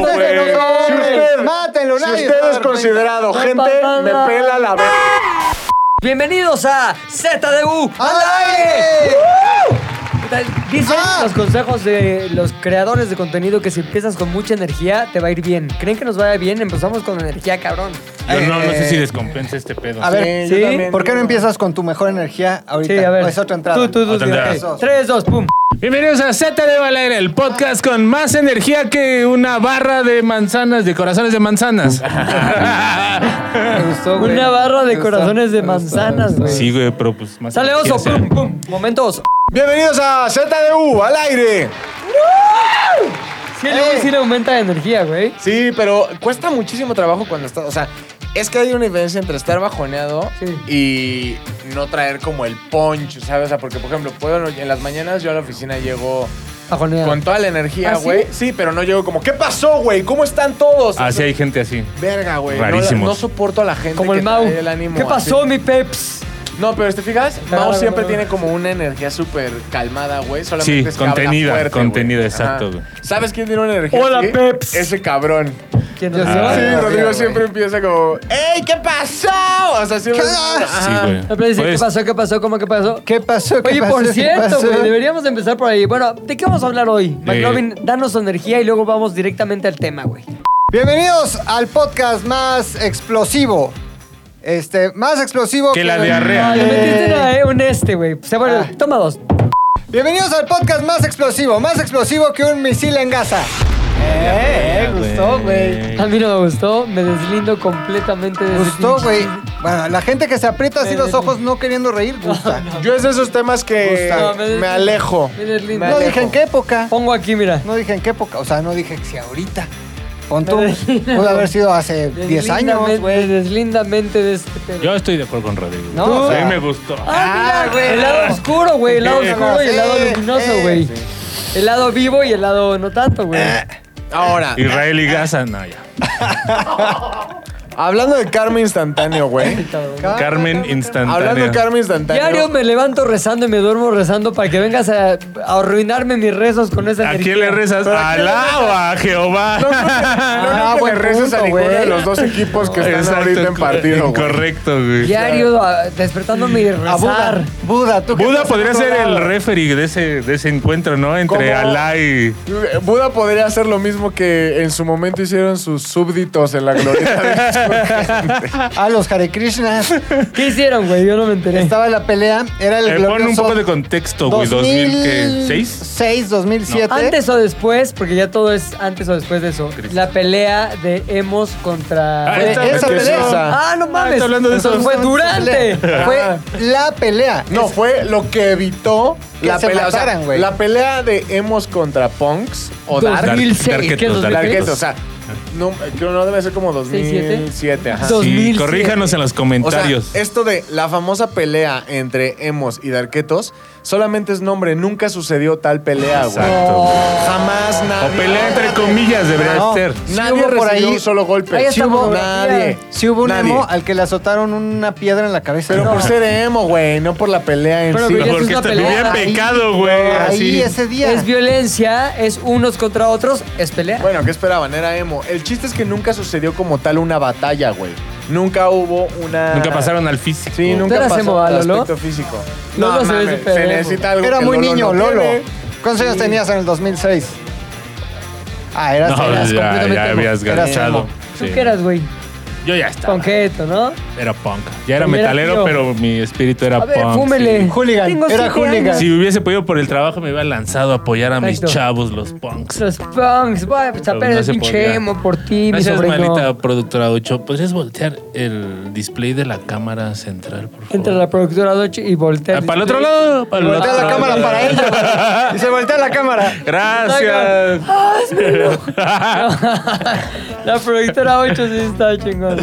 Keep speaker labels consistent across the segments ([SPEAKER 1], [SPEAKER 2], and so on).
[SPEAKER 1] güey.
[SPEAKER 2] Mátenlo,
[SPEAKER 1] Pues, Si usted,
[SPEAKER 2] mátenlo,
[SPEAKER 1] si
[SPEAKER 2] nadie se va
[SPEAKER 1] usted
[SPEAKER 2] a
[SPEAKER 1] es
[SPEAKER 2] dar
[SPEAKER 1] considerado gente, me pela la verga.
[SPEAKER 3] Bienvenidos a ZDU
[SPEAKER 2] ¡Al aire!
[SPEAKER 3] Dicen
[SPEAKER 2] Ah.
[SPEAKER 3] los consejos de los creadores de contenido que si empiezas con mucha energía te va a ir bien. ¿Creen que nos vaya bien? Empezamos con energía, cabrón.
[SPEAKER 4] Yo no, no sé si
[SPEAKER 2] Eh,
[SPEAKER 4] descompensa este pedo.
[SPEAKER 2] A ver,
[SPEAKER 3] Sí, yo
[SPEAKER 2] ¿sí?
[SPEAKER 3] también
[SPEAKER 2] ¿por qué no empiezas con tu mejor energía ahorita?
[SPEAKER 3] Sí, a ver.
[SPEAKER 2] No, es otra entrada.
[SPEAKER 3] Tú, tú, tú.
[SPEAKER 4] Otra
[SPEAKER 3] sí,
[SPEAKER 4] entrada.
[SPEAKER 3] ok. Tres, dos, pum.
[SPEAKER 4] Bienvenidos a Z de Valera, el podcast con más energía que una barra de manzanas, de corazones de manzanas.
[SPEAKER 2] Me gustó, güey.
[SPEAKER 3] Una barra de
[SPEAKER 2] Me gustó,
[SPEAKER 3] corazones de
[SPEAKER 2] me gustó,
[SPEAKER 3] manzanas,
[SPEAKER 2] me gustó.
[SPEAKER 3] güey.
[SPEAKER 4] sí, güey, pero pues más.
[SPEAKER 3] Sale
[SPEAKER 4] energía,
[SPEAKER 3] oso,
[SPEAKER 4] o sea.
[SPEAKER 3] pum, pum. Momento oso.
[SPEAKER 1] Bienvenidos a ZDU, al aire.
[SPEAKER 3] Sí, el oso sí le aumenta la energía, güey.
[SPEAKER 1] Sí, pero cuesta muchísimo trabajo cuando estás. O sea, es que hay una diferencia entre estar bajoneado y no traer como el punch, ¿sabes? O sea, porque, por ejemplo, puedo, en las mañanas yo a la oficina llego
[SPEAKER 3] Bajoneado.
[SPEAKER 1] con toda la energía,
[SPEAKER 3] ¿Ah, sí?
[SPEAKER 1] güey. sí? pero no llego como, ¿qué pasó, güey? ¿Cómo están todos?
[SPEAKER 4] Así Ah, hay gente así.
[SPEAKER 1] Verga, güey. No,
[SPEAKER 4] Rarísimos.
[SPEAKER 1] no soporto a la gente
[SPEAKER 3] Como
[SPEAKER 1] que
[SPEAKER 3] el Mau.
[SPEAKER 1] trae el ánimo.
[SPEAKER 3] ¿Qué
[SPEAKER 1] así.
[SPEAKER 3] pasó, mi Peps?
[SPEAKER 1] No, pero ¿te fijas?
[SPEAKER 3] No,
[SPEAKER 1] Mao
[SPEAKER 3] no,
[SPEAKER 1] siempre
[SPEAKER 3] no, no.
[SPEAKER 1] tiene como una energía súper calmada, güey. Solamente
[SPEAKER 4] Sí,
[SPEAKER 1] es que habla
[SPEAKER 4] contenida,
[SPEAKER 1] fuerte, güey.
[SPEAKER 4] contenida, exacto,
[SPEAKER 1] Ajá.
[SPEAKER 4] güey.
[SPEAKER 1] ¿Sabes quién tiene una energía
[SPEAKER 3] Hola,
[SPEAKER 1] así?
[SPEAKER 3] Peps.
[SPEAKER 1] Ese cabrón.
[SPEAKER 3] ¿Quién
[SPEAKER 2] Yo
[SPEAKER 3] nos
[SPEAKER 4] Ah,
[SPEAKER 3] lleva?
[SPEAKER 1] Sí,
[SPEAKER 4] sí,
[SPEAKER 1] Rodrigo
[SPEAKER 2] güey.
[SPEAKER 1] siempre empieza como, ¡Ey, qué pasó! O sea, siempre...
[SPEAKER 4] Sí,
[SPEAKER 1] Ajá.
[SPEAKER 4] güey.
[SPEAKER 3] Siempre dice,
[SPEAKER 4] Pues,
[SPEAKER 3] ¿qué pasó? ¿Qué pasó? ¿Cómo que pasó?
[SPEAKER 2] ¿Qué pasó? ¿Qué
[SPEAKER 3] Oye,
[SPEAKER 2] pasó?
[SPEAKER 3] por
[SPEAKER 2] ¿Qué
[SPEAKER 3] cierto,
[SPEAKER 2] pasó?
[SPEAKER 3] güey, deberíamos empezar por ahí. Bueno, ¿de qué vamos a hablar hoy? McLovin, danos tu energía y luego vamos directamente al tema, güey.
[SPEAKER 2] Bienvenidos al podcast más explosivo. Este, más explosivo
[SPEAKER 4] Que la diarrea.
[SPEAKER 3] Ay, Ah,
[SPEAKER 4] Eh.
[SPEAKER 3] le metiste una, eh, un este, güey. O sea, bueno,
[SPEAKER 2] Ah.
[SPEAKER 3] toma dos.
[SPEAKER 2] Bienvenidos al podcast más explosivo, más explosivo que un misil en Gaza.
[SPEAKER 4] Ah,
[SPEAKER 2] Eh, gustó, güey.
[SPEAKER 3] A mí no me gustó, me deslindo completamente de ese
[SPEAKER 2] Gustó,
[SPEAKER 3] pinche
[SPEAKER 2] güey.
[SPEAKER 3] chiste.
[SPEAKER 2] Bueno, la gente que se aprieta así los ojos no queriendo reír, gusta.
[SPEAKER 1] Yo es de esos temas que
[SPEAKER 3] Gusta.
[SPEAKER 1] me, alejo.
[SPEAKER 3] Me deslindo.
[SPEAKER 1] Me
[SPEAKER 2] No
[SPEAKER 1] alejo.
[SPEAKER 2] dije en qué época.
[SPEAKER 3] Pongo aquí, mira.
[SPEAKER 2] No dije en qué época. O sea, no dije que si ahorita. Pon tú.
[SPEAKER 3] Me deslindo.
[SPEAKER 2] Pudo haber sido hace 10 años,
[SPEAKER 3] Deslindamente-
[SPEAKER 2] güey.
[SPEAKER 3] Deslindamente de este pedo.
[SPEAKER 4] Yo estoy de acuerdo con Rodrigo.
[SPEAKER 2] No,
[SPEAKER 4] a
[SPEAKER 2] o
[SPEAKER 4] mí
[SPEAKER 2] sea-
[SPEAKER 4] me gustó.
[SPEAKER 3] Ah,
[SPEAKER 2] Ah,
[SPEAKER 3] güey.
[SPEAKER 2] güey.
[SPEAKER 3] El lado oscuro, güey. El lado
[SPEAKER 4] Sí,
[SPEAKER 3] oscuro y el lado
[SPEAKER 2] sí,
[SPEAKER 3] luminoso,
[SPEAKER 2] sí. Ah.
[SPEAKER 3] güey. El lado vivo y el lado no tanto, güey.
[SPEAKER 1] Ahora,
[SPEAKER 4] Israel y Gaza, no, ya.
[SPEAKER 1] hablando de karma instantáneo, güey.
[SPEAKER 3] Cabrón.
[SPEAKER 4] Carmen instantánea.
[SPEAKER 1] hablando de karma instantáneo.
[SPEAKER 3] Diario me levanto rezando y me duermo rezando para que vengas a, a arruinarme mis rezos con esa
[SPEAKER 4] ¿A
[SPEAKER 3] energía.
[SPEAKER 4] quién le rezas?
[SPEAKER 1] ¿Pero a quién le
[SPEAKER 4] Alá o a Jehová.
[SPEAKER 1] No, creo que- no creo
[SPEAKER 2] Ah,
[SPEAKER 1] que
[SPEAKER 2] buen
[SPEAKER 1] le reces a
[SPEAKER 2] punto,
[SPEAKER 1] ninguno de
[SPEAKER 2] güey.
[SPEAKER 1] los dos equipos que están
[SPEAKER 4] Exacto,
[SPEAKER 1] ahorita en
[SPEAKER 4] co-
[SPEAKER 1] partido, güey.
[SPEAKER 4] Correcto, güey.
[SPEAKER 3] Diario a- despertándome y
[SPEAKER 2] A
[SPEAKER 3] rezar.
[SPEAKER 2] Buda. Buda, tú que
[SPEAKER 4] Buda
[SPEAKER 2] estás
[SPEAKER 4] podría
[SPEAKER 2] en otro
[SPEAKER 4] ser el
[SPEAKER 2] lado.
[SPEAKER 4] referee de ese, de ese encuentro, ¿no? Entre
[SPEAKER 1] ¿Cómo?
[SPEAKER 4] Alá y. Eh,
[SPEAKER 1] Buda podría hacer lo mismo que en su momento hicieron sus súbditos en la glorieta de
[SPEAKER 2] A Ah, los Hare Krishnas.
[SPEAKER 3] ¿Qué hicieron, güey? Yo no me enteré.
[SPEAKER 2] Estaba la pelea. Era el
[SPEAKER 4] Eh,
[SPEAKER 2] glorioso...
[SPEAKER 4] pon un poco de contexto, güey. 2006.
[SPEAKER 2] 2006, 2007.
[SPEAKER 3] Antes o después, porque ya todo es antes o después de eso.
[SPEAKER 4] Cristo.
[SPEAKER 3] La pelea de Hemos contra.
[SPEAKER 4] Ah,
[SPEAKER 2] Fue
[SPEAKER 4] esta-
[SPEAKER 2] esa
[SPEAKER 4] esta-
[SPEAKER 2] pelea.
[SPEAKER 1] esa.
[SPEAKER 3] Ah, no mames.
[SPEAKER 4] está hablando de
[SPEAKER 3] Entonces
[SPEAKER 4] eso.
[SPEAKER 3] Fue durante. Ah.
[SPEAKER 2] Fue la pelea.
[SPEAKER 1] No, fue lo que evitó
[SPEAKER 2] Que
[SPEAKER 1] la
[SPEAKER 2] se
[SPEAKER 1] pelea. o sea,
[SPEAKER 2] mataran, güey.
[SPEAKER 1] la pelea de Hemos contra Punks o Dark.
[SPEAKER 4] Dark-
[SPEAKER 3] 2006.
[SPEAKER 4] Darketos,
[SPEAKER 3] ¿Qué es
[SPEAKER 4] Darketos.
[SPEAKER 1] Dark
[SPEAKER 3] 2006?
[SPEAKER 1] Ghetto, o sea, no, creo no debe ser como 2007, ajá.
[SPEAKER 3] Dos-
[SPEAKER 4] Sí,
[SPEAKER 3] 2007.
[SPEAKER 4] corríjanos en los
[SPEAKER 1] O sea,
[SPEAKER 4] comentarios.
[SPEAKER 1] esto de la famosa pelea entre Hemos y Darketos solamente es nombre, nunca sucedió tal pelea, güey.
[SPEAKER 4] Exacto. güey.
[SPEAKER 1] Jamás
[SPEAKER 4] O
[SPEAKER 1] nadie.
[SPEAKER 4] pelea entre comillas debería
[SPEAKER 2] No.
[SPEAKER 4] ser.
[SPEAKER 1] Nadie
[SPEAKER 2] Sí hubo por
[SPEAKER 1] recibió
[SPEAKER 2] ahí-
[SPEAKER 1] un solo golpe.
[SPEAKER 3] ahí está
[SPEAKER 1] Sí hubo
[SPEAKER 3] fotografía.
[SPEAKER 1] nadie.
[SPEAKER 2] Sí hubo un
[SPEAKER 1] Nadie.
[SPEAKER 2] emo al que le azotaron una piedra en la cabeza.
[SPEAKER 1] Pero
[SPEAKER 2] No.
[SPEAKER 1] por ser emo, güey, no por la pelea en
[SPEAKER 3] Pero
[SPEAKER 1] sí.
[SPEAKER 3] ya es
[SPEAKER 4] Porque
[SPEAKER 3] una
[SPEAKER 4] esto
[SPEAKER 3] pelea
[SPEAKER 4] hubiera
[SPEAKER 3] ahí,
[SPEAKER 4] pecado, güey.
[SPEAKER 1] eh,
[SPEAKER 2] Ahí
[SPEAKER 4] así.
[SPEAKER 2] ese día.
[SPEAKER 3] Es violencia, es unos contra otros, es pelea.
[SPEAKER 1] Bueno, ¿qué esperaban? Era emo. El chiste es que nunca sucedió como tal una batalla, güey. Nunca hubo una.
[SPEAKER 4] Nunca pasaron al físico.
[SPEAKER 1] Sí, nunca
[SPEAKER 3] eras
[SPEAKER 1] pasó
[SPEAKER 3] emo, ¿ah,
[SPEAKER 1] al
[SPEAKER 3] Lolo?
[SPEAKER 1] aspecto físico.
[SPEAKER 3] Lolo se ve súper
[SPEAKER 1] se
[SPEAKER 3] emo.
[SPEAKER 1] necesita algo.
[SPEAKER 2] Era
[SPEAKER 1] que
[SPEAKER 2] muy niño,
[SPEAKER 1] no
[SPEAKER 2] Lolo.
[SPEAKER 1] tiene.
[SPEAKER 2] ¿Cuántos años tenías en el 2006? Ah, eras,
[SPEAKER 4] No,
[SPEAKER 2] eras
[SPEAKER 4] ya,
[SPEAKER 2] completamente
[SPEAKER 4] ya
[SPEAKER 2] emo.
[SPEAKER 4] habías
[SPEAKER 2] Eras
[SPEAKER 4] ganchado.
[SPEAKER 2] emo.
[SPEAKER 3] ¿Tú
[SPEAKER 4] Sí.
[SPEAKER 3] qué eras, güey?
[SPEAKER 4] Yo ya estaba.
[SPEAKER 3] Conqueto, ¿no?
[SPEAKER 4] Era punk. Ya era
[SPEAKER 3] Era
[SPEAKER 4] metalero,
[SPEAKER 3] tío.
[SPEAKER 4] pero mi espíritu era
[SPEAKER 3] A ver,
[SPEAKER 4] punk.
[SPEAKER 3] fúmele.
[SPEAKER 4] sí.
[SPEAKER 2] Hooligan,
[SPEAKER 3] Tengo
[SPEAKER 2] era
[SPEAKER 3] siete
[SPEAKER 2] hooligan.
[SPEAKER 3] años.
[SPEAKER 4] Si hubiese podido por el trabajo, me hubiera lanzado a apoyar a mis
[SPEAKER 3] Exacto.
[SPEAKER 4] chavos, los punks.
[SPEAKER 3] Los punks, voy a echar
[SPEAKER 4] No se
[SPEAKER 3] pues, pinche
[SPEAKER 4] podía.
[SPEAKER 3] emo por ti, mi
[SPEAKER 4] Gracias,
[SPEAKER 3] sobrino.
[SPEAKER 4] malita productora 8. ¿Podrías voltear el display de la cámara central, por favor?
[SPEAKER 3] Entre la productora 8 y voltea.
[SPEAKER 4] Ah, ¿Para el otro lado? Para el
[SPEAKER 2] Voltea
[SPEAKER 4] otro
[SPEAKER 2] la
[SPEAKER 4] lado.
[SPEAKER 2] cámara para ellos. güey. Y se voltea la cámara.
[SPEAKER 4] Gracias.
[SPEAKER 3] La productora 8 sí está chingona.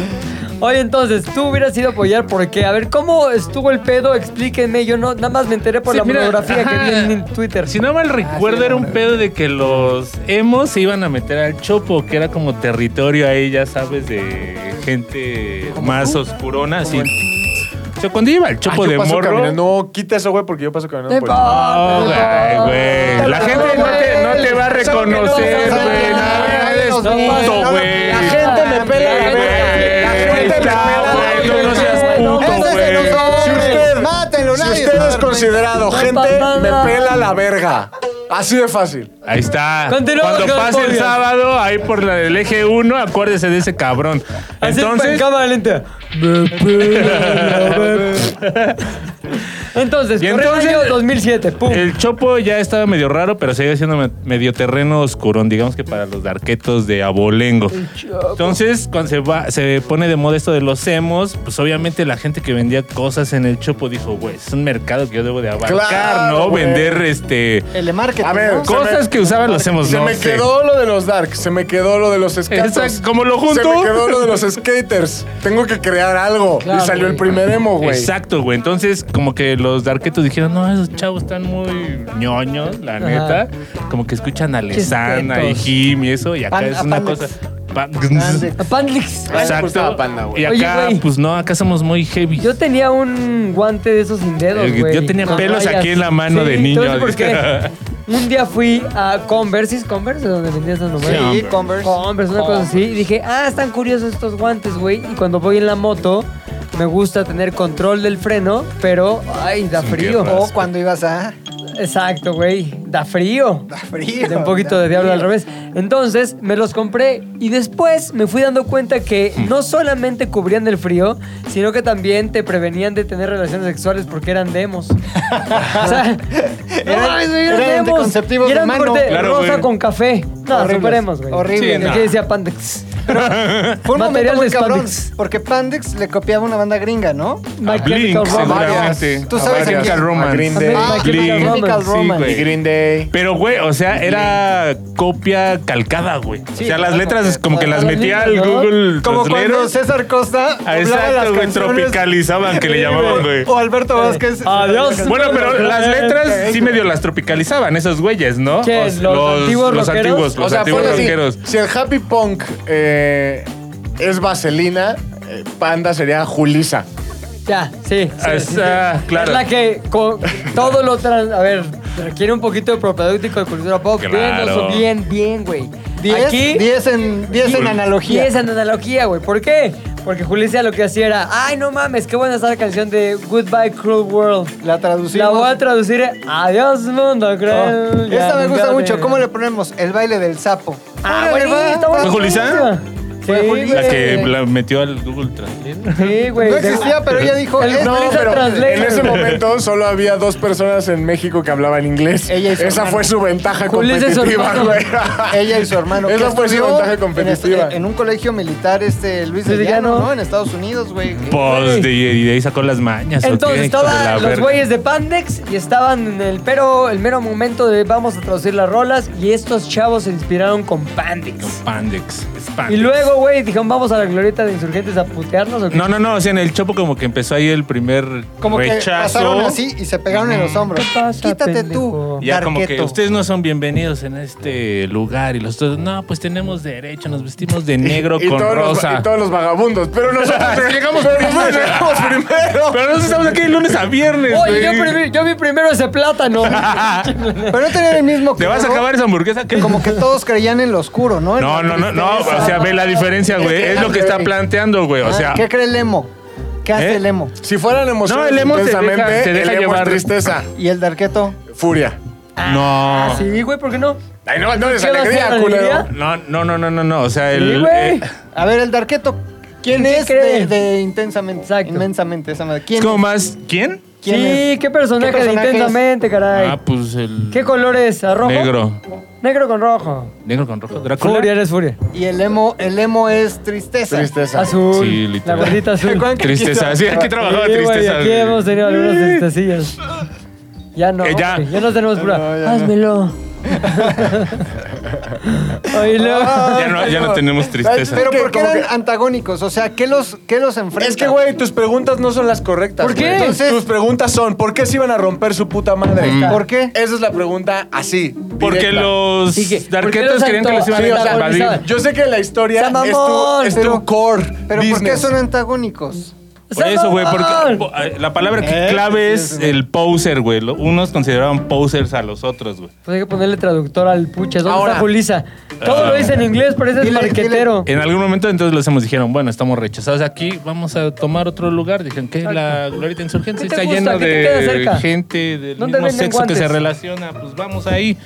[SPEAKER 3] Oye, entonces, tú hubieras ido a apoyar porque, a ver, ¿cómo estuvo el pedo? Explíquenme. Yo no, nada más me enteré por
[SPEAKER 4] Sí,
[SPEAKER 3] la
[SPEAKER 4] mira,
[SPEAKER 3] monografía
[SPEAKER 4] ajá.
[SPEAKER 3] que vi en Twitter.
[SPEAKER 4] Si no mal recuerdo, era un pedo de que los emos se iban a meter al chopo, que era como territorio ahí, ya sabes, de gente más oscurona. Así. O sea, cuando iba al chopo
[SPEAKER 1] Ah, yo
[SPEAKER 4] de
[SPEAKER 1] paso
[SPEAKER 4] morro.
[SPEAKER 1] caminando. No, quita eso, güey, porque yo paso caminando. pues.
[SPEAKER 3] No
[SPEAKER 1] por-
[SPEAKER 3] importa,
[SPEAKER 4] pues, No,
[SPEAKER 3] no
[SPEAKER 4] güey,
[SPEAKER 3] importa.
[SPEAKER 4] güey. La gente no te, no te va a
[SPEAKER 3] Eso que no,
[SPEAKER 4] reconocer,
[SPEAKER 3] eso
[SPEAKER 4] güey.
[SPEAKER 3] que no,
[SPEAKER 4] Nada
[SPEAKER 3] eso
[SPEAKER 2] menos,
[SPEAKER 3] No,
[SPEAKER 4] de
[SPEAKER 2] güey.
[SPEAKER 3] no,
[SPEAKER 2] No, no,
[SPEAKER 4] güey.
[SPEAKER 1] La gente me pela la verga. La gente me pela la
[SPEAKER 4] güey, no, no seas
[SPEAKER 1] verga.
[SPEAKER 4] puto,
[SPEAKER 2] Ese es el
[SPEAKER 4] güey.
[SPEAKER 2] nosotros.
[SPEAKER 1] Si usted-
[SPEAKER 2] Mátenlo,
[SPEAKER 1] Si
[SPEAKER 2] nadie se
[SPEAKER 1] usted
[SPEAKER 2] va a
[SPEAKER 1] es
[SPEAKER 2] dar cuenta.
[SPEAKER 1] considerado gente,
[SPEAKER 3] pasa
[SPEAKER 1] me
[SPEAKER 3] nada.
[SPEAKER 1] pela la verga. Así de fácil.
[SPEAKER 4] Ahí está.
[SPEAKER 3] Continuamos
[SPEAKER 4] Cuando
[SPEAKER 3] con el
[SPEAKER 4] pase el
[SPEAKER 3] podcast.
[SPEAKER 4] sábado, ahí por la del eje 1, acuérdese de ese cabrón.
[SPEAKER 3] Así en
[SPEAKER 4] Entonces,
[SPEAKER 3] cámara lenta. Me pela la verga. Entonces,
[SPEAKER 4] Y
[SPEAKER 3] por el
[SPEAKER 4] entonces- Eh,
[SPEAKER 3] año 2007, pum.
[SPEAKER 4] el chopo ya estaba medio raro, pero seguía siendo me- medio terreno oscurón, digamos que para los darquetos de abolengo. Entonces, cuando se, va, se pone de moda esto de los emos, pues obviamente la gente que vendía cosas en el chopo dijo, güey, es un mercado que yo debo de abarcar,
[SPEAKER 1] Claro,
[SPEAKER 4] ¿no?
[SPEAKER 1] güey.
[SPEAKER 4] Vender este...
[SPEAKER 2] El de marketing.
[SPEAKER 1] A ver,
[SPEAKER 2] ¿no?
[SPEAKER 1] co-
[SPEAKER 4] Cosas que usaban los emos,
[SPEAKER 1] Se
[SPEAKER 4] no
[SPEAKER 1] me
[SPEAKER 4] sé.
[SPEAKER 1] quedó lo de los darks, se me quedó lo de los skaters.
[SPEAKER 4] Exacto, como lo junto.
[SPEAKER 1] Se me quedó lo de los skaters. Tengo que crear algo.
[SPEAKER 3] Claro,
[SPEAKER 1] y salió el
[SPEAKER 3] güey.
[SPEAKER 1] primer emo, güey.
[SPEAKER 4] Exacto, güey. Entonces, como que los darketos dijeron, no, esos chavos están muy ñoños, la
[SPEAKER 3] Ajá.
[SPEAKER 4] neta. Como que escuchan a Lesana y
[SPEAKER 3] Chetetos.
[SPEAKER 4] Jim y eso, y acá
[SPEAKER 2] Pan-
[SPEAKER 4] es una
[SPEAKER 2] Pandex.
[SPEAKER 4] cosa. Pa-
[SPEAKER 2] Pandex.
[SPEAKER 3] Pandlix.
[SPEAKER 1] Ay, me gustaba Panda, güey.
[SPEAKER 4] y
[SPEAKER 3] Oye,
[SPEAKER 4] acá,
[SPEAKER 3] güey.
[SPEAKER 4] pues no, acá somos muy heavy.
[SPEAKER 3] Yo tenía un guante de esos sin dedos,
[SPEAKER 4] Eh,
[SPEAKER 3] güey.
[SPEAKER 4] yo tenía
[SPEAKER 3] Con
[SPEAKER 4] pelos
[SPEAKER 3] rayas.
[SPEAKER 4] aquí en la mano de
[SPEAKER 3] te
[SPEAKER 4] niño,
[SPEAKER 3] voy a decir por
[SPEAKER 4] dice.
[SPEAKER 3] qué. Un día fui a Converse, ¿sí es Converse donde vendían esos números?
[SPEAKER 4] Sí,
[SPEAKER 2] Sí, Converse.
[SPEAKER 3] Converse, una cosa así. Y dije, ah, están curiosos estos guantes, güey. Y cuando voy en la moto, me gusta tener control del freno, pero, ay, da
[SPEAKER 4] Sin
[SPEAKER 3] frío.
[SPEAKER 4] guerras.
[SPEAKER 2] O cuando ibas a.
[SPEAKER 3] Exacto, güey. Da frío.
[SPEAKER 2] Da frío.
[SPEAKER 3] De un poquito de diablo al revés. Entonces me los compré y después me fui dando cuenta que
[SPEAKER 4] Hmm.
[SPEAKER 3] no solamente cubrían del frío, sino que también te prevenían de tener relaciones sexuales porque eran demos. o sea, no
[SPEAKER 2] Eran-
[SPEAKER 3] mames, güey, eran,
[SPEAKER 2] eran
[SPEAKER 3] demos.
[SPEAKER 2] anticonceptivos
[SPEAKER 3] y eran
[SPEAKER 2] de mano.
[SPEAKER 3] corte
[SPEAKER 4] Claro,
[SPEAKER 3] rosa
[SPEAKER 4] güey.
[SPEAKER 3] con café. No,
[SPEAKER 2] Horribles.
[SPEAKER 3] superemos, güey.
[SPEAKER 2] Horrible.
[SPEAKER 4] Sí, no. Ah,
[SPEAKER 3] Aquí decía Pandex.
[SPEAKER 2] Fue un
[SPEAKER 3] Material
[SPEAKER 2] momento muy
[SPEAKER 3] de
[SPEAKER 2] cabrón.
[SPEAKER 3] Spandex.
[SPEAKER 2] Porque Pandex le copiaba una banda gringa, ¿no?
[SPEAKER 3] My
[SPEAKER 4] A
[SPEAKER 3] Chemical
[SPEAKER 4] Blink,
[SPEAKER 3] Romance.
[SPEAKER 4] seguramente.
[SPEAKER 2] Tú sabes
[SPEAKER 4] a
[SPEAKER 2] a quién.
[SPEAKER 4] Chemical
[SPEAKER 1] A Green
[SPEAKER 4] Romance.
[SPEAKER 1] Day.
[SPEAKER 3] Ah,
[SPEAKER 4] Blink.
[SPEAKER 3] Chemical
[SPEAKER 2] Chemical
[SPEAKER 3] Romance,
[SPEAKER 4] sí,
[SPEAKER 2] Romance.
[SPEAKER 1] Y
[SPEAKER 4] güey.
[SPEAKER 1] Green Day.
[SPEAKER 4] Pero, güey, o sea, era copia calcada, güey.
[SPEAKER 2] Sí,
[SPEAKER 4] o sea, las
[SPEAKER 2] claro,
[SPEAKER 4] letras
[SPEAKER 2] güey.
[SPEAKER 4] como que
[SPEAKER 3] Todas
[SPEAKER 4] las
[SPEAKER 3] las
[SPEAKER 4] metía al
[SPEAKER 3] líneas, ¿no?
[SPEAKER 4] Google
[SPEAKER 2] Como
[SPEAKER 4] Translero.
[SPEAKER 2] cuando César Costa
[SPEAKER 4] Ah,
[SPEAKER 2] hablaba las
[SPEAKER 4] Exacto, güey,
[SPEAKER 2] canciones.
[SPEAKER 4] tropicalizaban que le llamaban, güey.
[SPEAKER 2] O Alberto Vázquez.
[SPEAKER 3] Adiós.
[SPEAKER 4] Bueno, pero las letras sí medio las tropicalizaban esos güeyes, ¿no?
[SPEAKER 3] ¿Quién?
[SPEAKER 4] O s-
[SPEAKER 3] ¿Los antiguos
[SPEAKER 4] los
[SPEAKER 3] rockeros?
[SPEAKER 4] antiguos, los
[SPEAKER 1] o sea,
[SPEAKER 4] antiguos
[SPEAKER 1] ponle así,
[SPEAKER 4] rockeros.
[SPEAKER 1] si el happy punk eh, es vaselina, eh, panda sería Julisa.
[SPEAKER 3] Ya, sí. sí,
[SPEAKER 4] Ah,
[SPEAKER 3] sí, sí.
[SPEAKER 4] ah,
[SPEAKER 3] Es
[SPEAKER 4] claro.
[SPEAKER 3] la que co- todo lo trans... A ver, requiere un poquito de propedéutico de cultura pop. Bien,
[SPEAKER 4] Claro.
[SPEAKER 3] oso, bien, bien, güey.
[SPEAKER 2] 10
[SPEAKER 3] Aquí,
[SPEAKER 2] 10 en, 10 en analogía.
[SPEAKER 3] 10 en analogía, güey. ¿Por qué? Porque Julicia lo que hacía era, ay, no mames, qué buena está la canción de Goodbye Cruel World.
[SPEAKER 2] La traducimos.
[SPEAKER 3] La voy a traducir a Adiós Mundo Cruel.
[SPEAKER 2] Oh,
[SPEAKER 3] Ya,
[SPEAKER 2] Esta me gusta
[SPEAKER 3] nunca
[SPEAKER 2] mucho.
[SPEAKER 3] te-
[SPEAKER 2] ¿Cómo le ponemos? El baile del sapo.
[SPEAKER 3] Ah,
[SPEAKER 2] Órale,
[SPEAKER 3] güey,
[SPEAKER 2] va.
[SPEAKER 3] está
[SPEAKER 4] ¿Fue Julisa?
[SPEAKER 3] buenísima.
[SPEAKER 2] Fue
[SPEAKER 3] Sí,
[SPEAKER 2] Julisa.
[SPEAKER 4] La
[SPEAKER 3] güey.
[SPEAKER 4] que la metió al Google Translate.
[SPEAKER 3] Eh. Sí, güey.
[SPEAKER 2] No existía, pero ella dijo. "Este
[SPEAKER 3] El-
[SPEAKER 2] "Es-
[SPEAKER 3] No, Julisa
[SPEAKER 1] Pero
[SPEAKER 3] Translator.
[SPEAKER 1] en ese momento solo había dos personas en México que hablaban inglés.
[SPEAKER 2] Ella y su
[SPEAKER 1] Esa
[SPEAKER 2] hermano.
[SPEAKER 1] fue su ventaja
[SPEAKER 3] Julisa y su
[SPEAKER 1] competitiva,
[SPEAKER 3] hermano.
[SPEAKER 1] güey.
[SPEAKER 2] Ella y su hermano.
[SPEAKER 1] Esa
[SPEAKER 2] que
[SPEAKER 1] fue su
[SPEAKER 2] estudió
[SPEAKER 1] ventaja
[SPEAKER 2] En,
[SPEAKER 1] competitiva.
[SPEAKER 2] este- en un colegio militar, este Luis de
[SPEAKER 3] Luis de
[SPEAKER 2] Llano,
[SPEAKER 3] Llano.
[SPEAKER 2] ¿no? En Estados Unidos, güey.
[SPEAKER 4] Pues de, y de ahí sacó las mañas. ¿o qué?
[SPEAKER 3] Entonces
[SPEAKER 4] Hijo de la
[SPEAKER 3] estaban los
[SPEAKER 4] verga.
[SPEAKER 3] güeyes de Pandex y estaban en el pero el mero momento de vamos a traducir las rolas y estos chavos se inspiraron con Pandex.
[SPEAKER 4] Pandex. es
[SPEAKER 3] Y
[SPEAKER 4] Pandex.
[SPEAKER 3] luego, güey, dijeron, vamos a la glorieta de insurgentes a putearnos. ¿o qué?
[SPEAKER 4] No, no, no. O sea, en el Chopo como que empezó ahí el primer
[SPEAKER 2] Como que
[SPEAKER 4] rechazo.
[SPEAKER 2] pasaron así y se pegaron en los hombros.
[SPEAKER 3] Mm. ¿Qué pasa,
[SPEAKER 2] Quítate
[SPEAKER 3] pendejo?
[SPEAKER 2] tú.
[SPEAKER 4] Ya como que
[SPEAKER 2] darqueto.
[SPEAKER 4] ustedes no son bienvenidos en este lugar y los otros, no, pues tenemos derecho, nos vestimos de negro
[SPEAKER 1] y,
[SPEAKER 4] con
[SPEAKER 1] todos
[SPEAKER 4] rosa.
[SPEAKER 1] Los, y todos los vagabundos. Pero nosotros llegamos primero. Llegamos primero.
[SPEAKER 4] Pero nosotros estamos aquí de lunes a viernes.
[SPEAKER 3] Oye, yo,
[SPEAKER 4] güey.
[SPEAKER 3] primi- yo vi primero ese plátano. Ah,
[SPEAKER 2] Pero no tenían el mismo
[SPEAKER 4] ¿Te vas a
[SPEAKER 2] color.
[SPEAKER 4] acabar esa hamburguesa? ¿Qué?
[SPEAKER 2] Como que todos creían en lo oscuro, ¿no? En
[SPEAKER 4] No,
[SPEAKER 2] la
[SPEAKER 4] no, no, no,
[SPEAKER 2] tristeza.
[SPEAKER 4] o sea, ve la diferencia, güey. Es lo que está planteando, güey. O sea,
[SPEAKER 2] ¿Qué cree el emo? ¿Qué hace
[SPEAKER 4] ¿Eh?
[SPEAKER 2] el emo?
[SPEAKER 1] Si fueran
[SPEAKER 4] No,
[SPEAKER 1] emociones
[SPEAKER 4] el emo se deja-
[SPEAKER 1] intensamente,
[SPEAKER 4] se deja
[SPEAKER 1] el emo es
[SPEAKER 4] llevar.
[SPEAKER 1] tristeza,
[SPEAKER 2] ¿Y el darqueto?
[SPEAKER 1] furia.
[SPEAKER 4] no.
[SPEAKER 3] Así, güey, ¿por qué no?
[SPEAKER 1] Ay, no, no es
[SPEAKER 3] ¿Qué va a ser,
[SPEAKER 1] alegría, culero.
[SPEAKER 3] alegría?
[SPEAKER 4] No, no, no, no, no, no. O sea,
[SPEAKER 3] Sí,
[SPEAKER 4] el.
[SPEAKER 3] güey.
[SPEAKER 4] eh,
[SPEAKER 2] A ver, el darqueto. ¿Quién
[SPEAKER 3] ¿Qué
[SPEAKER 2] es de,
[SPEAKER 3] cree?
[SPEAKER 2] de intensamente?
[SPEAKER 3] Exacto.
[SPEAKER 2] Inmensamente, esa madre.
[SPEAKER 4] es
[SPEAKER 2] ¿Quién
[SPEAKER 4] como
[SPEAKER 2] es?
[SPEAKER 4] más. ¿Quién?
[SPEAKER 2] ¿Quién
[SPEAKER 3] sí,
[SPEAKER 2] es?
[SPEAKER 3] qué personaje,
[SPEAKER 2] ¿Qué
[SPEAKER 3] de
[SPEAKER 2] personaje es?
[SPEAKER 3] intensamente, caray.
[SPEAKER 4] Ah, pues el.
[SPEAKER 3] ¿Qué color es? ¿A rojo?
[SPEAKER 4] Negro.
[SPEAKER 3] Negro con rojo.
[SPEAKER 4] Negro con rojo. Drácula.
[SPEAKER 3] Furia, eres furia.
[SPEAKER 2] Y el emo, el emo es tristeza.
[SPEAKER 1] Tristeza.
[SPEAKER 3] Azul.
[SPEAKER 4] Sí,
[SPEAKER 3] la
[SPEAKER 4] literal.
[SPEAKER 3] gordita azul.
[SPEAKER 2] Recuerden que
[SPEAKER 4] Tristeza.
[SPEAKER 2] aquí-
[SPEAKER 4] Sí, aquí trabajaba
[SPEAKER 3] Sí, güey,
[SPEAKER 4] tristeza.
[SPEAKER 3] Aquí
[SPEAKER 4] güey.
[SPEAKER 3] hemos tenido algunas tristecillas. Ya no,
[SPEAKER 4] Eh, ya.
[SPEAKER 3] ya. ya no tenemos pura. Házmelo. Oye, luego.
[SPEAKER 4] Ya no, ya no tenemos tristeza.
[SPEAKER 2] Pero
[SPEAKER 1] Que
[SPEAKER 2] ¿por qué
[SPEAKER 1] como
[SPEAKER 2] eran
[SPEAKER 1] que-
[SPEAKER 2] antagónicos? O sea, ¿qué los, qué los enfrenta?
[SPEAKER 1] Es que, güey, tus preguntas no son las correctas.
[SPEAKER 3] ¿Por
[SPEAKER 1] güey.
[SPEAKER 3] qué?
[SPEAKER 1] Entonces- tus preguntas son, ¿por qué se iban a romper su puta madre?
[SPEAKER 2] ¿Por qué?
[SPEAKER 1] Esa es la pregunta así.
[SPEAKER 4] Porque
[SPEAKER 1] directa.
[SPEAKER 4] los
[SPEAKER 3] Sí, que- ¿por qué
[SPEAKER 4] darquetos
[SPEAKER 3] los
[SPEAKER 4] querían que los iban
[SPEAKER 1] Sí, o
[SPEAKER 4] a
[SPEAKER 1] sea,
[SPEAKER 4] invadir.
[SPEAKER 3] antagonizaban?
[SPEAKER 1] yo sé que la historia
[SPEAKER 3] Sea
[SPEAKER 1] es tu,
[SPEAKER 3] mamón,
[SPEAKER 1] es tu
[SPEAKER 2] pero-
[SPEAKER 1] core.
[SPEAKER 2] Pero ¿por qué
[SPEAKER 1] business.
[SPEAKER 2] son antagónicos?
[SPEAKER 4] Por eso, güey, porque po- eh, la palabra que
[SPEAKER 2] Eh,
[SPEAKER 4] clave
[SPEAKER 2] sí,
[SPEAKER 4] es el poser, güey. Lo- Unos consideraban posers a los otros, güey.
[SPEAKER 3] Pues hay que ponerle traductor al puche. ¿Dónde
[SPEAKER 1] Ahora.
[SPEAKER 3] está Julisa? Todo
[SPEAKER 4] Ah.
[SPEAKER 3] lo dice en inglés, parece el
[SPEAKER 2] Dile,
[SPEAKER 3] marquetero.
[SPEAKER 4] En algún momento entonces los hemos dijeron, bueno, estamos rechazados aquí, vamos a tomar otro lugar. Dijeron que la glorieta insurgente
[SPEAKER 3] ¿Qué te
[SPEAKER 4] está
[SPEAKER 3] gusta?
[SPEAKER 4] llena
[SPEAKER 3] ¿Qué te queda
[SPEAKER 4] de
[SPEAKER 3] cerca?
[SPEAKER 4] gente del
[SPEAKER 3] ¿Dónde
[SPEAKER 4] mismo
[SPEAKER 3] venden
[SPEAKER 4] sexo
[SPEAKER 3] guantes?
[SPEAKER 4] que se relaciona, pues vamos ahí.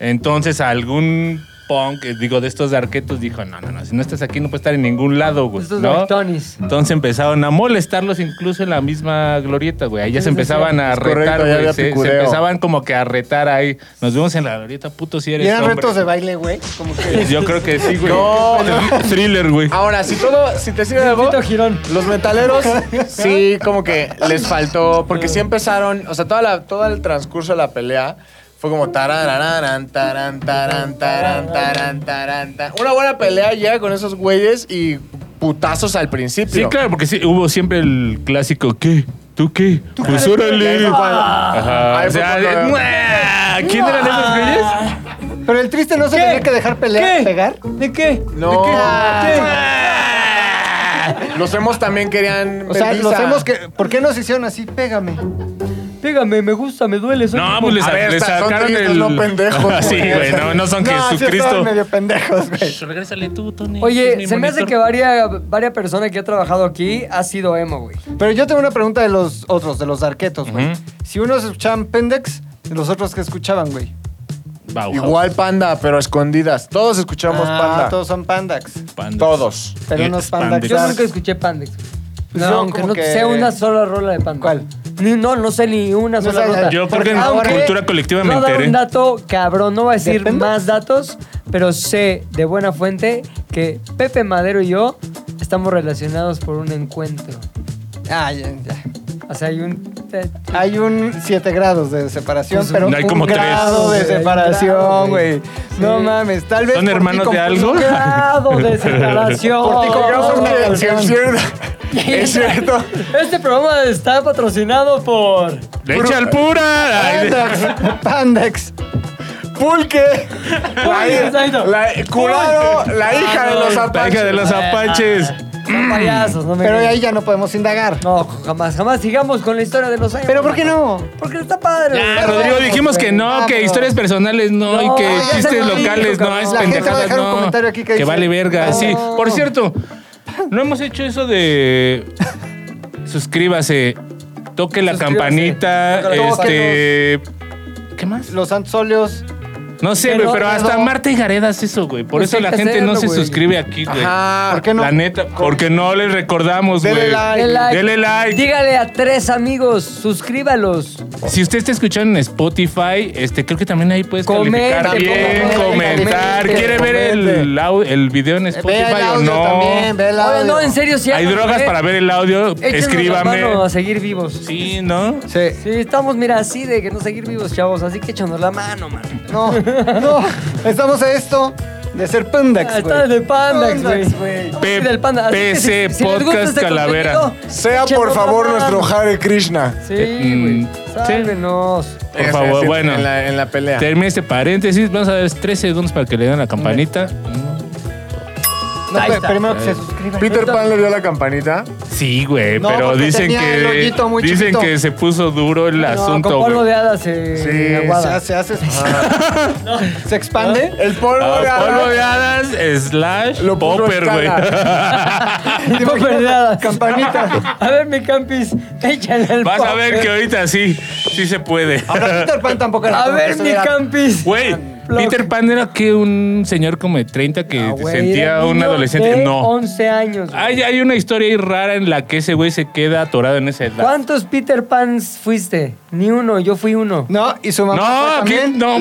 [SPEAKER 4] Entonces algún punk, eh, digo, de estos arquetos dijo, no, no, no, si no estás aquí no puedes estar en ningún lado, güey.
[SPEAKER 3] Estos
[SPEAKER 4] ¿no?
[SPEAKER 3] Tonis.
[SPEAKER 4] Entonces empezaron a molestarlos incluso en la misma glorieta, güey. Ahí ya
[SPEAKER 3] Sí,
[SPEAKER 4] se
[SPEAKER 3] sí, sí.
[SPEAKER 4] empezaban a
[SPEAKER 1] Es correcto,
[SPEAKER 4] retar,
[SPEAKER 1] ya
[SPEAKER 4] güey.
[SPEAKER 1] había
[SPEAKER 4] Se, se
[SPEAKER 1] picudeo.
[SPEAKER 4] empezaban como que a retar ahí. Nos vemos en la glorieta, puto, si eres
[SPEAKER 2] Y eran
[SPEAKER 4] hombre.
[SPEAKER 2] retos de baile, güey. Como que.
[SPEAKER 4] Yo creo que sí, güey.
[SPEAKER 1] No, Ah, no.
[SPEAKER 4] Thriller, güey.
[SPEAKER 1] Ahora, si todo, si te sirve de algo,
[SPEAKER 3] Tito Girón.
[SPEAKER 1] los metaleros sí como que les faltó, porque sí empezaron, o sea, toda la, todo el transcurso de la pelea fue como tarararán, tarán, tarán, tarán, tarán, tarán, tarán. Una buena pelea ya con esos güeyes y putazos al principio.
[SPEAKER 4] Sí, claro, porque sí, hubo siempre el clásico, ¿qué? ¿Tú qué? Pues órale. Ajá.
[SPEAKER 1] Ahí
[SPEAKER 4] O
[SPEAKER 1] fue
[SPEAKER 4] sea,
[SPEAKER 1] cuando- Ah,
[SPEAKER 4] de- ¡Mua! ¿quién eran esos güeyes?
[SPEAKER 2] Pero el triste no se tenía que dejar pelear,
[SPEAKER 3] ¿Qué?
[SPEAKER 2] pegar.
[SPEAKER 3] ¿De qué?
[SPEAKER 1] No.
[SPEAKER 3] ¿De qué? ¿Qué?
[SPEAKER 2] Ah.
[SPEAKER 1] Los hemos también querían.
[SPEAKER 2] O sea,
[SPEAKER 1] Melissa.
[SPEAKER 2] los hemos que. ¿Por qué nos hicieron así? Pégame.
[SPEAKER 3] Pégame, me gusta, me duele. soy
[SPEAKER 4] No,
[SPEAKER 3] tipo-
[SPEAKER 4] pues les,
[SPEAKER 1] A ver,
[SPEAKER 4] les
[SPEAKER 1] estas son
[SPEAKER 4] sacaron
[SPEAKER 1] tristes,
[SPEAKER 4] el...
[SPEAKER 1] no pendejos,
[SPEAKER 4] sí,
[SPEAKER 1] güey.
[SPEAKER 4] güey, no, no son
[SPEAKER 2] No, sí
[SPEAKER 4] Jesucristo.
[SPEAKER 2] estaban medio pendejos, güey.
[SPEAKER 4] Regrésale tú, Tony.
[SPEAKER 3] Oye, se me hace que varias varia personas que ha trabajado aquí ha sido emo, güey.
[SPEAKER 2] Pero yo tengo una pregunta de los otros, de los arquetos, güey.
[SPEAKER 4] Ujú.
[SPEAKER 2] Si unos escuchaban Pendex, los otros que escuchaban, güey.
[SPEAKER 1] Igual panda, pero escondidas. Todos escuchamos
[SPEAKER 2] Ah,
[SPEAKER 1] panda.
[SPEAKER 2] Todos son Pandax.
[SPEAKER 1] Todos.
[SPEAKER 2] Pero unos Pandax.
[SPEAKER 3] Yo
[SPEAKER 2] Exacto.
[SPEAKER 3] nunca escuché Pandex. güey.
[SPEAKER 2] Pues yo
[SPEAKER 3] no, aunque
[SPEAKER 2] como
[SPEAKER 3] no
[SPEAKER 2] que-
[SPEAKER 3] sea una sola rola de Pandex.
[SPEAKER 2] ¿Cuál?
[SPEAKER 3] Ni- no, no sé ni una
[SPEAKER 2] No
[SPEAKER 3] sola
[SPEAKER 2] sabes-
[SPEAKER 3] rola.
[SPEAKER 4] Yo creo que en
[SPEAKER 3] Aunque
[SPEAKER 4] cultura colectiva me
[SPEAKER 3] voy a dar
[SPEAKER 4] enteré.
[SPEAKER 3] un dato cabrón, no voy a decir
[SPEAKER 2] Depende.
[SPEAKER 3] más datos, pero sé de buena fuente que Pepe Madero y yo estamos relacionados por un encuentro.
[SPEAKER 2] Ah, ya, ya.
[SPEAKER 3] O sea, hay un...
[SPEAKER 2] Hay un 7 grados de separación,
[SPEAKER 3] Pues,
[SPEAKER 2] pero
[SPEAKER 4] no, hay
[SPEAKER 2] un
[SPEAKER 4] como tres.
[SPEAKER 2] grado de
[SPEAKER 3] Hay un grado,
[SPEAKER 2] separación,
[SPEAKER 3] güey.
[SPEAKER 2] güey. No mames, tal vez
[SPEAKER 4] ¿Son
[SPEAKER 2] por ti
[SPEAKER 4] hermanos de
[SPEAKER 2] compuso-
[SPEAKER 4] algo?
[SPEAKER 3] grado de separación.
[SPEAKER 2] Por ti compramos una
[SPEAKER 1] Es
[SPEAKER 2] canción.
[SPEAKER 1] cierto. Es cierto.
[SPEAKER 3] Este programa está patrocinado por...
[SPEAKER 4] ¡Leche al pura! Ay, de-
[SPEAKER 2] Pandax, Pandax.
[SPEAKER 1] Pulque. La, hi-
[SPEAKER 3] Exacto.
[SPEAKER 1] la- curado, la hija de los
[SPEAKER 4] Ah, La hija de
[SPEAKER 1] apaches.
[SPEAKER 4] los apaches.
[SPEAKER 3] Son payasos, no me
[SPEAKER 2] Pero
[SPEAKER 3] engañes.
[SPEAKER 2] ahí ya no podemos indagar.
[SPEAKER 3] No, jamás, jamás sigamos con la historia de los años.
[SPEAKER 2] ¿Pero por qué no?
[SPEAKER 3] Porque está padre.
[SPEAKER 4] Ah, Rodrigo, dijimos
[SPEAKER 2] pues,
[SPEAKER 4] que no, que
[SPEAKER 2] Vamos.
[SPEAKER 4] historias personales no, y que
[SPEAKER 3] No, ya se
[SPEAKER 4] chistes
[SPEAKER 3] lo dijo,
[SPEAKER 4] locales no,
[SPEAKER 3] cabrón.
[SPEAKER 4] es
[SPEAKER 2] La gente va a
[SPEAKER 4] pendejadas
[SPEAKER 2] dejar un
[SPEAKER 4] no.
[SPEAKER 2] comentario aquí que dice,
[SPEAKER 4] vale verga.
[SPEAKER 2] no.
[SPEAKER 4] Sí, por cierto, no hemos hecho eso de suscríbase, toque la
[SPEAKER 3] Suscríbase,
[SPEAKER 4] campanita,
[SPEAKER 3] tócalos.
[SPEAKER 4] este ¿Qué más?
[SPEAKER 2] Los anzolios.
[SPEAKER 4] No sé,
[SPEAKER 3] Pero-
[SPEAKER 4] güey, pero hasta
[SPEAKER 3] pero-
[SPEAKER 4] Marta y Gareda hace eso, güey. Por
[SPEAKER 3] Pues
[SPEAKER 4] eso
[SPEAKER 3] hay
[SPEAKER 4] la
[SPEAKER 3] que
[SPEAKER 4] gente no
[SPEAKER 3] hacerlo,
[SPEAKER 4] se
[SPEAKER 3] güey.
[SPEAKER 4] suscribe aquí, güey.
[SPEAKER 1] Ajá.
[SPEAKER 2] ¿Por qué no? Eh,
[SPEAKER 4] La neta, porque no les recordamos, güey.
[SPEAKER 2] Dele like.
[SPEAKER 3] Dele like.
[SPEAKER 4] Dele like.
[SPEAKER 3] Dígale a tres amigos, suscríbalos.
[SPEAKER 4] Si usted está escuchando en Spotify, este, creo que también ahí puedes
[SPEAKER 3] Comente,
[SPEAKER 4] calificar bien,
[SPEAKER 3] comente,
[SPEAKER 4] comentar.
[SPEAKER 3] comente,
[SPEAKER 4] ¿Quiere ver el, au- el video en Spotify
[SPEAKER 2] Ve el
[SPEAKER 4] o
[SPEAKER 2] audio
[SPEAKER 4] no?
[SPEAKER 2] también, ve el audio.
[SPEAKER 3] Oye, no, en serio, si
[SPEAKER 4] Hay drogas para ver el audio, escríbame.
[SPEAKER 3] Vamos a seguir vivos.
[SPEAKER 4] Sí, ¿no?
[SPEAKER 2] Sí.
[SPEAKER 3] Sí, estamos, mira, así de que no seguir vivos, chavos. Así que échanos la mano, man.
[SPEAKER 2] No, no. Estamos a esto de ser Pandax,
[SPEAKER 3] Ah,
[SPEAKER 2] güey.
[SPEAKER 3] Está de Pandax, güey.
[SPEAKER 2] güey.
[SPEAKER 4] P-
[SPEAKER 3] Sí, del Panda. Así que
[SPEAKER 4] PC
[SPEAKER 3] si- si les gusta
[SPEAKER 4] Podcast
[SPEAKER 3] este
[SPEAKER 4] Calavera.
[SPEAKER 3] contenido,
[SPEAKER 1] Sea
[SPEAKER 3] échenos
[SPEAKER 1] por
[SPEAKER 3] la
[SPEAKER 1] favor
[SPEAKER 3] mano.
[SPEAKER 1] nuestro Hare Krishna.
[SPEAKER 3] Sí,
[SPEAKER 4] Eh,
[SPEAKER 3] güey.
[SPEAKER 4] mm, sí.
[SPEAKER 3] Sálvenos.
[SPEAKER 4] Por
[SPEAKER 1] Ese,
[SPEAKER 4] favor,
[SPEAKER 1] ese,
[SPEAKER 4] bueno.
[SPEAKER 1] En la, en la pelea.
[SPEAKER 4] Termina este paréntesis. Vamos a dar 3 segundos para que le den la campanita.
[SPEAKER 2] No,
[SPEAKER 3] Ahí
[SPEAKER 2] pe-
[SPEAKER 3] está.
[SPEAKER 2] primero que se suscriban.
[SPEAKER 1] Peter Pan le dio la campanita.
[SPEAKER 4] Sí, güey,
[SPEAKER 2] No,
[SPEAKER 4] pero
[SPEAKER 2] porque
[SPEAKER 4] dicen
[SPEAKER 2] tenía el
[SPEAKER 4] que
[SPEAKER 2] hoyito muy
[SPEAKER 4] dicen
[SPEAKER 2] chiquito.
[SPEAKER 4] que se puso duro el asunto,
[SPEAKER 3] con polvo
[SPEAKER 4] güey.
[SPEAKER 3] de hadas se
[SPEAKER 1] Sí,
[SPEAKER 2] Se
[SPEAKER 3] aguada.
[SPEAKER 2] hace, hace.
[SPEAKER 3] Ah.
[SPEAKER 2] ¿Se expande?
[SPEAKER 1] El polvo
[SPEAKER 4] Ah,
[SPEAKER 1] de Adán.
[SPEAKER 4] polvo de hadas slash
[SPEAKER 1] Lo puso
[SPEAKER 4] popper,
[SPEAKER 1] a
[SPEAKER 4] güey.
[SPEAKER 2] ¿Te
[SPEAKER 3] Polvo de
[SPEAKER 2] imaginas?
[SPEAKER 3] hadas.
[SPEAKER 2] Campanita.
[SPEAKER 3] A ver, mi campis, échale el
[SPEAKER 4] Vas a ver
[SPEAKER 3] papel.
[SPEAKER 4] que ahorita sí, sí se puede.
[SPEAKER 2] Ahora Peter Pan tampoco era
[SPEAKER 3] A
[SPEAKER 2] como que
[SPEAKER 3] ver,
[SPEAKER 2] se
[SPEAKER 3] mi
[SPEAKER 2] viera-
[SPEAKER 3] campis.
[SPEAKER 4] Güey,
[SPEAKER 3] Block.
[SPEAKER 4] Peter Pan era que un señor como de 30 que
[SPEAKER 3] Ah, güey,
[SPEAKER 4] sentía
[SPEAKER 3] era
[SPEAKER 4] un
[SPEAKER 3] niño
[SPEAKER 4] adolescente.
[SPEAKER 3] de
[SPEAKER 4] No.
[SPEAKER 3] 11 años. güey.
[SPEAKER 4] Hay, hay una historia ahí rara en la que ese güey se queda atorado en esa edad.
[SPEAKER 3] ¿Cuántos Peter Pans fuiste? Ni uno, yo fui uno.
[SPEAKER 2] No, y su mamá
[SPEAKER 4] No,
[SPEAKER 2] fue
[SPEAKER 4] aquí
[SPEAKER 2] también.
[SPEAKER 4] no
[SPEAKER 3] Ah,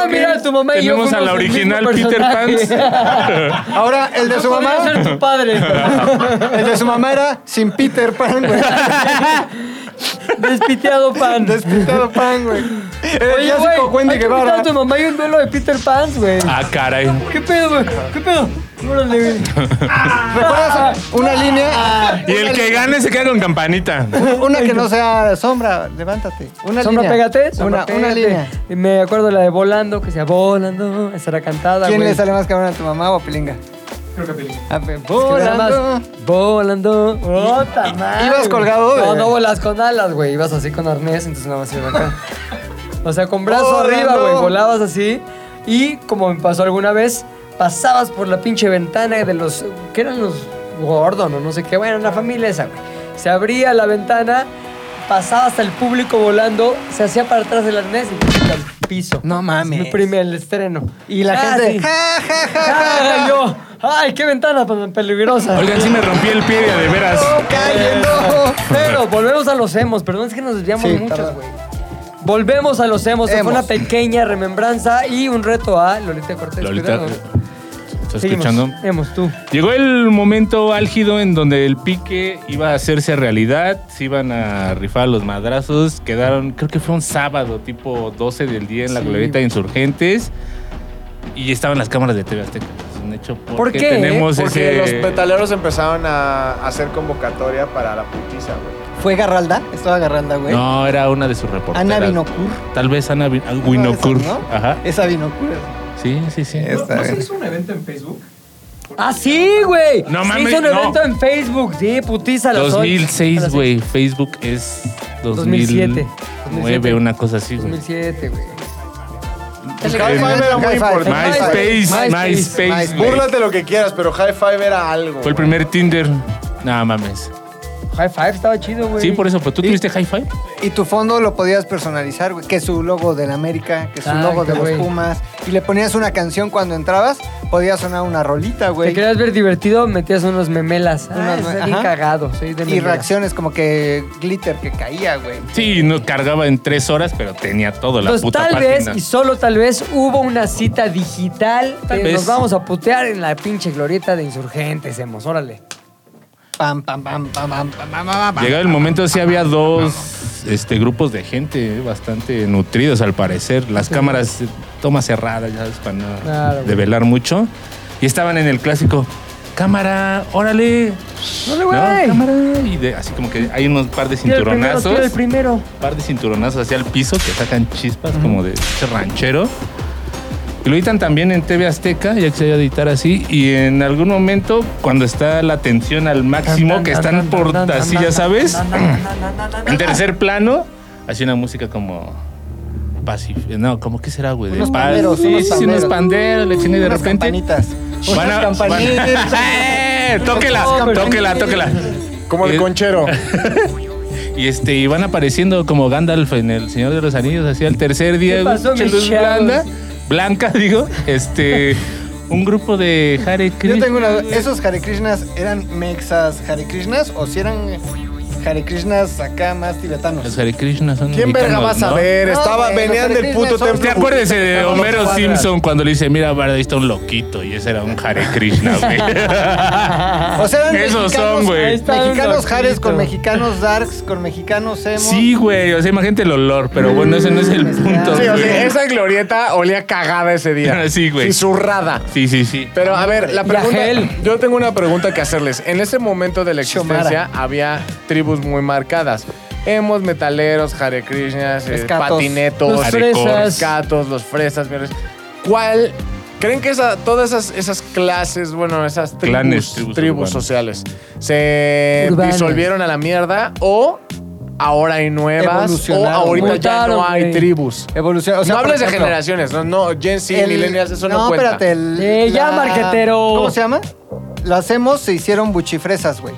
[SPEAKER 4] mames.
[SPEAKER 3] mira, tu mamá y yo
[SPEAKER 4] Tenemos a la
[SPEAKER 3] fuimos el
[SPEAKER 4] original
[SPEAKER 3] mismo
[SPEAKER 4] Peter Pan.
[SPEAKER 3] personaje.
[SPEAKER 2] Ahora, el de su
[SPEAKER 3] Podría
[SPEAKER 2] mamá.
[SPEAKER 3] ser tu padre.
[SPEAKER 2] El de su mamá era sin Peter Pan, güey.
[SPEAKER 3] Despiteado Pan.
[SPEAKER 2] Despintado pan, güey. Eh, El
[SPEAKER 3] Oye,
[SPEAKER 2] clásico
[SPEAKER 3] güey,
[SPEAKER 2] Wendy
[SPEAKER 3] hay que
[SPEAKER 2] Guevara.
[SPEAKER 3] invitar a tu mamá y un duelo de Peter Pan, güey.
[SPEAKER 4] Ah, caray.
[SPEAKER 3] ¿Qué pedo, güey? ¿Qué pedo? Órale, güey.
[SPEAKER 2] ¿Recuerdas una línea?
[SPEAKER 4] Y el que gane se queda con campanita.
[SPEAKER 2] Una que no sea sombra, levántate. Una
[SPEAKER 3] Sombra
[SPEAKER 2] línea.
[SPEAKER 3] pégate. Sombra,
[SPEAKER 2] Una, una
[SPEAKER 3] pégate.
[SPEAKER 2] línea.
[SPEAKER 3] Y me acuerdo la de Volando, que sea Volando, esa era cantada,
[SPEAKER 2] ¿Quién
[SPEAKER 3] güey.
[SPEAKER 2] le sale más cabrón a tu mamá o a Pilinga?
[SPEAKER 1] Creo que película.
[SPEAKER 2] A ver,
[SPEAKER 3] Es que nada
[SPEAKER 2] volando.
[SPEAKER 3] más, volando. ¡Puta madre!
[SPEAKER 2] ibas colgado,
[SPEAKER 3] No,
[SPEAKER 2] güey.
[SPEAKER 3] no volas con alas, güey. Ibas así con arnés, entonces nada más iba acá. O sea, con brazo
[SPEAKER 2] Volando.
[SPEAKER 3] arriba, güey. Volabas así. Y como me pasó alguna vez, pasabas por la pinche ventana de los. ¿Qué eran los Gordon o no sé qué? Bueno, una familia esa, güey. Se abría la ventana, pasaba hasta el público volando, se hacía para atrás del arnés y al piso.
[SPEAKER 2] No mames.
[SPEAKER 3] Mi primer estreno.
[SPEAKER 2] Y la
[SPEAKER 3] Ah,
[SPEAKER 2] gente.
[SPEAKER 3] sí.
[SPEAKER 2] Ja, ja, ja, ja,
[SPEAKER 3] ¡Ay,
[SPEAKER 2] ja.
[SPEAKER 3] yo! ¡Ay, qué ventana tan peligrosa!
[SPEAKER 4] Oigan, sí me rompí el pie de veras.
[SPEAKER 3] Eh.
[SPEAKER 2] cayendo.
[SPEAKER 3] Pero volvemos a los hemos, perdón, es que nos desviamos
[SPEAKER 2] Sí,
[SPEAKER 3] muchos,
[SPEAKER 2] perdón.
[SPEAKER 3] güey. Volvemos a los hemos, Esa fue
[SPEAKER 2] Hemos.
[SPEAKER 3] una pequeña remembranza y un reto a Lolita Cortés.
[SPEAKER 4] Lolita,
[SPEAKER 3] cuidado.
[SPEAKER 4] ¿estás
[SPEAKER 3] Seguimos.
[SPEAKER 4] escuchando?
[SPEAKER 3] Hemos, tú.
[SPEAKER 4] Llegó el momento álgido en donde el pique iba a hacerse realidad, se iban a rifar los madrazos, quedaron, creo que fue un sábado, tipo 12 del día en la
[SPEAKER 3] Sí.
[SPEAKER 4] glorieta de Insurgentes, y estaban las cámaras de TV Azteca. Es un hecho porque
[SPEAKER 3] ¿Por qué?
[SPEAKER 4] tenemos
[SPEAKER 1] Porque
[SPEAKER 4] ese...
[SPEAKER 1] los petaleros empezaron a hacer convocatoria para la putiza, güey.
[SPEAKER 2] ¿Fue Garralda? Estaba Garralda,
[SPEAKER 3] eh?
[SPEAKER 2] güey.
[SPEAKER 4] No, era una de sus reporteras.
[SPEAKER 2] Ana Vinocur.
[SPEAKER 4] Tal vez Ana Vin- ah, Winocur.
[SPEAKER 2] Esa, ¿no?
[SPEAKER 4] Ajá.
[SPEAKER 2] Esa Vinocur.
[SPEAKER 4] Sí, sí, sí.
[SPEAKER 2] Esta, güey.
[SPEAKER 1] un evento en Facebook?
[SPEAKER 3] ¡Ah, sí, güey!
[SPEAKER 4] No
[SPEAKER 3] Se
[SPEAKER 4] mames,
[SPEAKER 3] hizo un
[SPEAKER 4] no.
[SPEAKER 3] evento en Facebook, sí, putiza. a las ocho. A
[SPEAKER 4] 2006,
[SPEAKER 3] las
[SPEAKER 4] güey. Facebook es
[SPEAKER 3] 2007.
[SPEAKER 4] 2007.
[SPEAKER 3] 2007.
[SPEAKER 4] 2009, una cosa así, güey. Eh,
[SPEAKER 3] 2007, güey.
[SPEAKER 2] El
[SPEAKER 1] High
[SPEAKER 2] Hi-Fi
[SPEAKER 1] Five era muy
[SPEAKER 2] Hi-Fi.
[SPEAKER 1] importante.
[SPEAKER 4] MySpace,
[SPEAKER 3] MySpace,
[SPEAKER 4] MySpace,
[SPEAKER 2] MySpace.
[SPEAKER 4] güey.
[SPEAKER 1] Búrlate lo que quieras, pero High Five era algo.
[SPEAKER 4] Fue
[SPEAKER 1] güey.
[SPEAKER 4] el primer Tinder. Nada mames.
[SPEAKER 3] High Five estaba chido, güey.
[SPEAKER 4] Sí, por eso, pues tú tuviste hi-fi.
[SPEAKER 2] Y tu fondo lo podías personalizar, güey. Que su logo del América, que su
[SPEAKER 3] Exacto,
[SPEAKER 2] logo de los
[SPEAKER 3] Ah, güey.
[SPEAKER 2] Pumas. Y le ponías una canción cuando entrabas, podía sonar una rolita,
[SPEAKER 3] Te
[SPEAKER 2] güey.
[SPEAKER 3] querías ver divertido, metías unos memelas. Ah,
[SPEAKER 2] Unas-
[SPEAKER 3] está bien
[SPEAKER 2] ajá.
[SPEAKER 3] cagado. Soy de
[SPEAKER 2] Y
[SPEAKER 3] memelas.
[SPEAKER 2] reacciones como que glitter que caía, güey.
[SPEAKER 4] Sí, no cargaba en tres horas, pero tenía todo la
[SPEAKER 3] Pues
[SPEAKER 4] puta
[SPEAKER 3] tal
[SPEAKER 4] página.
[SPEAKER 3] vez, y solo tal vez, hubo una cita digital
[SPEAKER 4] Tal
[SPEAKER 3] que
[SPEAKER 4] vez.
[SPEAKER 3] nos vamos a putear en la pinche glorieta de insurgentes, hemos, órale.
[SPEAKER 2] Pam, pam, pam, pam, pam, pam, pam, pam, pam.
[SPEAKER 4] Llegado el momento, sí había dos este, grupos de gente eh, bastante nutridos, al parecer. Las cámaras, eh, toma cerrada, ya sabes, para no
[SPEAKER 3] Claro, güey.
[SPEAKER 4] develar mucho. Y estaban en el clásico, cámara, órale.
[SPEAKER 3] No le
[SPEAKER 4] No,
[SPEAKER 3] güey.
[SPEAKER 4] cámara. Y de- así como que hay unos par de
[SPEAKER 3] Tira el primero,
[SPEAKER 4] cinturonazos.
[SPEAKER 3] tira el primero.
[SPEAKER 4] par de cinturonazos hacia el piso que sacan chispas como de ese ranchero. Y lo editan también en TV Azteca, ya que se iba a editar así. Y en algún momento, cuando está la tensión al máximo, que están por así, ya sabes, en tercer plano, así una música como. pasif- No, como que será, güey. De
[SPEAKER 2] Unos
[SPEAKER 4] paz.
[SPEAKER 2] panderos,
[SPEAKER 4] sí,
[SPEAKER 2] unos
[SPEAKER 4] sí, sí,
[SPEAKER 2] panderos.
[SPEAKER 4] unos panderos, le chingan y de
[SPEAKER 2] Unas
[SPEAKER 4] repente.
[SPEAKER 2] campanitas.
[SPEAKER 4] van a-
[SPEAKER 2] Unas
[SPEAKER 4] van-
[SPEAKER 2] campanitas.
[SPEAKER 4] ¡Eh! Tóquela, tóquela, tóquela.
[SPEAKER 1] Como el
[SPEAKER 4] Eh,
[SPEAKER 1] conchero.
[SPEAKER 4] y este, y van apareciendo como Gandalf en El Señor de los Anillos, así al tercer día.
[SPEAKER 3] ¿Qué
[SPEAKER 4] güey,
[SPEAKER 3] pasó,
[SPEAKER 4] pinche
[SPEAKER 3] mis
[SPEAKER 4] luz
[SPEAKER 3] chavos?
[SPEAKER 4] blanda, blanca, digo, este, un grupo de Hare
[SPEAKER 2] Yo
[SPEAKER 4] Krishna.
[SPEAKER 2] tengo una duda. ¿Esos Hare Krishnas eran mexas Hare Krishnas o si eran Hare Krishnas acá más
[SPEAKER 4] Los
[SPEAKER 2] tibetanos?
[SPEAKER 4] Hare Krishna son
[SPEAKER 1] ¿Quién verga
[SPEAKER 4] gitanos,
[SPEAKER 1] vas a
[SPEAKER 4] ¿no?
[SPEAKER 1] ver?
[SPEAKER 2] No,
[SPEAKER 1] Estaba,
[SPEAKER 2] güey, los
[SPEAKER 1] venían del
[SPEAKER 2] Hare Krishna
[SPEAKER 1] puto
[SPEAKER 2] son-
[SPEAKER 1] templo.
[SPEAKER 4] ¿Te acuerdas de
[SPEAKER 2] Estamos
[SPEAKER 4] Homero
[SPEAKER 2] cuadras.
[SPEAKER 4] Simpson cuando le dice, mira, Bart, ahí está un loquito? Y ese era un Hare Krishna, güey.
[SPEAKER 2] O sea, eran
[SPEAKER 4] Esos son,
[SPEAKER 2] mexicanos-
[SPEAKER 4] güey.
[SPEAKER 3] Está
[SPEAKER 2] Mexicanos
[SPEAKER 3] loquito.
[SPEAKER 2] Hares con mexicanos Darks, con mexicanos Emo.
[SPEAKER 4] Sí, güey. O sea, imagínate el olor, pero bueno, ese no es el
[SPEAKER 2] Mm,
[SPEAKER 4] punto,
[SPEAKER 1] Sí, o sea,
[SPEAKER 4] güey.
[SPEAKER 1] esa glorieta olía cagada ese día.
[SPEAKER 4] Sí, güey.
[SPEAKER 1] Y zurrada.
[SPEAKER 4] Sí, sí, sí.
[SPEAKER 1] Pero a ver, la
[SPEAKER 3] Y a
[SPEAKER 1] pregunta.
[SPEAKER 3] gel.
[SPEAKER 1] Yo tengo una pregunta que hacerles. En ese momento de la
[SPEAKER 2] Xiomara.
[SPEAKER 1] existencia había tribus muy marcadas. Hemos metaleros, Hare Krishnas, eh,
[SPEAKER 2] Escatos.
[SPEAKER 1] patinetos,
[SPEAKER 3] Los fresas.
[SPEAKER 1] escatos, los fresas, mierdas. ¿Cuál? ¿Creen que esa- todas esas, esas clases, bueno, esas tribus,
[SPEAKER 4] Clanes,
[SPEAKER 1] tribus,
[SPEAKER 4] tribus urbanas.
[SPEAKER 1] sociales, se
[SPEAKER 3] Urbanas.
[SPEAKER 1] disolvieron a la mierda o ahora hay nuevas o
[SPEAKER 2] Evolucionaron.
[SPEAKER 1] ahorita ya
[SPEAKER 3] Mutaron,
[SPEAKER 1] no hay
[SPEAKER 3] güey.
[SPEAKER 1] tribus?
[SPEAKER 2] Evolución. O sea,
[SPEAKER 1] no
[SPEAKER 2] por
[SPEAKER 1] hables de
[SPEAKER 2] ejemplo,
[SPEAKER 1] generaciones, no, no, Gen Z,
[SPEAKER 2] el-
[SPEAKER 1] Millennials, eso no, cuenta.
[SPEAKER 2] espérate. el-
[SPEAKER 3] Eh, ya, marquetero.
[SPEAKER 2] ¿Cómo se llama? Las hemos se hicieron buchifresas, güey.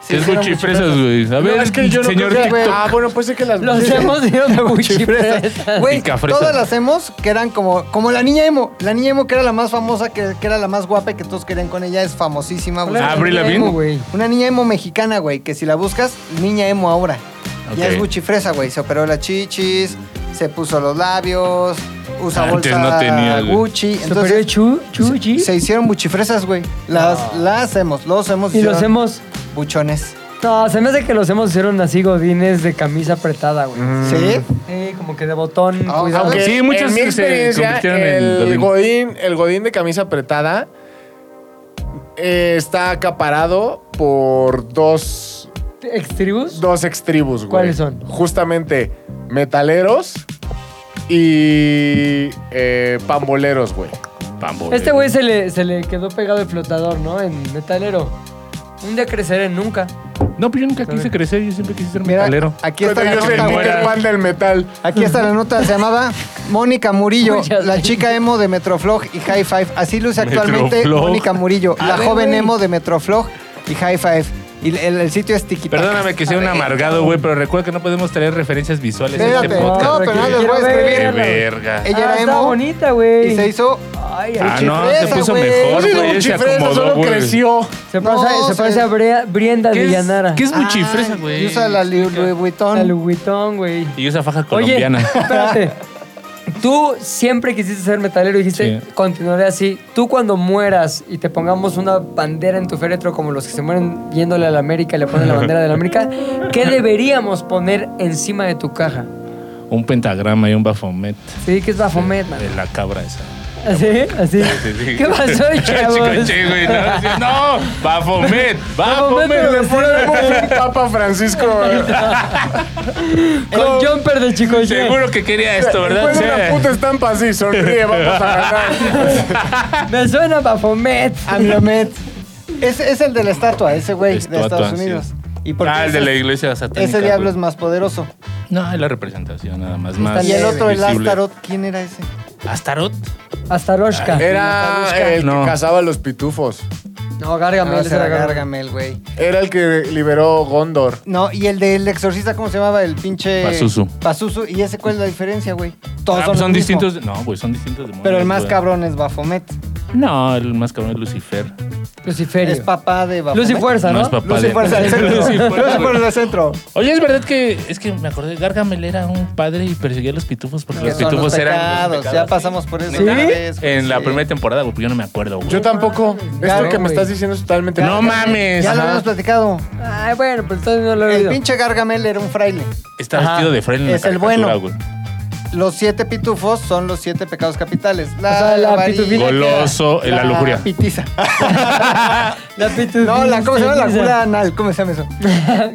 [SPEAKER 2] Se
[SPEAKER 4] es
[SPEAKER 2] hicieron
[SPEAKER 4] buchifresas, güey. A
[SPEAKER 1] No,
[SPEAKER 4] ver,
[SPEAKER 1] es que yo no
[SPEAKER 4] señor
[SPEAKER 1] creo que-
[SPEAKER 4] TikTok.
[SPEAKER 1] Ah, bueno, pues es que las
[SPEAKER 3] Los hemos ido de buchifresas.
[SPEAKER 2] Güey,
[SPEAKER 4] Picafresas.
[SPEAKER 2] todas las emos que eran como, como la niña emo. La niña emo que era la más famosa, que, que era la más guapa y que todos querían con ella, es famosísima, güey.
[SPEAKER 4] Ah, Avril Lavigne.
[SPEAKER 3] güey.
[SPEAKER 2] Una niña emo mexicana, güey, que si la buscas, niña emo ahora. Ya
[SPEAKER 4] Ok.
[SPEAKER 2] es buchifresa, güey. Se operó las chichis, se puso los labios, usa
[SPEAKER 4] Antes
[SPEAKER 2] bolsa
[SPEAKER 4] no tenía, güey.
[SPEAKER 2] Gucci.
[SPEAKER 3] Superior
[SPEAKER 2] Entonces,
[SPEAKER 3] Chu, Chuchi.
[SPEAKER 2] se hicieron buchifresas, güey. Las, las hemos, los hemos
[SPEAKER 3] Ah. Y los
[SPEAKER 2] hicieron
[SPEAKER 3] hemos.
[SPEAKER 2] buchones.
[SPEAKER 3] No, se me hace que los hemos hicieron así godines de camisa apretada, güey.
[SPEAKER 4] Mm.
[SPEAKER 2] ¿Sí?
[SPEAKER 3] Sí, como que de botón.
[SPEAKER 2] Ah,
[SPEAKER 3] cuidado.
[SPEAKER 1] Aunque
[SPEAKER 4] Sí, muchas
[SPEAKER 1] en mi
[SPEAKER 4] se
[SPEAKER 1] experiencia,
[SPEAKER 4] convirtieron en
[SPEAKER 1] el
[SPEAKER 4] Godín.
[SPEAKER 1] godín, el godín de camisa apretada eh, está acaparado por dos,
[SPEAKER 3] ¿Extribus?
[SPEAKER 1] dos extribus, güey.
[SPEAKER 3] ¿Cuáles son?
[SPEAKER 1] Justamente metaleros y eh, pamboleros, güey.
[SPEAKER 4] Bamboleo.
[SPEAKER 3] Este güey se le, se le quedó pegado el flotador, ¿no? En metalero. Un día creceré en nunca.
[SPEAKER 4] No, pero yo nunca quise crecer, yo siempre quise ser
[SPEAKER 2] Mira,
[SPEAKER 4] metalero.
[SPEAKER 2] aquí está la
[SPEAKER 1] yo soy
[SPEAKER 2] nota.
[SPEAKER 1] el
[SPEAKER 4] muera.
[SPEAKER 1] Peter Pan del metal.
[SPEAKER 2] Aquí está la nota, se llamaba Mónica Murillo,
[SPEAKER 3] Muchas
[SPEAKER 2] la
[SPEAKER 3] gracias.
[SPEAKER 2] chica emo de Metroflog y High Five. Así luce actualmente
[SPEAKER 4] Metroflog.
[SPEAKER 2] Mónica Murillo,
[SPEAKER 3] A
[SPEAKER 2] la
[SPEAKER 3] ver,
[SPEAKER 2] joven
[SPEAKER 3] güey.
[SPEAKER 2] emo de Metroflog y High Five. Y el, el sitio es Tikita.
[SPEAKER 4] Perdóname que sea un amargado, güey, pero recuerda que no podemos traer referencias visuales en este
[SPEAKER 2] Espérate, no,
[SPEAKER 4] podcast.
[SPEAKER 2] pero no
[SPEAKER 3] Quiero
[SPEAKER 2] les voy a
[SPEAKER 4] Qué
[SPEAKER 2] escribir.
[SPEAKER 3] verla.
[SPEAKER 4] verga.
[SPEAKER 2] Ella
[SPEAKER 3] ah,
[SPEAKER 2] era
[SPEAKER 3] estaba
[SPEAKER 2] emo
[SPEAKER 3] bonita, güey.
[SPEAKER 2] y se hizo.
[SPEAKER 3] Ay,
[SPEAKER 4] Ah,
[SPEAKER 3] ay,
[SPEAKER 4] no, se
[SPEAKER 2] chifresa,
[SPEAKER 4] puso
[SPEAKER 2] güey.
[SPEAKER 1] No
[SPEAKER 4] mejor,
[SPEAKER 1] soy un
[SPEAKER 4] güey. Se
[SPEAKER 1] chifresa,
[SPEAKER 4] acomodó,
[SPEAKER 1] solo
[SPEAKER 4] güey.
[SPEAKER 1] creció.
[SPEAKER 3] Se parece,
[SPEAKER 2] No,
[SPEAKER 3] se
[SPEAKER 2] se-
[SPEAKER 3] parece a Brea- Brianda
[SPEAKER 4] ¿Qué es,
[SPEAKER 3] Villanara.
[SPEAKER 4] qué es
[SPEAKER 2] Ay,
[SPEAKER 4] buchifresa, güey?
[SPEAKER 2] Y usa la Liu- Louis Vuitton.
[SPEAKER 3] A Luguitón, güey.
[SPEAKER 4] Y usa faja
[SPEAKER 3] Oye,
[SPEAKER 4] colombiana.
[SPEAKER 3] espérate. Tú siempre quisiste ser metalero y dijiste,
[SPEAKER 4] Sí.
[SPEAKER 3] continuaré así. Tú cuando mueras y te pongamos una bandera en tu féretro como los que se mueren yéndole a la América y le ponen la bandera de la América, ¿qué deberíamos poner encima de tu caja?
[SPEAKER 4] Un pentagrama y un bafomet.
[SPEAKER 3] Sí, que es Bafomet, man.
[SPEAKER 4] De la cabra esa.
[SPEAKER 3] ¿Así? ¿Así?
[SPEAKER 4] Sí, sí.
[SPEAKER 3] ¿Qué pasó, chavos? Ah,
[SPEAKER 4] Chico, che, güey, no, sí, no, bafomet,
[SPEAKER 3] Bafomet,
[SPEAKER 4] bafomet.
[SPEAKER 3] pero-
[SPEAKER 1] Le ponen como un Papa Francisco.
[SPEAKER 3] Con jumper de Chico Che.
[SPEAKER 4] Seguro que quería esto, ¿verdad?
[SPEAKER 1] Después de una puta
[SPEAKER 4] Sí. Ah,
[SPEAKER 1] estampa así, sonríe, vamos a ganar.
[SPEAKER 3] Me suena Bafomet.
[SPEAKER 2] Amlomet. Es, es el de la estatua, ese güey de
[SPEAKER 4] Estatua,
[SPEAKER 2] Estados
[SPEAKER 4] sí.
[SPEAKER 2] Unidos. Y porque
[SPEAKER 4] Ah, el
[SPEAKER 2] ese-
[SPEAKER 4] de la iglesia satánica.
[SPEAKER 2] Ese diablo
[SPEAKER 4] güey.
[SPEAKER 2] es más poderoso.
[SPEAKER 4] No, es la representación nada más. más eh,
[SPEAKER 2] y el otro, el
[SPEAKER 4] visible.
[SPEAKER 2] Astaroth, ¿quién era ese?
[SPEAKER 4] ¿Astaroth?
[SPEAKER 3] Astaroshka.
[SPEAKER 1] Era el
[SPEAKER 4] No.
[SPEAKER 1] que cazaba a los pitufos.
[SPEAKER 3] No, Gargamel.
[SPEAKER 2] Ah,
[SPEAKER 3] ese era
[SPEAKER 2] será
[SPEAKER 3] Gargamel.
[SPEAKER 2] Gargamel, güey.
[SPEAKER 1] Era el que liberó Gondor.
[SPEAKER 2] No, y el del exorcista, ¿cómo se llamaba? El pinche.
[SPEAKER 4] Pazuzu.
[SPEAKER 2] Pazuzu. ¿Y ese cuál es la diferencia, güey? Todos
[SPEAKER 4] Ah,
[SPEAKER 2] son,
[SPEAKER 4] pues
[SPEAKER 2] los
[SPEAKER 4] son
[SPEAKER 2] mismos.
[SPEAKER 4] distintos. pues. No, güey, son distintos demonios.
[SPEAKER 2] Pero el más
[SPEAKER 4] güey.
[SPEAKER 2] cabrón es Bafomet.
[SPEAKER 4] No, el más cabrón es Lucifer.
[SPEAKER 3] Luciferio.
[SPEAKER 2] Es papá de Bafomet.
[SPEAKER 3] Luz y fuerza,
[SPEAKER 4] No
[SPEAKER 3] ¿no?
[SPEAKER 4] es papá
[SPEAKER 2] Luz y
[SPEAKER 4] de-
[SPEAKER 2] fuerza del centro.
[SPEAKER 4] Luz y fuerza,
[SPEAKER 2] Luz y
[SPEAKER 4] güey.
[SPEAKER 2] fuerza del centro.
[SPEAKER 4] Oye, es verdad que es que me acordé, Gargamel era un padre y perseguía a los pitufos porque
[SPEAKER 2] Que
[SPEAKER 4] los
[SPEAKER 2] son
[SPEAKER 4] pitufos
[SPEAKER 2] los
[SPEAKER 4] eran
[SPEAKER 2] pecados,
[SPEAKER 4] los
[SPEAKER 2] Ya
[SPEAKER 4] pecados.
[SPEAKER 2] pasamos por eso.
[SPEAKER 4] ¿Sí?
[SPEAKER 2] una vez, güey,
[SPEAKER 4] en la
[SPEAKER 2] sí.
[SPEAKER 4] primera temporada, güey, porque yo no me acuerdo, güey.
[SPEAKER 1] Yo tampoco.
[SPEAKER 2] Claro,
[SPEAKER 1] Esto que me
[SPEAKER 3] güey.
[SPEAKER 1] estás diciendo es totalmente.
[SPEAKER 4] No mames.
[SPEAKER 2] Ya lo
[SPEAKER 4] Ajá.
[SPEAKER 2] habíamos platicado.
[SPEAKER 3] Ay, bueno, pero entonces no lo he
[SPEAKER 2] El
[SPEAKER 3] oído.
[SPEAKER 2] pinche Gargamel era un fraile.
[SPEAKER 4] Está
[SPEAKER 2] Ajá.
[SPEAKER 4] vestido de fraile en la
[SPEAKER 2] Es el
[SPEAKER 4] caricatura,
[SPEAKER 2] bueno. Los siete pitufos son los siete pecados capitales. La,
[SPEAKER 3] O sea, la
[SPEAKER 2] avaricia,
[SPEAKER 3] pitufina
[SPEAKER 4] Goloso, eh,
[SPEAKER 2] la-
[SPEAKER 4] la lujuria.
[SPEAKER 2] pitiza.
[SPEAKER 3] La pitufina.
[SPEAKER 2] No, la, ¿cómo se llama? La
[SPEAKER 3] pitiza.
[SPEAKER 2] gula anal. ¿Cómo se llama eso?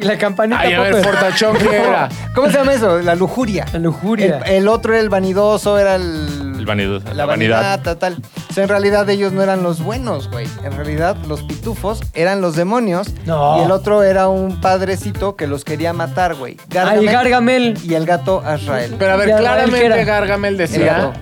[SPEAKER 3] La campanita.
[SPEAKER 4] Ay, a ver,
[SPEAKER 3] poco-
[SPEAKER 1] Portachón que era.
[SPEAKER 2] ¿Cómo se llama eso? La lujuria.
[SPEAKER 3] La lujuria.
[SPEAKER 2] El, el otro era el vanidoso, era el.
[SPEAKER 4] El vanidoso,
[SPEAKER 2] La,
[SPEAKER 4] la
[SPEAKER 2] vanidad.
[SPEAKER 4] vanidad.
[SPEAKER 2] tal, tal. O sea, en realidad ellos no eran los buenos, güey. En realidad los pitufos eran los demonios.
[SPEAKER 3] No.
[SPEAKER 2] Y el otro era un padrecito que los quería matar, güey.
[SPEAKER 3] Ay, Ah, Gargamel.
[SPEAKER 2] Y el gato Azrael.
[SPEAKER 1] Pero a ver,
[SPEAKER 3] Ya, ¿qué era?
[SPEAKER 1] claramente Gargamel
[SPEAKER 2] el gato.
[SPEAKER 1] decía.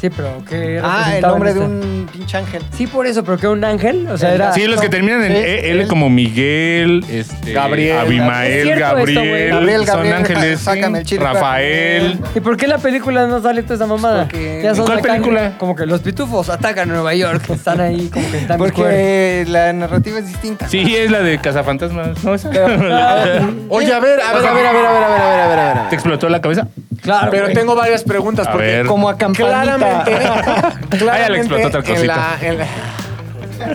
[SPEAKER 3] Sí, pero que
[SPEAKER 2] Ah, el nombre de un pinche ángel.
[SPEAKER 3] Sí, por eso, pero que era un ángel. O sea, era.
[SPEAKER 4] güey. Sí, los que terminan en
[SPEAKER 2] Sí,
[SPEAKER 4] E- L
[SPEAKER 2] él.
[SPEAKER 4] como Miguel, este,
[SPEAKER 1] Gabriel.
[SPEAKER 3] Es
[SPEAKER 4] Abimael,
[SPEAKER 3] cierto esto, güey.
[SPEAKER 4] Gabriel,
[SPEAKER 2] Gabriel,
[SPEAKER 4] Son
[SPEAKER 2] Gabriel,
[SPEAKER 4] Ángeles,
[SPEAKER 2] sácame el chile,
[SPEAKER 4] Rafael.
[SPEAKER 3] ¿Y por qué en la película no sale toda esa mamada?
[SPEAKER 2] Pues Porque-
[SPEAKER 3] Ya son
[SPEAKER 4] ¿Cuál
[SPEAKER 3] acá-
[SPEAKER 4] película?
[SPEAKER 3] Como que los pitufos atacan a Nueva York. Están ahí, como que están cuerpos.
[SPEAKER 2] Porque la narrativa es distinta.
[SPEAKER 4] Sí, es la de Cazafantasmas. ¿No esa?
[SPEAKER 1] Oye, a ver, a ver, a ver, a ver, a ver, a ver, a ver, a ver, a ver.
[SPEAKER 4] ¿Te explotó la cabeza?
[SPEAKER 3] Claro.
[SPEAKER 1] Pero
[SPEAKER 3] güey.
[SPEAKER 1] tengo varias preguntas
[SPEAKER 4] A
[SPEAKER 1] porque
[SPEAKER 4] ver.
[SPEAKER 2] Como a campanita.
[SPEAKER 1] claramente,
[SPEAKER 4] Ah, ya le explotó otra
[SPEAKER 1] claramente en la- en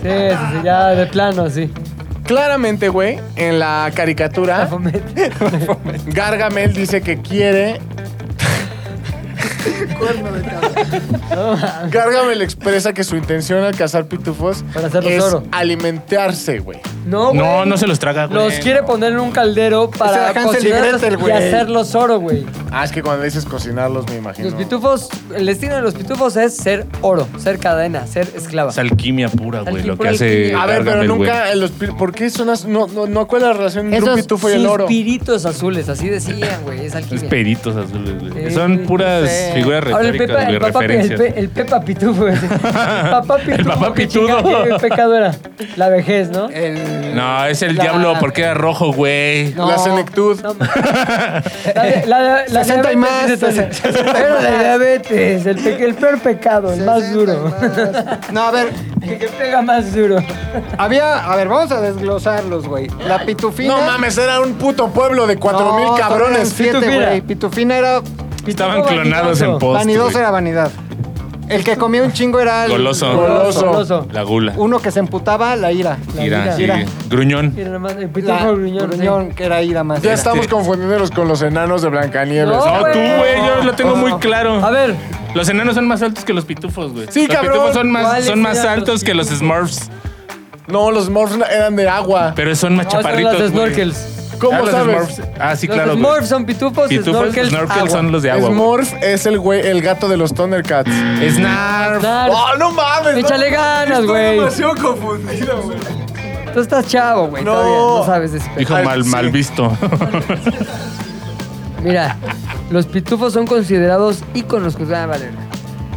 [SPEAKER 1] la-
[SPEAKER 3] Sí, sí, sí, ya de plano, sí.
[SPEAKER 1] claramente, güey, en la caricatura Gargamel dice que quiere Gargamel expresa que su intención al cazar pitufos
[SPEAKER 3] Para hacerlos
[SPEAKER 1] es
[SPEAKER 3] oro.
[SPEAKER 1] alimentarse, güey.
[SPEAKER 3] No, güey.
[SPEAKER 4] No, no se los traga, güey.
[SPEAKER 3] Los quiere poner en un caldero para
[SPEAKER 2] Ese era Hansel y
[SPEAKER 3] cocinarlos
[SPEAKER 2] Gretel,
[SPEAKER 3] y
[SPEAKER 2] güey.
[SPEAKER 3] hacerlos oro, güey.
[SPEAKER 1] Ah, es que cuando dices cocinarlos me imagino.
[SPEAKER 3] Los pitufos, el destino de los pitufos es ser oro, ser cadena, ser esclava.
[SPEAKER 4] Es alquimia pura, güey, lo que
[SPEAKER 3] Alquimia.
[SPEAKER 4] hace
[SPEAKER 1] A ver, pero
[SPEAKER 4] Gargamel, güey.
[SPEAKER 1] nunca en los pi- ¿Por qué son as- no, no, no cuál es la relación entre un
[SPEAKER 3] Esos
[SPEAKER 1] pitufo y el oro?
[SPEAKER 3] suspiritos azules, así decían, güey, es
[SPEAKER 4] Los
[SPEAKER 3] alquimia.
[SPEAKER 4] peritos azules, güey.
[SPEAKER 3] Sí,
[SPEAKER 4] Son
[SPEAKER 3] sí,
[SPEAKER 4] puras
[SPEAKER 2] sí.
[SPEAKER 4] figuras
[SPEAKER 3] Ahora el
[SPEAKER 4] retóricas,
[SPEAKER 3] Pepa,
[SPEAKER 4] güey,
[SPEAKER 3] el, papá, el,
[SPEAKER 4] referencias.
[SPEAKER 3] pe- el Pepa Pitufo. güey. papá Pitufo.
[SPEAKER 4] papá
[SPEAKER 3] qué
[SPEAKER 4] pitudo.
[SPEAKER 3] chingada, ¿Qué pecado era? La vejez,
[SPEAKER 1] Eh,
[SPEAKER 3] ¿no?
[SPEAKER 2] El-
[SPEAKER 4] No, es el
[SPEAKER 2] la-
[SPEAKER 4] diablo porque era rojo, güey.
[SPEAKER 2] No.
[SPEAKER 1] La senectud.
[SPEAKER 3] No, mames. la, de- la, de- la
[SPEAKER 2] 60 y más,
[SPEAKER 3] diabetes, entonces.
[SPEAKER 2] 60 y
[SPEAKER 3] Era
[SPEAKER 2] más.
[SPEAKER 3] la diabetes, el, pe- el peor pecado, el más duro.
[SPEAKER 2] No, a ver,
[SPEAKER 3] El que pega más duro.
[SPEAKER 2] había. A ver, vamos a desglosarlos, güey. La pitufina.
[SPEAKER 1] No mames, era un puto pueblo de cuatro
[SPEAKER 2] No,
[SPEAKER 1] mil cabrones.
[SPEAKER 2] son eran Siete,
[SPEAKER 3] Pitufina.
[SPEAKER 2] güey. Pitufina era.
[SPEAKER 4] Estaban
[SPEAKER 3] Pitufo
[SPEAKER 4] clonados en
[SPEAKER 3] vanidoso.
[SPEAKER 4] post.
[SPEAKER 2] vanidoso
[SPEAKER 4] güey.
[SPEAKER 2] era vanidad. El que comía un chingo era. el-
[SPEAKER 4] Goloso.
[SPEAKER 1] Goloso.
[SPEAKER 3] Goloso.
[SPEAKER 4] La gula.
[SPEAKER 2] Uno que se emputaba, la ira.
[SPEAKER 3] La
[SPEAKER 4] Ira,
[SPEAKER 3] ira.
[SPEAKER 4] sí.
[SPEAKER 2] Ira.
[SPEAKER 4] Gruñón.
[SPEAKER 3] Mira nomás, el
[SPEAKER 2] La
[SPEAKER 3] pitufo gruñón. sí.
[SPEAKER 2] gruñón, que era ira más.
[SPEAKER 1] Ya
[SPEAKER 2] ira.
[SPEAKER 4] Este-
[SPEAKER 1] estamos confundiéndolos con los enanos de Blancanieves.
[SPEAKER 3] No,
[SPEAKER 4] No, tú,
[SPEAKER 3] güey.
[SPEAKER 4] güey, yo lo tengo muy claro.
[SPEAKER 3] A ver,
[SPEAKER 4] Los enanos son más altos que los pitufos, güey.
[SPEAKER 1] Sí,
[SPEAKER 4] los
[SPEAKER 1] cabrón.
[SPEAKER 4] pitufos son más,
[SPEAKER 3] ¿Cuáles
[SPEAKER 4] son más
[SPEAKER 3] eran
[SPEAKER 4] altos
[SPEAKER 3] los
[SPEAKER 4] que los
[SPEAKER 3] pitufos?
[SPEAKER 4] Smurfs,
[SPEAKER 1] No, los morphs eran de agua.
[SPEAKER 4] pero son más
[SPEAKER 3] no, son
[SPEAKER 4] chaparritos.
[SPEAKER 3] las
[SPEAKER 4] güey.
[SPEAKER 3] snorkels.
[SPEAKER 1] ¿Cómo
[SPEAKER 4] Ah, los
[SPEAKER 1] sabes?
[SPEAKER 4] Smurfs. Ah, sí,
[SPEAKER 3] los
[SPEAKER 4] claro. güey.
[SPEAKER 3] Smurfs son pitufos,
[SPEAKER 4] Pitufos,
[SPEAKER 3] snorkels,
[SPEAKER 4] snorkels
[SPEAKER 3] agua.
[SPEAKER 4] son los de agua. güey.
[SPEAKER 1] Smurf es el güey, el gato de los Thundercats.
[SPEAKER 4] Snarf.
[SPEAKER 3] Claro.
[SPEAKER 1] ¡Oh, no mames!
[SPEAKER 3] Échale
[SPEAKER 1] no.
[SPEAKER 3] ganas,
[SPEAKER 1] Estoy
[SPEAKER 3] güey.
[SPEAKER 1] demasiado confundido, güey.
[SPEAKER 3] Tú estás chavo, güey.
[SPEAKER 1] No.
[SPEAKER 3] Todavía no sabes de ese pedo.
[SPEAKER 4] Dijo
[SPEAKER 1] Ay,
[SPEAKER 4] mal,
[SPEAKER 1] sí.
[SPEAKER 4] mal visto.
[SPEAKER 3] Mira, los pitufos son considerados íconos. Ah, vale.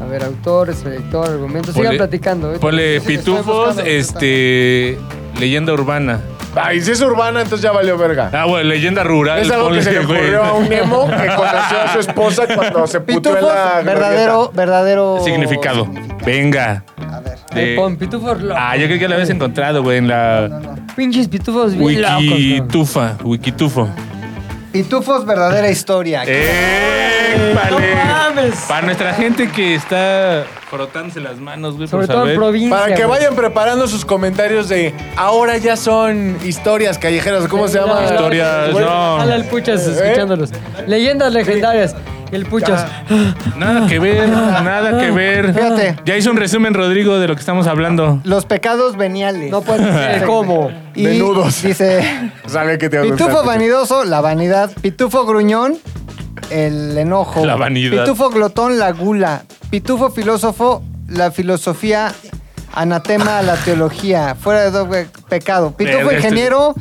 [SPEAKER 3] A ver, autores, director, argumentos. Sigan
[SPEAKER 4] Ponle-
[SPEAKER 3] platicando. ¿eh?
[SPEAKER 4] Ponle
[SPEAKER 2] estoy
[SPEAKER 4] pitufos,
[SPEAKER 2] buscando,
[SPEAKER 4] este. Leyenda urbana.
[SPEAKER 1] Ay, si es urbana, entonces ya valió verga.
[SPEAKER 4] Ah, bueno, leyenda rural.
[SPEAKER 1] Es algo que
[SPEAKER 4] ponle,
[SPEAKER 1] se le
[SPEAKER 4] güey.
[SPEAKER 1] ocurrió a un emo que conoció a su esposa cuando se puteó
[SPEAKER 2] Pitufos,
[SPEAKER 1] en la
[SPEAKER 2] verdadero, verdadero.
[SPEAKER 4] Significado. Venga.
[SPEAKER 2] A ver.
[SPEAKER 3] Ahí
[SPEAKER 4] De-
[SPEAKER 3] pon pitufos locos.
[SPEAKER 4] Ah, yo creo que lo habías encontrado, güey, en la
[SPEAKER 3] Pinches pitufos bien locos. güey.
[SPEAKER 4] Wikitufa. Wikitufo.
[SPEAKER 2] Pitufos, verdadera historia.
[SPEAKER 4] Eh. ¡Épale!
[SPEAKER 3] No mames.
[SPEAKER 4] Para nuestra gente que está frotándose las manos, güey,
[SPEAKER 3] Sobre
[SPEAKER 4] por
[SPEAKER 3] todo en
[SPEAKER 4] saber.
[SPEAKER 3] provincia.
[SPEAKER 1] Para que
[SPEAKER 3] güey.
[SPEAKER 1] vayan preparando sus comentarios de ahora ya son historias callejeras, ¿cómo se llama?
[SPEAKER 3] No,
[SPEAKER 4] Historias,
[SPEAKER 3] güey,
[SPEAKER 4] no.
[SPEAKER 3] Jala el puchas
[SPEAKER 1] ¿Eh?
[SPEAKER 3] escuchándolos. Leyendas legendarias. El puchas.
[SPEAKER 4] Nada que ver, nada que ver.
[SPEAKER 2] Fíjate.
[SPEAKER 4] Ya hizo un resumen, Rodrigo, de lo que estamos hablando.
[SPEAKER 2] Los pecados veniales.
[SPEAKER 3] No puede ser. ¿Cómo?
[SPEAKER 2] Y
[SPEAKER 1] Menudos.
[SPEAKER 2] Dice.
[SPEAKER 1] Sabe que te va a gustar,
[SPEAKER 2] Pitufo
[SPEAKER 1] Pitufo.
[SPEAKER 2] vanidoso, la vanidad. Pitufo gruñón, el enojo.
[SPEAKER 4] La vanidad.
[SPEAKER 2] Pitufo glotón, la gula. Pitufo filósofo, la filosofía. Anatema a la teología. Fuera de doble pecado. Pitufo
[SPEAKER 4] Verga, este esto-
[SPEAKER 2] ingeniero,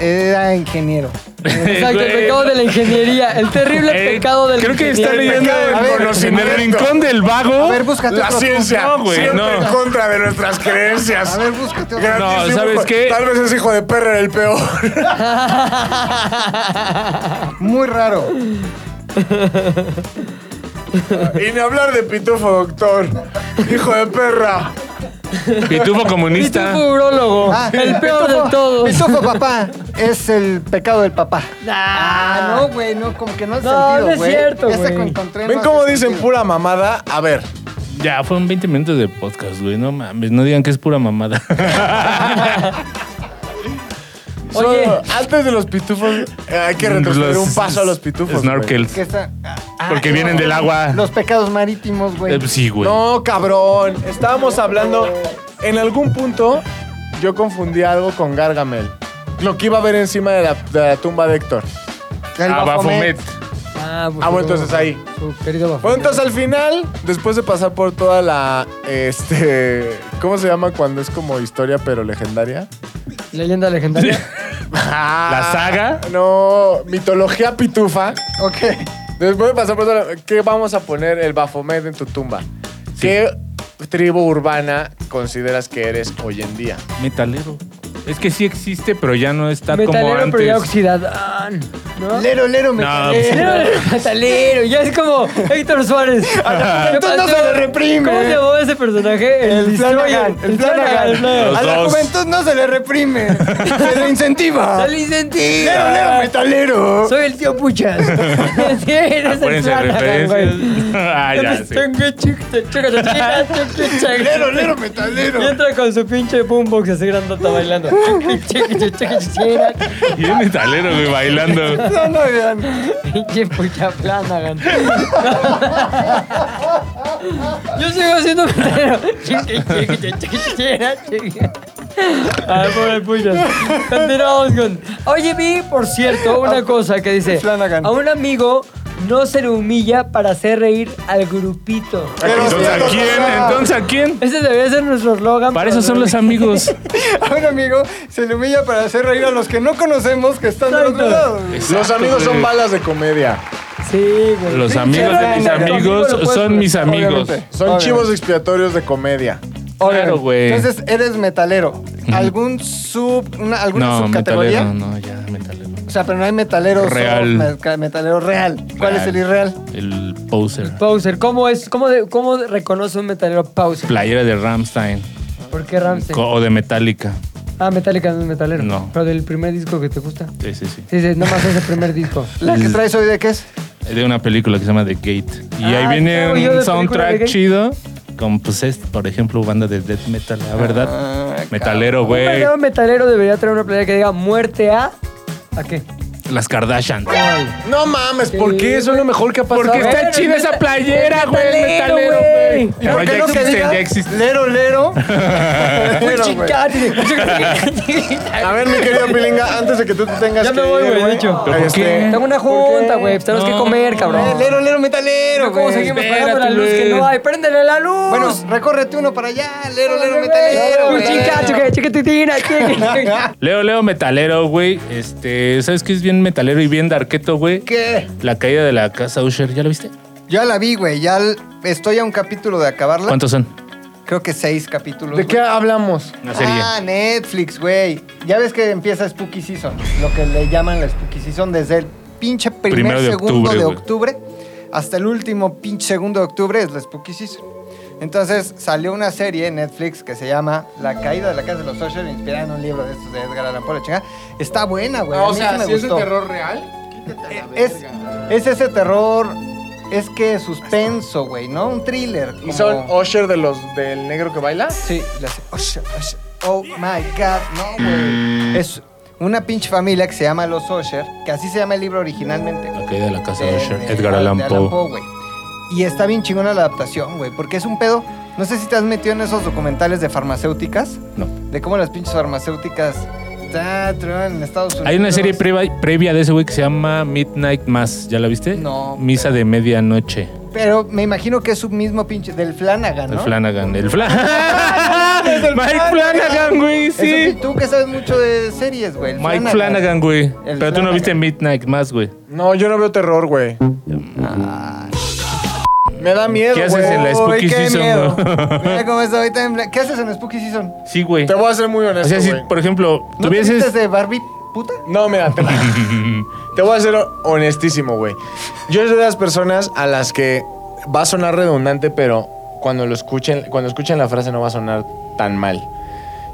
[SPEAKER 2] era ingeniero.
[SPEAKER 3] Exacto, el
[SPEAKER 4] Güey.
[SPEAKER 3] pecado de la ingeniería. El terrible
[SPEAKER 4] Eh,
[SPEAKER 3] pecado del
[SPEAKER 4] Creo que está
[SPEAKER 3] ingeniero.
[SPEAKER 4] leyendo
[SPEAKER 1] pecado del
[SPEAKER 4] a ver,
[SPEAKER 1] conocimiento.
[SPEAKER 4] en el rincón del vago.
[SPEAKER 2] A ver, búscate
[SPEAKER 1] La
[SPEAKER 2] otro.
[SPEAKER 1] ciencia,
[SPEAKER 4] No, güey,
[SPEAKER 1] siempre
[SPEAKER 4] no.
[SPEAKER 1] en contra de nuestras creencias.
[SPEAKER 2] A ver, búscate otro.
[SPEAKER 1] Gratísimo.
[SPEAKER 4] No, ¿sabes qué?
[SPEAKER 1] Tal vez ese hijo de perra era el peor.
[SPEAKER 2] Muy raro.
[SPEAKER 1] y ni hablar de pitufo, doctor. Hijo de perra.
[SPEAKER 4] Pitufo comunista.
[SPEAKER 3] Pitufo urologo.
[SPEAKER 1] Ah,
[SPEAKER 3] el peor
[SPEAKER 2] Ah, pitufo-
[SPEAKER 3] de todos.
[SPEAKER 2] Pitufo papá es el pecado del papá. Ah, no, güey, no, como que no hace
[SPEAKER 3] No,
[SPEAKER 2] sentido,
[SPEAKER 3] no es
[SPEAKER 2] güey.
[SPEAKER 3] cierto,
[SPEAKER 2] Ese
[SPEAKER 3] güey.
[SPEAKER 2] que encontré
[SPEAKER 1] ¿Ven
[SPEAKER 2] no
[SPEAKER 1] cómo
[SPEAKER 2] hace
[SPEAKER 1] dicen
[SPEAKER 2] sentido.
[SPEAKER 1] pura mamada? A ver.
[SPEAKER 4] Ya, fueron 20 minutos de podcast, güey. No mames, no digan que es pura mamada.
[SPEAKER 3] Oye.
[SPEAKER 1] Solo- antes de los pitufos, eh, hay que retroceder
[SPEAKER 4] Los
[SPEAKER 1] un paso a los pitufos. güey.
[SPEAKER 4] Snorkels.
[SPEAKER 2] Que está- ah,
[SPEAKER 4] Porque
[SPEAKER 2] no,
[SPEAKER 4] vienen del agua.
[SPEAKER 2] Los pecados marítimos, güey.
[SPEAKER 4] Eh, sí, güey.
[SPEAKER 1] No, cabrón. Estábamos hablando. En algún punto, yo confundí algo con Gargamel. Lo que iba a ver encima de la, de la tumba de Héctor.
[SPEAKER 2] El
[SPEAKER 4] Ah,
[SPEAKER 2] Baphomet.
[SPEAKER 4] Baphomet.
[SPEAKER 3] Ah,
[SPEAKER 1] Ah, bueno, entonces ahí.
[SPEAKER 3] Su querido Bafo.
[SPEAKER 1] Bueno, entonces al final, después de pasar por toda la. Este. ¿Cómo se llama cuando es como historia pero legendaria?
[SPEAKER 3] Leyenda legendaria.
[SPEAKER 1] ¿La
[SPEAKER 4] saga?
[SPEAKER 1] Ah, No, mitología pitufa.
[SPEAKER 2] Ok.
[SPEAKER 1] Después de pasar por todo, lo- ¿qué vamos a poner el Bafomet en tu tumba? ¿Qué tribu urbana consideras que eres hoy en día?
[SPEAKER 4] Metalero. Es que sí existe, pero ya no está como
[SPEAKER 3] Metalero,
[SPEAKER 4] antes.
[SPEAKER 3] pero ya oxidadán. ¿No?
[SPEAKER 2] Lero, lero, me eh,
[SPEAKER 4] No,
[SPEAKER 2] calé.
[SPEAKER 3] Metalero, metalero. Ya es como Héctor Suárez.
[SPEAKER 2] juventud no se le reprime.
[SPEAKER 3] ¿Cómo se llamó ese personaje?
[SPEAKER 2] El Flanagan.
[SPEAKER 3] Destroyer.
[SPEAKER 2] El Flanagan.
[SPEAKER 4] Los
[SPEAKER 2] A la
[SPEAKER 4] dos.
[SPEAKER 2] juventud no se le reprime. se le incentiva.
[SPEAKER 3] ¡Sal incentivo!
[SPEAKER 2] Lero, lero, metalero.
[SPEAKER 3] Soy el tío Puchas. sí, eres el
[SPEAKER 4] Acuérdense de
[SPEAKER 3] Flanagan, güey.
[SPEAKER 4] referencias. ah, ya, sí.
[SPEAKER 2] Lero, lero, metalero.
[SPEAKER 3] Y entra con su pinche boombox así grandota bailando.
[SPEAKER 4] Y el metalero, güey, bailando.
[SPEAKER 2] No, no, vean.
[SPEAKER 3] Pinche pucha Flanagan. Yo sigo siendo metalero. Ah, pobre puchas. Continuamos con. Oye, vi, por cierto, una cosa que dice:
[SPEAKER 2] Flanagan.
[SPEAKER 3] A un amigo no se le humilla para hacer reír al grupito.
[SPEAKER 2] Pero
[SPEAKER 4] Entonces,
[SPEAKER 2] sí,
[SPEAKER 4] ¿a
[SPEAKER 2] no,
[SPEAKER 4] quién?
[SPEAKER 2] no, no.
[SPEAKER 4] Entonces, ¿a quién?
[SPEAKER 3] Ese debería ser nuestro slogan.
[SPEAKER 4] Para eso son los amigos.
[SPEAKER 2] A un amigo se le humilla para hacer reír a los que no conocemos que están del otro
[SPEAKER 3] Exacto.
[SPEAKER 2] lado. güey.
[SPEAKER 1] Los
[SPEAKER 4] Exacto,
[SPEAKER 1] amigos son
[SPEAKER 4] güey.
[SPEAKER 1] balas de comedia.
[SPEAKER 3] Sí, güey.
[SPEAKER 4] Los
[SPEAKER 3] Pinche
[SPEAKER 4] amigos de mis
[SPEAKER 3] Flanagan. Tu amigo
[SPEAKER 4] amigos
[SPEAKER 3] lo puedes
[SPEAKER 4] son mis
[SPEAKER 3] poner,
[SPEAKER 4] amigos.
[SPEAKER 3] obviamente.
[SPEAKER 1] Son
[SPEAKER 2] Obviamente.
[SPEAKER 1] chivos expiatorios de comedia.
[SPEAKER 4] Claro, güey.
[SPEAKER 2] Entonces eres metalero. ¿Algún sub, una, alguna
[SPEAKER 4] No,
[SPEAKER 2] subcategoría?
[SPEAKER 4] metalero, no, ya, metalero.
[SPEAKER 2] O sea, pero no hay metalero
[SPEAKER 4] Real.
[SPEAKER 2] soft, meca- metalero real. ¿Cuál es el irreal?
[SPEAKER 4] El poser.
[SPEAKER 3] Pauser, ¿cómo es? ¿Cómo, de- cómo reconoce un metalero Pauser?
[SPEAKER 4] Playera de Ramstein.
[SPEAKER 3] ¿Por qué Ramsey?
[SPEAKER 4] O de Metallica.
[SPEAKER 3] Ah, Metallica no es metalero.
[SPEAKER 4] No.
[SPEAKER 3] Pero del primer disco que te gusta.
[SPEAKER 4] Sí, sí, sí.
[SPEAKER 3] Sí, sí, nomás ese primer disco.
[SPEAKER 2] ¿La que
[SPEAKER 4] El-
[SPEAKER 2] traes hoy de qué es?
[SPEAKER 4] de una película que se llama The Gate. Y
[SPEAKER 3] Ah,
[SPEAKER 4] ahí viene
[SPEAKER 3] creo yo de
[SPEAKER 4] un
[SPEAKER 3] película de
[SPEAKER 4] soundtrack
[SPEAKER 3] Gate.
[SPEAKER 4] chido con, pues, es, por ejemplo, banda de death metal, la verdad. metalero,
[SPEAKER 3] Un
[SPEAKER 4] güey.
[SPEAKER 3] verdadero metalero debería traer una playera que diga muerte a. ¿A qué?
[SPEAKER 4] las Kardashian.
[SPEAKER 1] No mames, ¿por qué? Eso es lo mejor que ha pasado.
[SPEAKER 4] Porque está
[SPEAKER 3] Pero
[SPEAKER 4] chida
[SPEAKER 3] el
[SPEAKER 4] esa
[SPEAKER 3] meta-
[SPEAKER 4] playera,
[SPEAKER 3] el
[SPEAKER 4] güey. el
[SPEAKER 3] metalero,
[SPEAKER 4] Metalero,
[SPEAKER 3] güey.
[SPEAKER 4] güey.
[SPEAKER 2] ¿Y
[SPEAKER 4] Pero
[SPEAKER 2] por qué
[SPEAKER 4] ya
[SPEAKER 2] no que
[SPEAKER 4] existen,
[SPEAKER 2] diga
[SPEAKER 4] ya existen.
[SPEAKER 2] Lero, lero. Lero, güey.
[SPEAKER 3] Ya
[SPEAKER 1] A ver, mi querido Pilinga, antes de que tú te tengas
[SPEAKER 3] me
[SPEAKER 1] que
[SPEAKER 3] voy,
[SPEAKER 1] ir,
[SPEAKER 3] güey, de hecho.
[SPEAKER 4] ¿Pero por
[SPEAKER 1] este,
[SPEAKER 4] qué?
[SPEAKER 3] Tengo una junta, güey. Pues tenemos que
[SPEAKER 4] No.
[SPEAKER 3] comer, cabrón.
[SPEAKER 2] Eh, Lero, lero, metalero,
[SPEAKER 3] ¿Cómo
[SPEAKER 2] güey.
[SPEAKER 3] seguimos
[SPEAKER 4] Espérate,
[SPEAKER 3] pagando la luz que
[SPEAKER 4] güey.
[SPEAKER 3] no hay? ¡Préndele la luz!
[SPEAKER 2] Bueno, recórrete uno para allá. Lero, lero, metalero, güey.
[SPEAKER 3] Chica, chica, chica, titina, chica.
[SPEAKER 4] Leo, Leo, metalero, güey. Este, ¿sabes qué es bien metalero y bien darqueto, güey?
[SPEAKER 2] ¿Qué?
[SPEAKER 4] La caída de la casa Usher, ¿ya lo viste?
[SPEAKER 2] Ya la vi, güey. Ya l- estoy a un capítulo de acabarla.
[SPEAKER 4] ¿Cuántos son?
[SPEAKER 2] Creo que seis capítulos.
[SPEAKER 1] ¿De qué hablamos?
[SPEAKER 4] Una serie.
[SPEAKER 2] Ah, Netflix, güey. Ya ves que empieza Spooky Season, lo que le llaman la Spooky Season desde el pinche primer
[SPEAKER 4] Primero de
[SPEAKER 2] segundo
[SPEAKER 4] octubre,
[SPEAKER 2] de
[SPEAKER 4] güey.
[SPEAKER 2] octubre hasta el último pinche segundo de octubre es la Spooky Season. Entonces salió una serie en Netflix que se llama La caída de la casa de los Usher, inspirada en un libro de estos de Edgar Allan Poe, la chingada. Está buena,
[SPEAKER 1] Ah,
[SPEAKER 2] güey. a mí sí me gustó.
[SPEAKER 1] real, quítate
[SPEAKER 2] Es, es ese terror, es que suspenso, güey, ¿no? Un thriller.
[SPEAKER 1] ¿Y son
[SPEAKER 2] como-
[SPEAKER 1] Usher de los del negro que baila?
[SPEAKER 2] Sí, le hace, "Oh, shit, oh, shit, oh my God, no, güey. Es una pinche familia que se llama Los Osher, que así se llama el libro originalmente. güey.
[SPEAKER 4] La caída de la casa
[SPEAKER 2] De-
[SPEAKER 4] Usher,
[SPEAKER 2] de-
[SPEAKER 4] Edgar
[SPEAKER 2] Eh, de
[SPEAKER 4] Allan Poe.
[SPEAKER 2] güey. y está bien chingona la adaptación, güey, porque es un pedo. No sé si te has metido en esos documentales de farmacéuticas,
[SPEAKER 4] No.
[SPEAKER 2] de cómo las pinches farmacéuticas ta, tra, en Estados Unidos.
[SPEAKER 4] Hay una serie preva- previa de ese güey que se llama Midnight Mass, ¿ya la viste?
[SPEAKER 2] No,
[SPEAKER 4] Misa de medianoche.
[SPEAKER 2] Pero me imagino que es su mismo pinche. Del Flanagan,
[SPEAKER 4] El
[SPEAKER 2] ¿no?
[SPEAKER 4] Flanagan. El Flanagan. Mike Flanagan, güey,
[SPEAKER 2] Eso sí,
[SPEAKER 4] sí.
[SPEAKER 2] tú que sabes mucho de series, güey. el
[SPEAKER 4] Mike Flanagan, güey.
[SPEAKER 2] El
[SPEAKER 4] Pero tú no
[SPEAKER 2] Flanagan.
[SPEAKER 4] viste Midnight Mass, güey.
[SPEAKER 1] No, yo no veo terror, güey. Me da miedo,
[SPEAKER 4] ¿Qué
[SPEAKER 1] güey.
[SPEAKER 4] haces en la Spooky
[SPEAKER 2] Uy, qué
[SPEAKER 4] Season,
[SPEAKER 2] miedo.
[SPEAKER 4] güey?
[SPEAKER 2] Mira cómo está ahorita en bla- ¿Qué haces en Spooky Season?
[SPEAKER 4] Sí, güey.
[SPEAKER 1] Te voy a ser muy
[SPEAKER 4] O
[SPEAKER 1] honesto,
[SPEAKER 4] sea,
[SPEAKER 1] güey.
[SPEAKER 4] si, por ejemplo,
[SPEAKER 2] ¿No te
[SPEAKER 4] tuvieses.
[SPEAKER 2] vistes de Barbie puta?
[SPEAKER 1] No, mira, te, te voy a ser honestísimo, güey. Yo soy de las personas a las que va a sonar redundante, pero cuando lo escuchen, cuando escuchen la frase no va a sonar tan mal.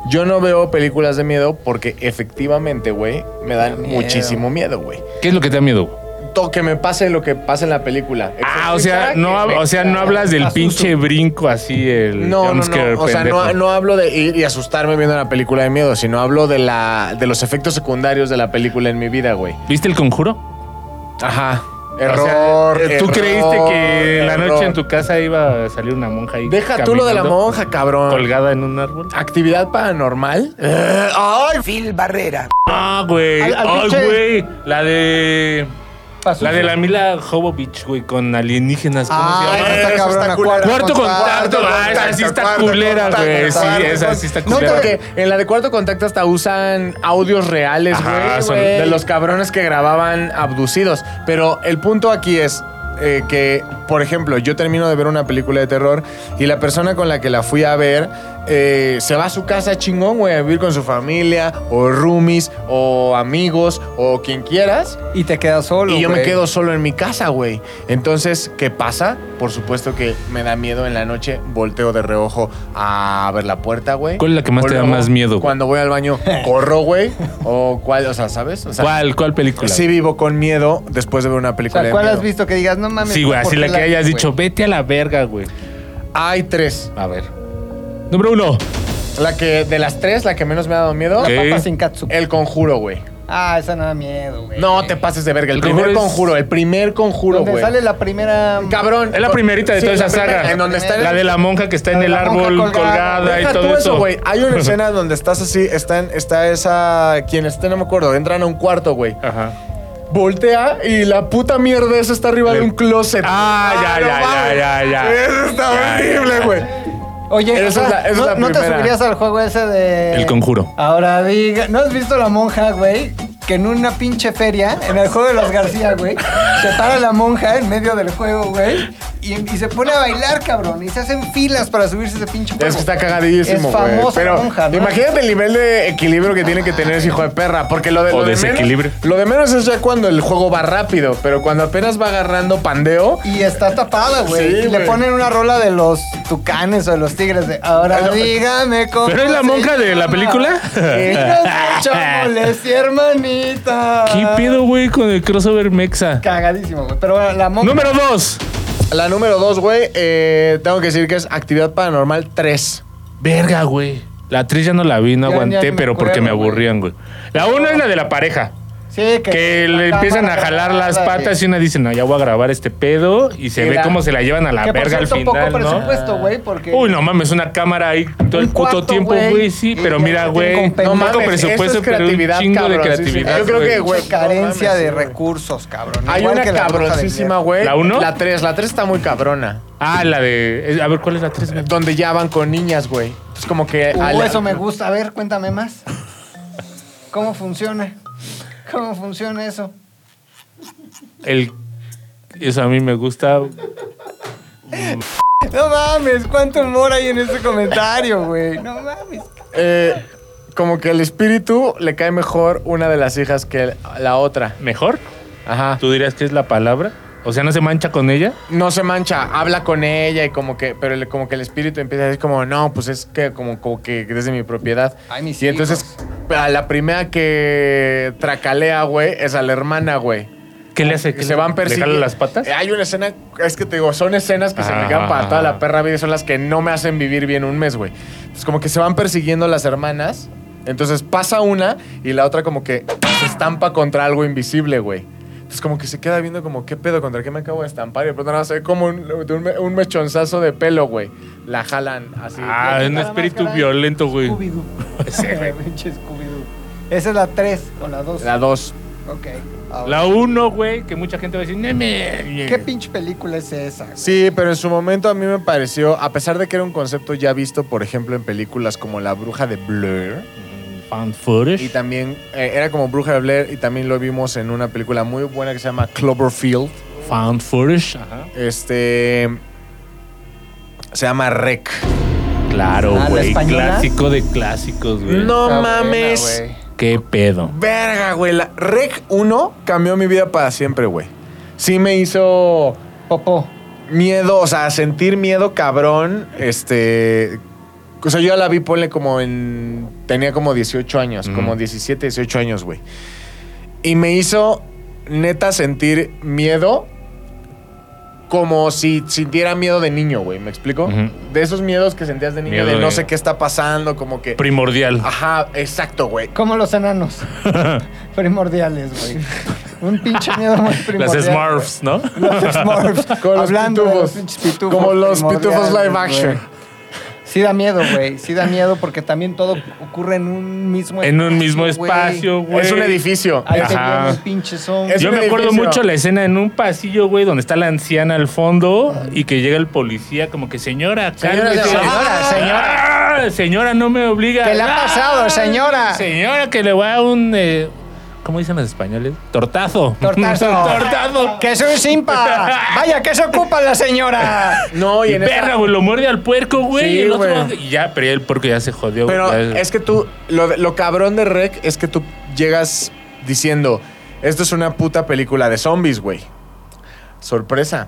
[SPEAKER 1] Yo no veo películas de miedo porque efectivamente, güey, me dan
[SPEAKER 2] miedo.
[SPEAKER 1] muchísimo miedo, güey.
[SPEAKER 4] ¿Qué es lo que te da miedo?
[SPEAKER 1] To- que me pase lo que pasa en la película.
[SPEAKER 4] Ah, o sea,
[SPEAKER 1] Que
[SPEAKER 4] no,
[SPEAKER 1] me-
[SPEAKER 4] hab- o sea, no hablas del
[SPEAKER 2] asusto.
[SPEAKER 4] pinche brinco así, el
[SPEAKER 1] No, no,
[SPEAKER 4] jumpscare
[SPEAKER 1] no. O sea,
[SPEAKER 4] pendejo.
[SPEAKER 1] no, no hablo de ir y asustarme viendo una película de miedo, sino hablo de la de los efectos secundarios de la película en mi vida, güey.
[SPEAKER 4] ¿Viste el conjuro?
[SPEAKER 1] Ajá.
[SPEAKER 4] O
[SPEAKER 1] Error.
[SPEAKER 4] sea, eh, ¿Tú
[SPEAKER 1] error,
[SPEAKER 4] creíste que la
[SPEAKER 1] error.
[SPEAKER 4] noche en tu casa iba a salir una monja ahí?
[SPEAKER 1] Deja tú lo de la
[SPEAKER 4] caminando,
[SPEAKER 1] monja, cabrón.
[SPEAKER 4] Colgada en un árbol.
[SPEAKER 1] Actividad paranormal. Eh, ¡Ay!
[SPEAKER 4] Ah, güey.
[SPEAKER 2] Al- al
[SPEAKER 4] Ay,
[SPEAKER 2] pinche-
[SPEAKER 4] güey. La de. La de la Mila Jovovich, güey, con alienígenas. ¿Cómo
[SPEAKER 2] Ah,
[SPEAKER 4] se llama?
[SPEAKER 2] esa está
[SPEAKER 1] eso
[SPEAKER 2] cabrona.
[SPEAKER 1] está culera.
[SPEAKER 2] Cuarto,
[SPEAKER 4] Cuarto
[SPEAKER 2] contacto.
[SPEAKER 4] contacto. Ah, esa sí está culera, güey. Sí, esa sí está
[SPEAKER 1] No,
[SPEAKER 4] culera.
[SPEAKER 1] porque en la de Cuarto Contacto hasta usan audios reales,
[SPEAKER 4] Ajá,
[SPEAKER 1] güey,
[SPEAKER 4] son-
[SPEAKER 1] güey, de los cabrones que grababan abducidos. Pero el punto aquí es eh, que, por ejemplo, yo termino de ver una película de terror y la persona con la que la fui a ver eh, se va a su casa chingón, güey, a vivir con su familia o roomies o amigos o quien quieras.
[SPEAKER 2] Y te quedas solo,
[SPEAKER 1] Y yo me
[SPEAKER 2] güey.
[SPEAKER 1] quedo solo en mi casa, güey. Entonces, ¿qué pasa? Por supuesto que me da miedo en la noche, volteo de reojo a ver la puerta, güey.
[SPEAKER 4] ¿Cuál es la que más
[SPEAKER 1] O
[SPEAKER 4] te da
[SPEAKER 1] luego,
[SPEAKER 4] más miedo, güey?
[SPEAKER 1] Cuando voy al baño, corro, güey. O cuál, o sea, ¿sabes? O sea,
[SPEAKER 4] ¿Cuál? ¿Cuál película?
[SPEAKER 1] Sí vivo con miedo después de ver una
[SPEAKER 2] O
[SPEAKER 1] película
[SPEAKER 2] sea,
[SPEAKER 1] de
[SPEAKER 2] ¿cuál
[SPEAKER 1] miedo.
[SPEAKER 2] has visto que digas? No mames.
[SPEAKER 4] Sí, güey,
[SPEAKER 2] ¿por
[SPEAKER 4] así
[SPEAKER 2] qué
[SPEAKER 4] la que hayas
[SPEAKER 2] vi,
[SPEAKER 4] dicho,
[SPEAKER 2] güey?
[SPEAKER 4] vete a la verga, güey.
[SPEAKER 1] Hay tres.
[SPEAKER 4] A ver. Número uno.
[SPEAKER 1] La que, de las tres, la que menos me ha dado miedo,
[SPEAKER 4] ¿Qué?
[SPEAKER 2] Papa sin katsu.
[SPEAKER 1] el conjuro, güey.
[SPEAKER 2] Ah, esa no da miedo, güey.
[SPEAKER 1] No te pases de verga. El,
[SPEAKER 4] El
[SPEAKER 1] primer
[SPEAKER 4] conjuro es-
[SPEAKER 1] conjuro, el primer conjuro,
[SPEAKER 2] Donde
[SPEAKER 1] güey.
[SPEAKER 2] sale la primera...
[SPEAKER 1] Cabrón.
[SPEAKER 4] Es la primerita de
[SPEAKER 1] Sí,
[SPEAKER 4] toda esa
[SPEAKER 1] la primera,
[SPEAKER 4] saga.
[SPEAKER 1] En donde está el-
[SPEAKER 4] La de la monja que está
[SPEAKER 2] La
[SPEAKER 4] en
[SPEAKER 2] de
[SPEAKER 4] el
[SPEAKER 2] la monja
[SPEAKER 4] árbol
[SPEAKER 2] colgada.
[SPEAKER 4] colgada,
[SPEAKER 1] Deja
[SPEAKER 4] y todo
[SPEAKER 1] tú eso,
[SPEAKER 4] eso.
[SPEAKER 1] güey. Hay una escena donde estás así, están, está esa. Quien esté, no me acuerdo. Entran a un cuarto, güey.
[SPEAKER 4] Ajá.
[SPEAKER 1] Voltea y la puta mierda esa está arriba de un closet.
[SPEAKER 4] Ah, ya,
[SPEAKER 1] no
[SPEAKER 4] ya, ya,
[SPEAKER 1] mames.
[SPEAKER 4] ya, ya.
[SPEAKER 1] Eso está
[SPEAKER 4] Ya,
[SPEAKER 1] horrible,
[SPEAKER 4] ya, ya.
[SPEAKER 1] güey.
[SPEAKER 2] Oye,
[SPEAKER 1] Esa es
[SPEAKER 2] o sea,
[SPEAKER 1] la- esa es
[SPEAKER 2] ¿no,
[SPEAKER 1] la
[SPEAKER 2] no te
[SPEAKER 1] primera.
[SPEAKER 2] subirías al juego ese de...
[SPEAKER 4] El conjuro.
[SPEAKER 2] Ahora diga, ¿no has visto la monja, güey? Que en una pinche feria, en el juego de los García, güey, se para la monja en medio del juego, güey, y, y se pone a bailar, cabrón, y se hacen filas para subirse ese pinche juego.
[SPEAKER 1] Es que está cagadísimo,
[SPEAKER 2] Es
[SPEAKER 1] güey.
[SPEAKER 2] famosa
[SPEAKER 1] Pero
[SPEAKER 2] monja, ¿no?
[SPEAKER 1] imagínate el nivel de equilibrio que tiene que tener ese hijo de perra. Porque lo de,
[SPEAKER 4] O
[SPEAKER 1] lo de menos-
[SPEAKER 4] desequilibrio.
[SPEAKER 1] lo de menos es ya cuando el juego va rápido. Pero cuando apenas va agarrando pandeo.
[SPEAKER 2] Y está tapada, güey.
[SPEAKER 1] Sí,
[SPEAKER 2] y le
[SPEAKER 1] güey.
[SPEAKER 2] ponen una rola de los tucanes o de los tigres de ahora
[SPEAKER 1] Pero-
[SPEAKER 2] dígame cómo.
[SPEAKER 4] ¿Pero es la
[SPEAKER 2] se
[SPEAKER 4] monja de la
[SPEAKER 2] llama".
[SPEAKER 4] película?
[SPEAKER 2] Sí, no le sí, hermanita.
[SPEAKER 4] ¿Qué pedo, güey, con el crossover mexa?
[SPEAKER 2] Cagadísimo, güey. Pero bueno, la monja.
[SPEAKER 4] Número dos.
[SPEAKER 1] La número dos, güey, eh, tengo que decir que es actividad paranormal 3.
[SPEAKER 4] Verga, güey. La actriz ya no la vi, no
[SPEAKER 2] Ya, ya
[SPEAKER 4] aguanté,
[SPEAKER 2] ni me
[SPEAKER 4] pero porque me
[SPEAKER 2] acuerdo, güey.
[SPEAKER 4] aburrían, güey. La uno es la de la pareja.
[SPEAKER 2] Sí, que,
[SPEAKER 4] Que le empiezan a jalar las patas y una dice, no, ya voy a grabar este pedo. Y se
[SPEAKER 1] Sí,
[SPEAKER 4] ve
[SPEAKER 1] la-
[SPEAKER 4] cómo se la llevan a la
[SPEAKER 2] que por
[SPEAKER 4] verga al
[SPEAKER 2] cierto, poco
[SPEAKER 4] final, ¿no?
[SPEAKER 2] presupuesto, güey, porque...
[SPEAKER 4] Uy, no mames, una cámara ahí todo el
[SPEAKER 2] Un
[SPEAKER 4] puto
[SPEAKER 2] cuarto,
[SPEAKER 4] tiempo,
[SPEAKER 2] güey.
[SPEAKER 4] güey, sí. Pero
[SPEAKER 2] Y
[SPEAKER 4] mira,
[SPEAKER 2] ya,
[SPEAKER 4] güey,
[SPEAKER 2] tiene
[SPEAKER 4] poco
[SPEAKER 2] No
[SPEAKER 1] mames, eso
[SPEAKER 4] presupuesto,
[SPEAKER 1] es
[SPEAKER 4] pero un
[SPEAKER 1] creatividad,
[SPEAKER 4] chingo de
[SPEAKER 1] cabrón, sí, sí.
[SPEAKER 4] creatividad.
[SPEAKER 1] Yo creo que, güey, no
[SPEAKER 2] carencia
[SPEAKER 1] mames,
[SPEAKER 2] de
[SPEAKER 1] sí, güey.
[SPEAKER 2] recursos, cabrón.
[SPEAKER 1] Hay
[SPEAKER 2] Igual
[SPEAKER 1] una
[SPEAKER 2] que la bruja de
[SPEAKER 1] cabroncísima,
[SPEAKER 2] Blair.
[SPEAKER 1] güey.
[SPEAKER 4] ¿La uno?
[SPEAKER 1] La 3. La 3 está muy cabrona.
[SPEAKER 4] Ah, la de... es- A ver, ¿cuál es la tres? güey?
[SPEAKER 1] Donde ya van con niñas, güey. Entonces, como que.
[SPEAKER 2] Uh,
[SPEAKER 1] a la-
[SPEAKER 2] eso me gusta. A ver, cuéntame más. ¿Cómo funciona? ¿Cómo funciona eso?
[SPEAKER 4] El... Eso a mí me gusta.
[SPEAKER 2] No mames, cuánto humor hay en ese comentario, güey. No mames.
[SPEAKER 1] eh, como que el espíritu le cae mejor una de las hijas que la otra.
[SPEAKER 4] ¿Mejor?
[SPEAKER 1] Ajá.
[SPEAKER 4] ¿Tú dirías que es la palabra? O sea, ¿no se mancha con ella?
[SPEAKER 1] No se mancha, habla con ella y como que, pero le- como que el espíritu empieza a decir como, no, pues es que como, como que desde mi propiedad.
[SPEAKER 2] Ay, mis
[SPEAKER 1] y entonces a la primera que tracalea, güey, es a la hermana, güey.
[SPEAKER 4] ¿Qué le hace? ¿Qué
[SPEAKER 1] Que
[SPEAKER 4] le-
[SPEAKER 1] se van
[SPEAKER 4] ¿Le
[SPEAKER 1] persiguiendo.
[SPEAKER 4] jala las patas?
[SPEAKER 1] Eh, Hay una escena, es que te digo, son escenas que se me
[SPEAKER 4] Ah.
[SPEAKER 1] quedan para toda la perra vida y son las que no me hacen vivir bien un mes, güey. Es como que se van persiguiendo las hermanas. Entonces pasa una y la otra como que se estampa contra algo invisible, güey. Entonces como que se queda viendo como, ¿qué pedo? ¿Contra qué me acabo de estampar? Y de pronto nada más se ve como un, un me- un mechonzazo de pelo, güey. La jalan así.
[SPEAKER 4] Ah, es un espíritu violento, güey.
[SPEAKER 2] Scooby-Doo.
[SPEAKER 4] Sí, güey.
[SPEAKER 2] Pinche Scooby-Doo. Esa es la 3 o la 2.
[SPEAKER 1] La dos.
[SPEAKER 2] Ok. ahora.
[SPEAKER 4] La uno, güey, que mucha gente va a decir, "Neme".
[SPEAKER 2] ¿Qué pinche película es esa? güey?
[SPEAKER 1] Sí, pero en su momento a mí me pareció, a pesar de que era un concepto ya visto, por ejemplo, en películas como La Bruja de Blur,
[SPEAKER 4] Fan footage.
[SPEAKER 1] Y también eh, era como Bruja de Blair y también lo vimos en una película muy buena que se llama Cloverfield.
[SPEAKER 4] Found footage. Ajá.
[SPEAKER 1] Este se llama Rec.
[SPEAKER 4] Claro,
[SPEAKER 2] Ah, ¿la
[SPEAKER 4] güey.
[SPEAKER 2] española?
[SPEAKER 4] Clásico de clásicos, güey.
[SPEAKER 1] No
[SPEAKER 2] Está buena,
[SPEAKER 1] mames.
[SPEAKER 2] güey.
[SPEAKER 4] Qué pedo.
[SPEAKER 1] Verga, güey. La Rec 1 cambió mi vida para siempre, güey. Sí me hizo
[SPEAKER 2] Popó.
[SPEAKER 1] miedo, o sea, sentir miedo cabrón, este... O sea, yo ya la vi, ponle como en... Tenía como 18 años,
[SPEAKER 4] Ujú.
[SPEAKER 1] como 17, 18 años, güey. Y me hizo neta sentir miedo como si sintiera miedo de niño, güey, ¿me explico?
[SPEAKER 4] Ujú.
[SPEAKER 1] De esos miedos que sentías de niño,
[SPEAKER 4] Miedo
[SPEAKER 1] de
[SPEAKER 4] de-
[SPEAKER 1] no sé qué está pasando, como que...
[SPEAKER 4] Primordial.
[SPEAKER 1] Ajá, exacto, güey.
[SPEAKER 2] Como los enanos. primordiales, güey. Un pinche miedo muy
[SPEAKER 4] Las
[SPEAKER 2] primordial.
[SPEAKER 4] Smurfs, ¿no?
[SPEAKER 2] Los Smurfs.
[SPEAKER 1] Como los
[SPEAKER 2] Hablando de
[SPEAKER 1] pitufos.
[SPEAKER 2] pinches pitufos
[SPEAKER 1] Como los
[SPEAKER 2] primordiales,
[SPEAKER 1] pitufos live
[SPEAKER 2] güey.
[SPEAKER 1] action.
[SPEAKER 2] Sí da miedo, güey. Sí da miedo porque también todo ocurre en un mismo
[SPEAKER 4] En un mismo
[SPEAKER 2] güey.
[SPEAKER 4] espacio, güey.
[SPEAKER 1] Es un edificio.
[SPEAKER 2] Ahí te
[SPEAKER 4] Ajá.
[SPEAKER 2] viene el pinche son.
[SPEAKER 1] Es
[SPEAKER 4] Yo
[SPEAKER 1] un
[SPEAKER 4] me acuerdo
[SPEAKER 1] edificio.
[SPEAKER 4] mucho la escena en un pasillo, güey, donde está la anciana al fondo y que llega el policía como que, señora,
[SPEAKER 1] Señora,
[SPEAKER 4] cálmese".
[SPEAKER 1] señora,
[SPEAKER 4] Ah, señora, no me obliga.
[SPEAKER 2] ¿Qué le ha
[SPEAKER 4] Ah,
[SPEAKER 2] pasado, señora?
[SPEAKER 4] Señora, que le voy a un... eh, ¿Cómo dicen los españoles? Tortazo.
[SPEAKER 2] Tortazo.
[SPEAKER 4] Tortazo.
[SPEAKER 2] ¡Que es un simpa! ¡Vaya, que se ocupa la señora!
[SPEAKER 1] No, y
[SPEAKER 4] Y
[SPEAKER 1] en esa-
[SPEAKER 4] perra, güey, lo muerde al puerco, güey.
[SPEAKER 1] Sí,
[SPEAKER 4] y el otro-
[SPEAKER 1] güey.
[SPEAKER 4] y ya, pero ya el puerco ya se jodió.
[SPEAKER 1] Pero
[SPEAKER 4] güey.
[SPEAKER 1] es que tú, lo, lo cabrón de Rec es que tú llegas diciendo, esto es una puta película de zombies, güey. Sorpresa.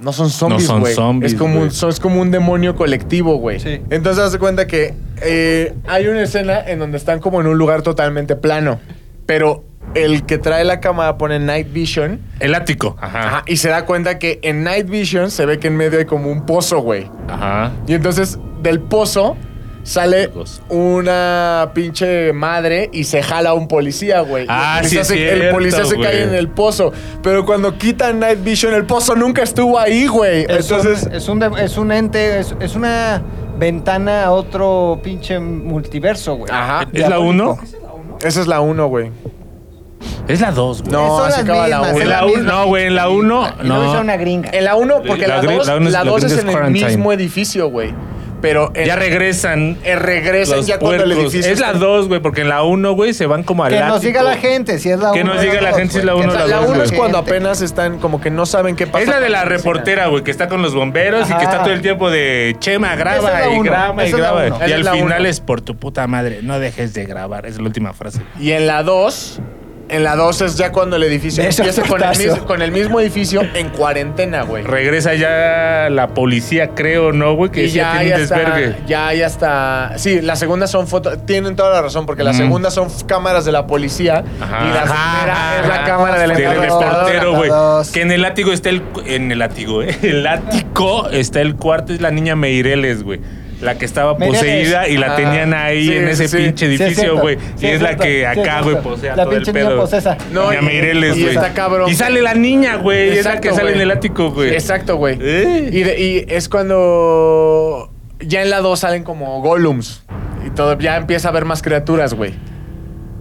[SPEAKER 1] No son zombies,
[SPEAKER 4] son
[SPEAKER 1] güey.
[SPEAKER 4] zombies,
[SPEAKER 1] es, como un-
[SPEAKER 4] güey.
[SPEAKER 1] son- es como un demonio colectivo, güey.
[SPEAKER 2] Sí.
[SPEAKER 1] Entonces haz de cuenta que eh, hay una escena en donde están como en un lugar totalmente plano. Pero el que trae la cámara pone Night Vision.
[SPEAKER 4] El ático. Ajá.
[SPEAKER 1] Ajá, y se da cuenta que en Night Vision se ve que en medio hay como un pozo, güey.
[SPEAKER 4] Ajá.
[SPEAKER 1] Y entonces del pozo sale
[SPEAKER 4] Gozo.
[SPEAKER 1] una pinche madre y se jala a un policía, güey. Y
[SPEAKER 4] Ah,
[SPEAKER 1] el
[SPEAKER 4] sí,
[SPEAKER 1] policía
[SPEAKER 4] es
[SPEAKER 1] se- El
[SPEAKER 4] cierto,
[SPEAKER 1] policía se
[SPEAKER 4] güey.
[SPEAKER 1] cae en el pozo. Pero cuando quitan Night Vision, el pozo nunca estuvo ahí, güey.
[SPEAKER 2] Es
[SPEAKER 1] Entonces,
[SPEAKER 2] un, es, un, de- es un ente, es, es una ventana a otro pinche multiverso, güey.
[SPEAKER 1] Ajá.
[SPEAKER 4] ¿Es la uno?
[SPEAKER 1] esa es la 1, güey.
[SPEAKER 4] Es la dos, güey.
[SPEAKER 1] No,
[SPEAKER 2] son
[SPEAKER 1] se
[SPEAKER 2] las
[SPEAKER 1] acaba la
[SPEAKER 2] mismas,
[SPEAKER 1] uno.
[SPEAKER 2] es
[SPEAKER 4] En la
[SPEAKER 2] misma.
[SPEAKER 4] uno, no, güey, en la uno,
[SPEAKER 2] Y luego hizo
[SPEAKER 4] no.
[SPEAKER 2] una gringa.
[SPEAKER 1] En la 1, porque
[SPEAKER 4] La
[SPEAKER 1] la
[SPEAKER 4] gri-
[SPEAKER 1] 2
[SPEAKER 4] la uno es- la
[SPEAKER 1] es,
[SPEAKER 4] gringa es
[SPEAKER 1] en el
[SPEAKER 4] Quarantine.
[SPEAKER 1] mismo edificio, güey. Pero en-
[SPEAKER 4] Ya regresan.
[SPEAKER 1] eh, regresan
[SPEAKER 4] los
[SPEAKER 1] ya cuando el
[SPEAKER 4] puercos.
[SPEAKER 1] edificio.
[SPEAKER 4] Es la
[SPEAKER 1] está-
[SPEAKER 4] dos, güey, porque en la uno, güey, se van como al
[SPEAKER 2] Que nos
[SPEAKER 4] ático.
[SPEAKER 2] diga la gente si es la 1.
[SPEAKER 4] Que nos diga la gente si es la uno o
[SPEAKER 1] La
[SPEAKER 4] dos,
[SPEAKER 1] 1 es
[SPEAKER 4] güey.
[SPEAKER 1] cuando apenas están como que no saben qué pasa.
[SPEAKER 4] Es la de la
[SPEAKER 1] con escena.
[SPEAKER 4] reportera, güey, que está con los bomberos y
[SPEAKER 2] Ajá.
[SPEAKER 4] que está todo el tiempo de Chema,
[SPEAKER 2] Esa
[SPEAKER 4] graba
[SPEAKER 2] es la
[SPEAKER 4] y
[SPEAKER 2] uno,
[SPEAKER 4] graba y
[SPEAKER 2] esa es la
[SPEAKER 4] graba.
[SPEAKER 2] uno.
[SPEAKER 1] Esa
[SPEAKER 4] Y
[SPEAKER 1] es
[SPEAKER 4] al
[SPEAKER 1] la
[SPEAKER 4] final
[SPEAKER 1] uno.
[SPEAKER 4] es por tu puta madre, no dejes de grabar. Es la última frase.
[SPEAKER 1] Y en la 2, en la 2 es ya cuando el edificio
[SPEAKER 2] De eso
[SPEAKER 1] empieza con el,
[SPEAKER 2] portazo.
[SPEAKER 1] mismo, con el mismo edificio en cuarentena, güey.
[SPEAKER 4] Regresa ya la policía, creo, ¿no, güey? Que
[SPEAKER 1] Y
[SPEAKER 4] ya
[SPEAKER 1] ya,
[SPEAKER 4] tiene
[SPEAKER 1] ya
[SPEAKER 4] un desvergue.
[SPEAKER 1] está, ya, ya está. Sí, las segundas son fotos. Tienen toda la razón, porque las
[SPEAKER 4] Mm.
[SPEAKER 1] segundas son f- cámaras de la policía.
[SPEAKER 4] Ajá.
[SPEAKER 1] Y la
[SPEAKER 4] Ajá.
[SPEAKER 1] primera es la cámara del
[SPEAKER 4] Del
[SPEAKER 1] entrevistador.
[SPEAKER 4] reportero, güey.
[SPEAKER 2] Dos.
[SPEAKER 4] Que en el látigo está el. cu- En el látigo, ¿eh? El ático está el cuarto, es la niña Meireles, güey. la que estaba
[SPEAKER 2] Meirelles.
[SPEAKER 4] poseída y la
[SPEAKER 1] Ah,
[SPEAKER 4] tenían ahí
[SPEAKER 1] sí,
[SPEAKER 4] en ese
[SPEAKER 1] sí.
[SPEAKER 4] pinche
[SPEAKER 2] Sí, es
[SPEAKER 4] edificio,
[SPEAKER 2] cierto.
[SPEAKER 4] güey.
[SPEAKER 2] Sí,
[SPEAKER 4] y
[SPEAKER 2] es
[SPEAKER 4] es la
[SPEAKER 2] cierto.
[SPEAKER 4] que
[SPEAKER 2] Sí, es
[SPEAKER 4] acá, güey,
[SPEAKER 2] cierto.
[SPEAKER 4] posea
[SPEAKER 2] La
[SPEAKER 4] todo el
[SPEAKER 2] pinche
[SPEAKER 4] pedo.
[SPEAKER 2] niña posesa.
[SPEAKER 4] No,
[SPEAKER 1] No,
[SPEAKER 4] y,
[SPEAKER 1] y- y
[SPEAKER 4] güey.
[SPEAKER 1] está cabrón.
[SPEAKER 4] Y sale la niña, güey. Es la
[SPEAKER 1] Exacto,
[SPEAKER 4] que sale
[SPEAKER 1] güey.
[SPEAKER 4] en el ático, güey.
[SPEAKER 1] Exacto, güey.
[SPEAKER 4] Eh.
[SPEAKER 1] Y, de- y es cuando ya en la 2 salen como golems. Y todo, ya empieza a haber más criaturas, güey.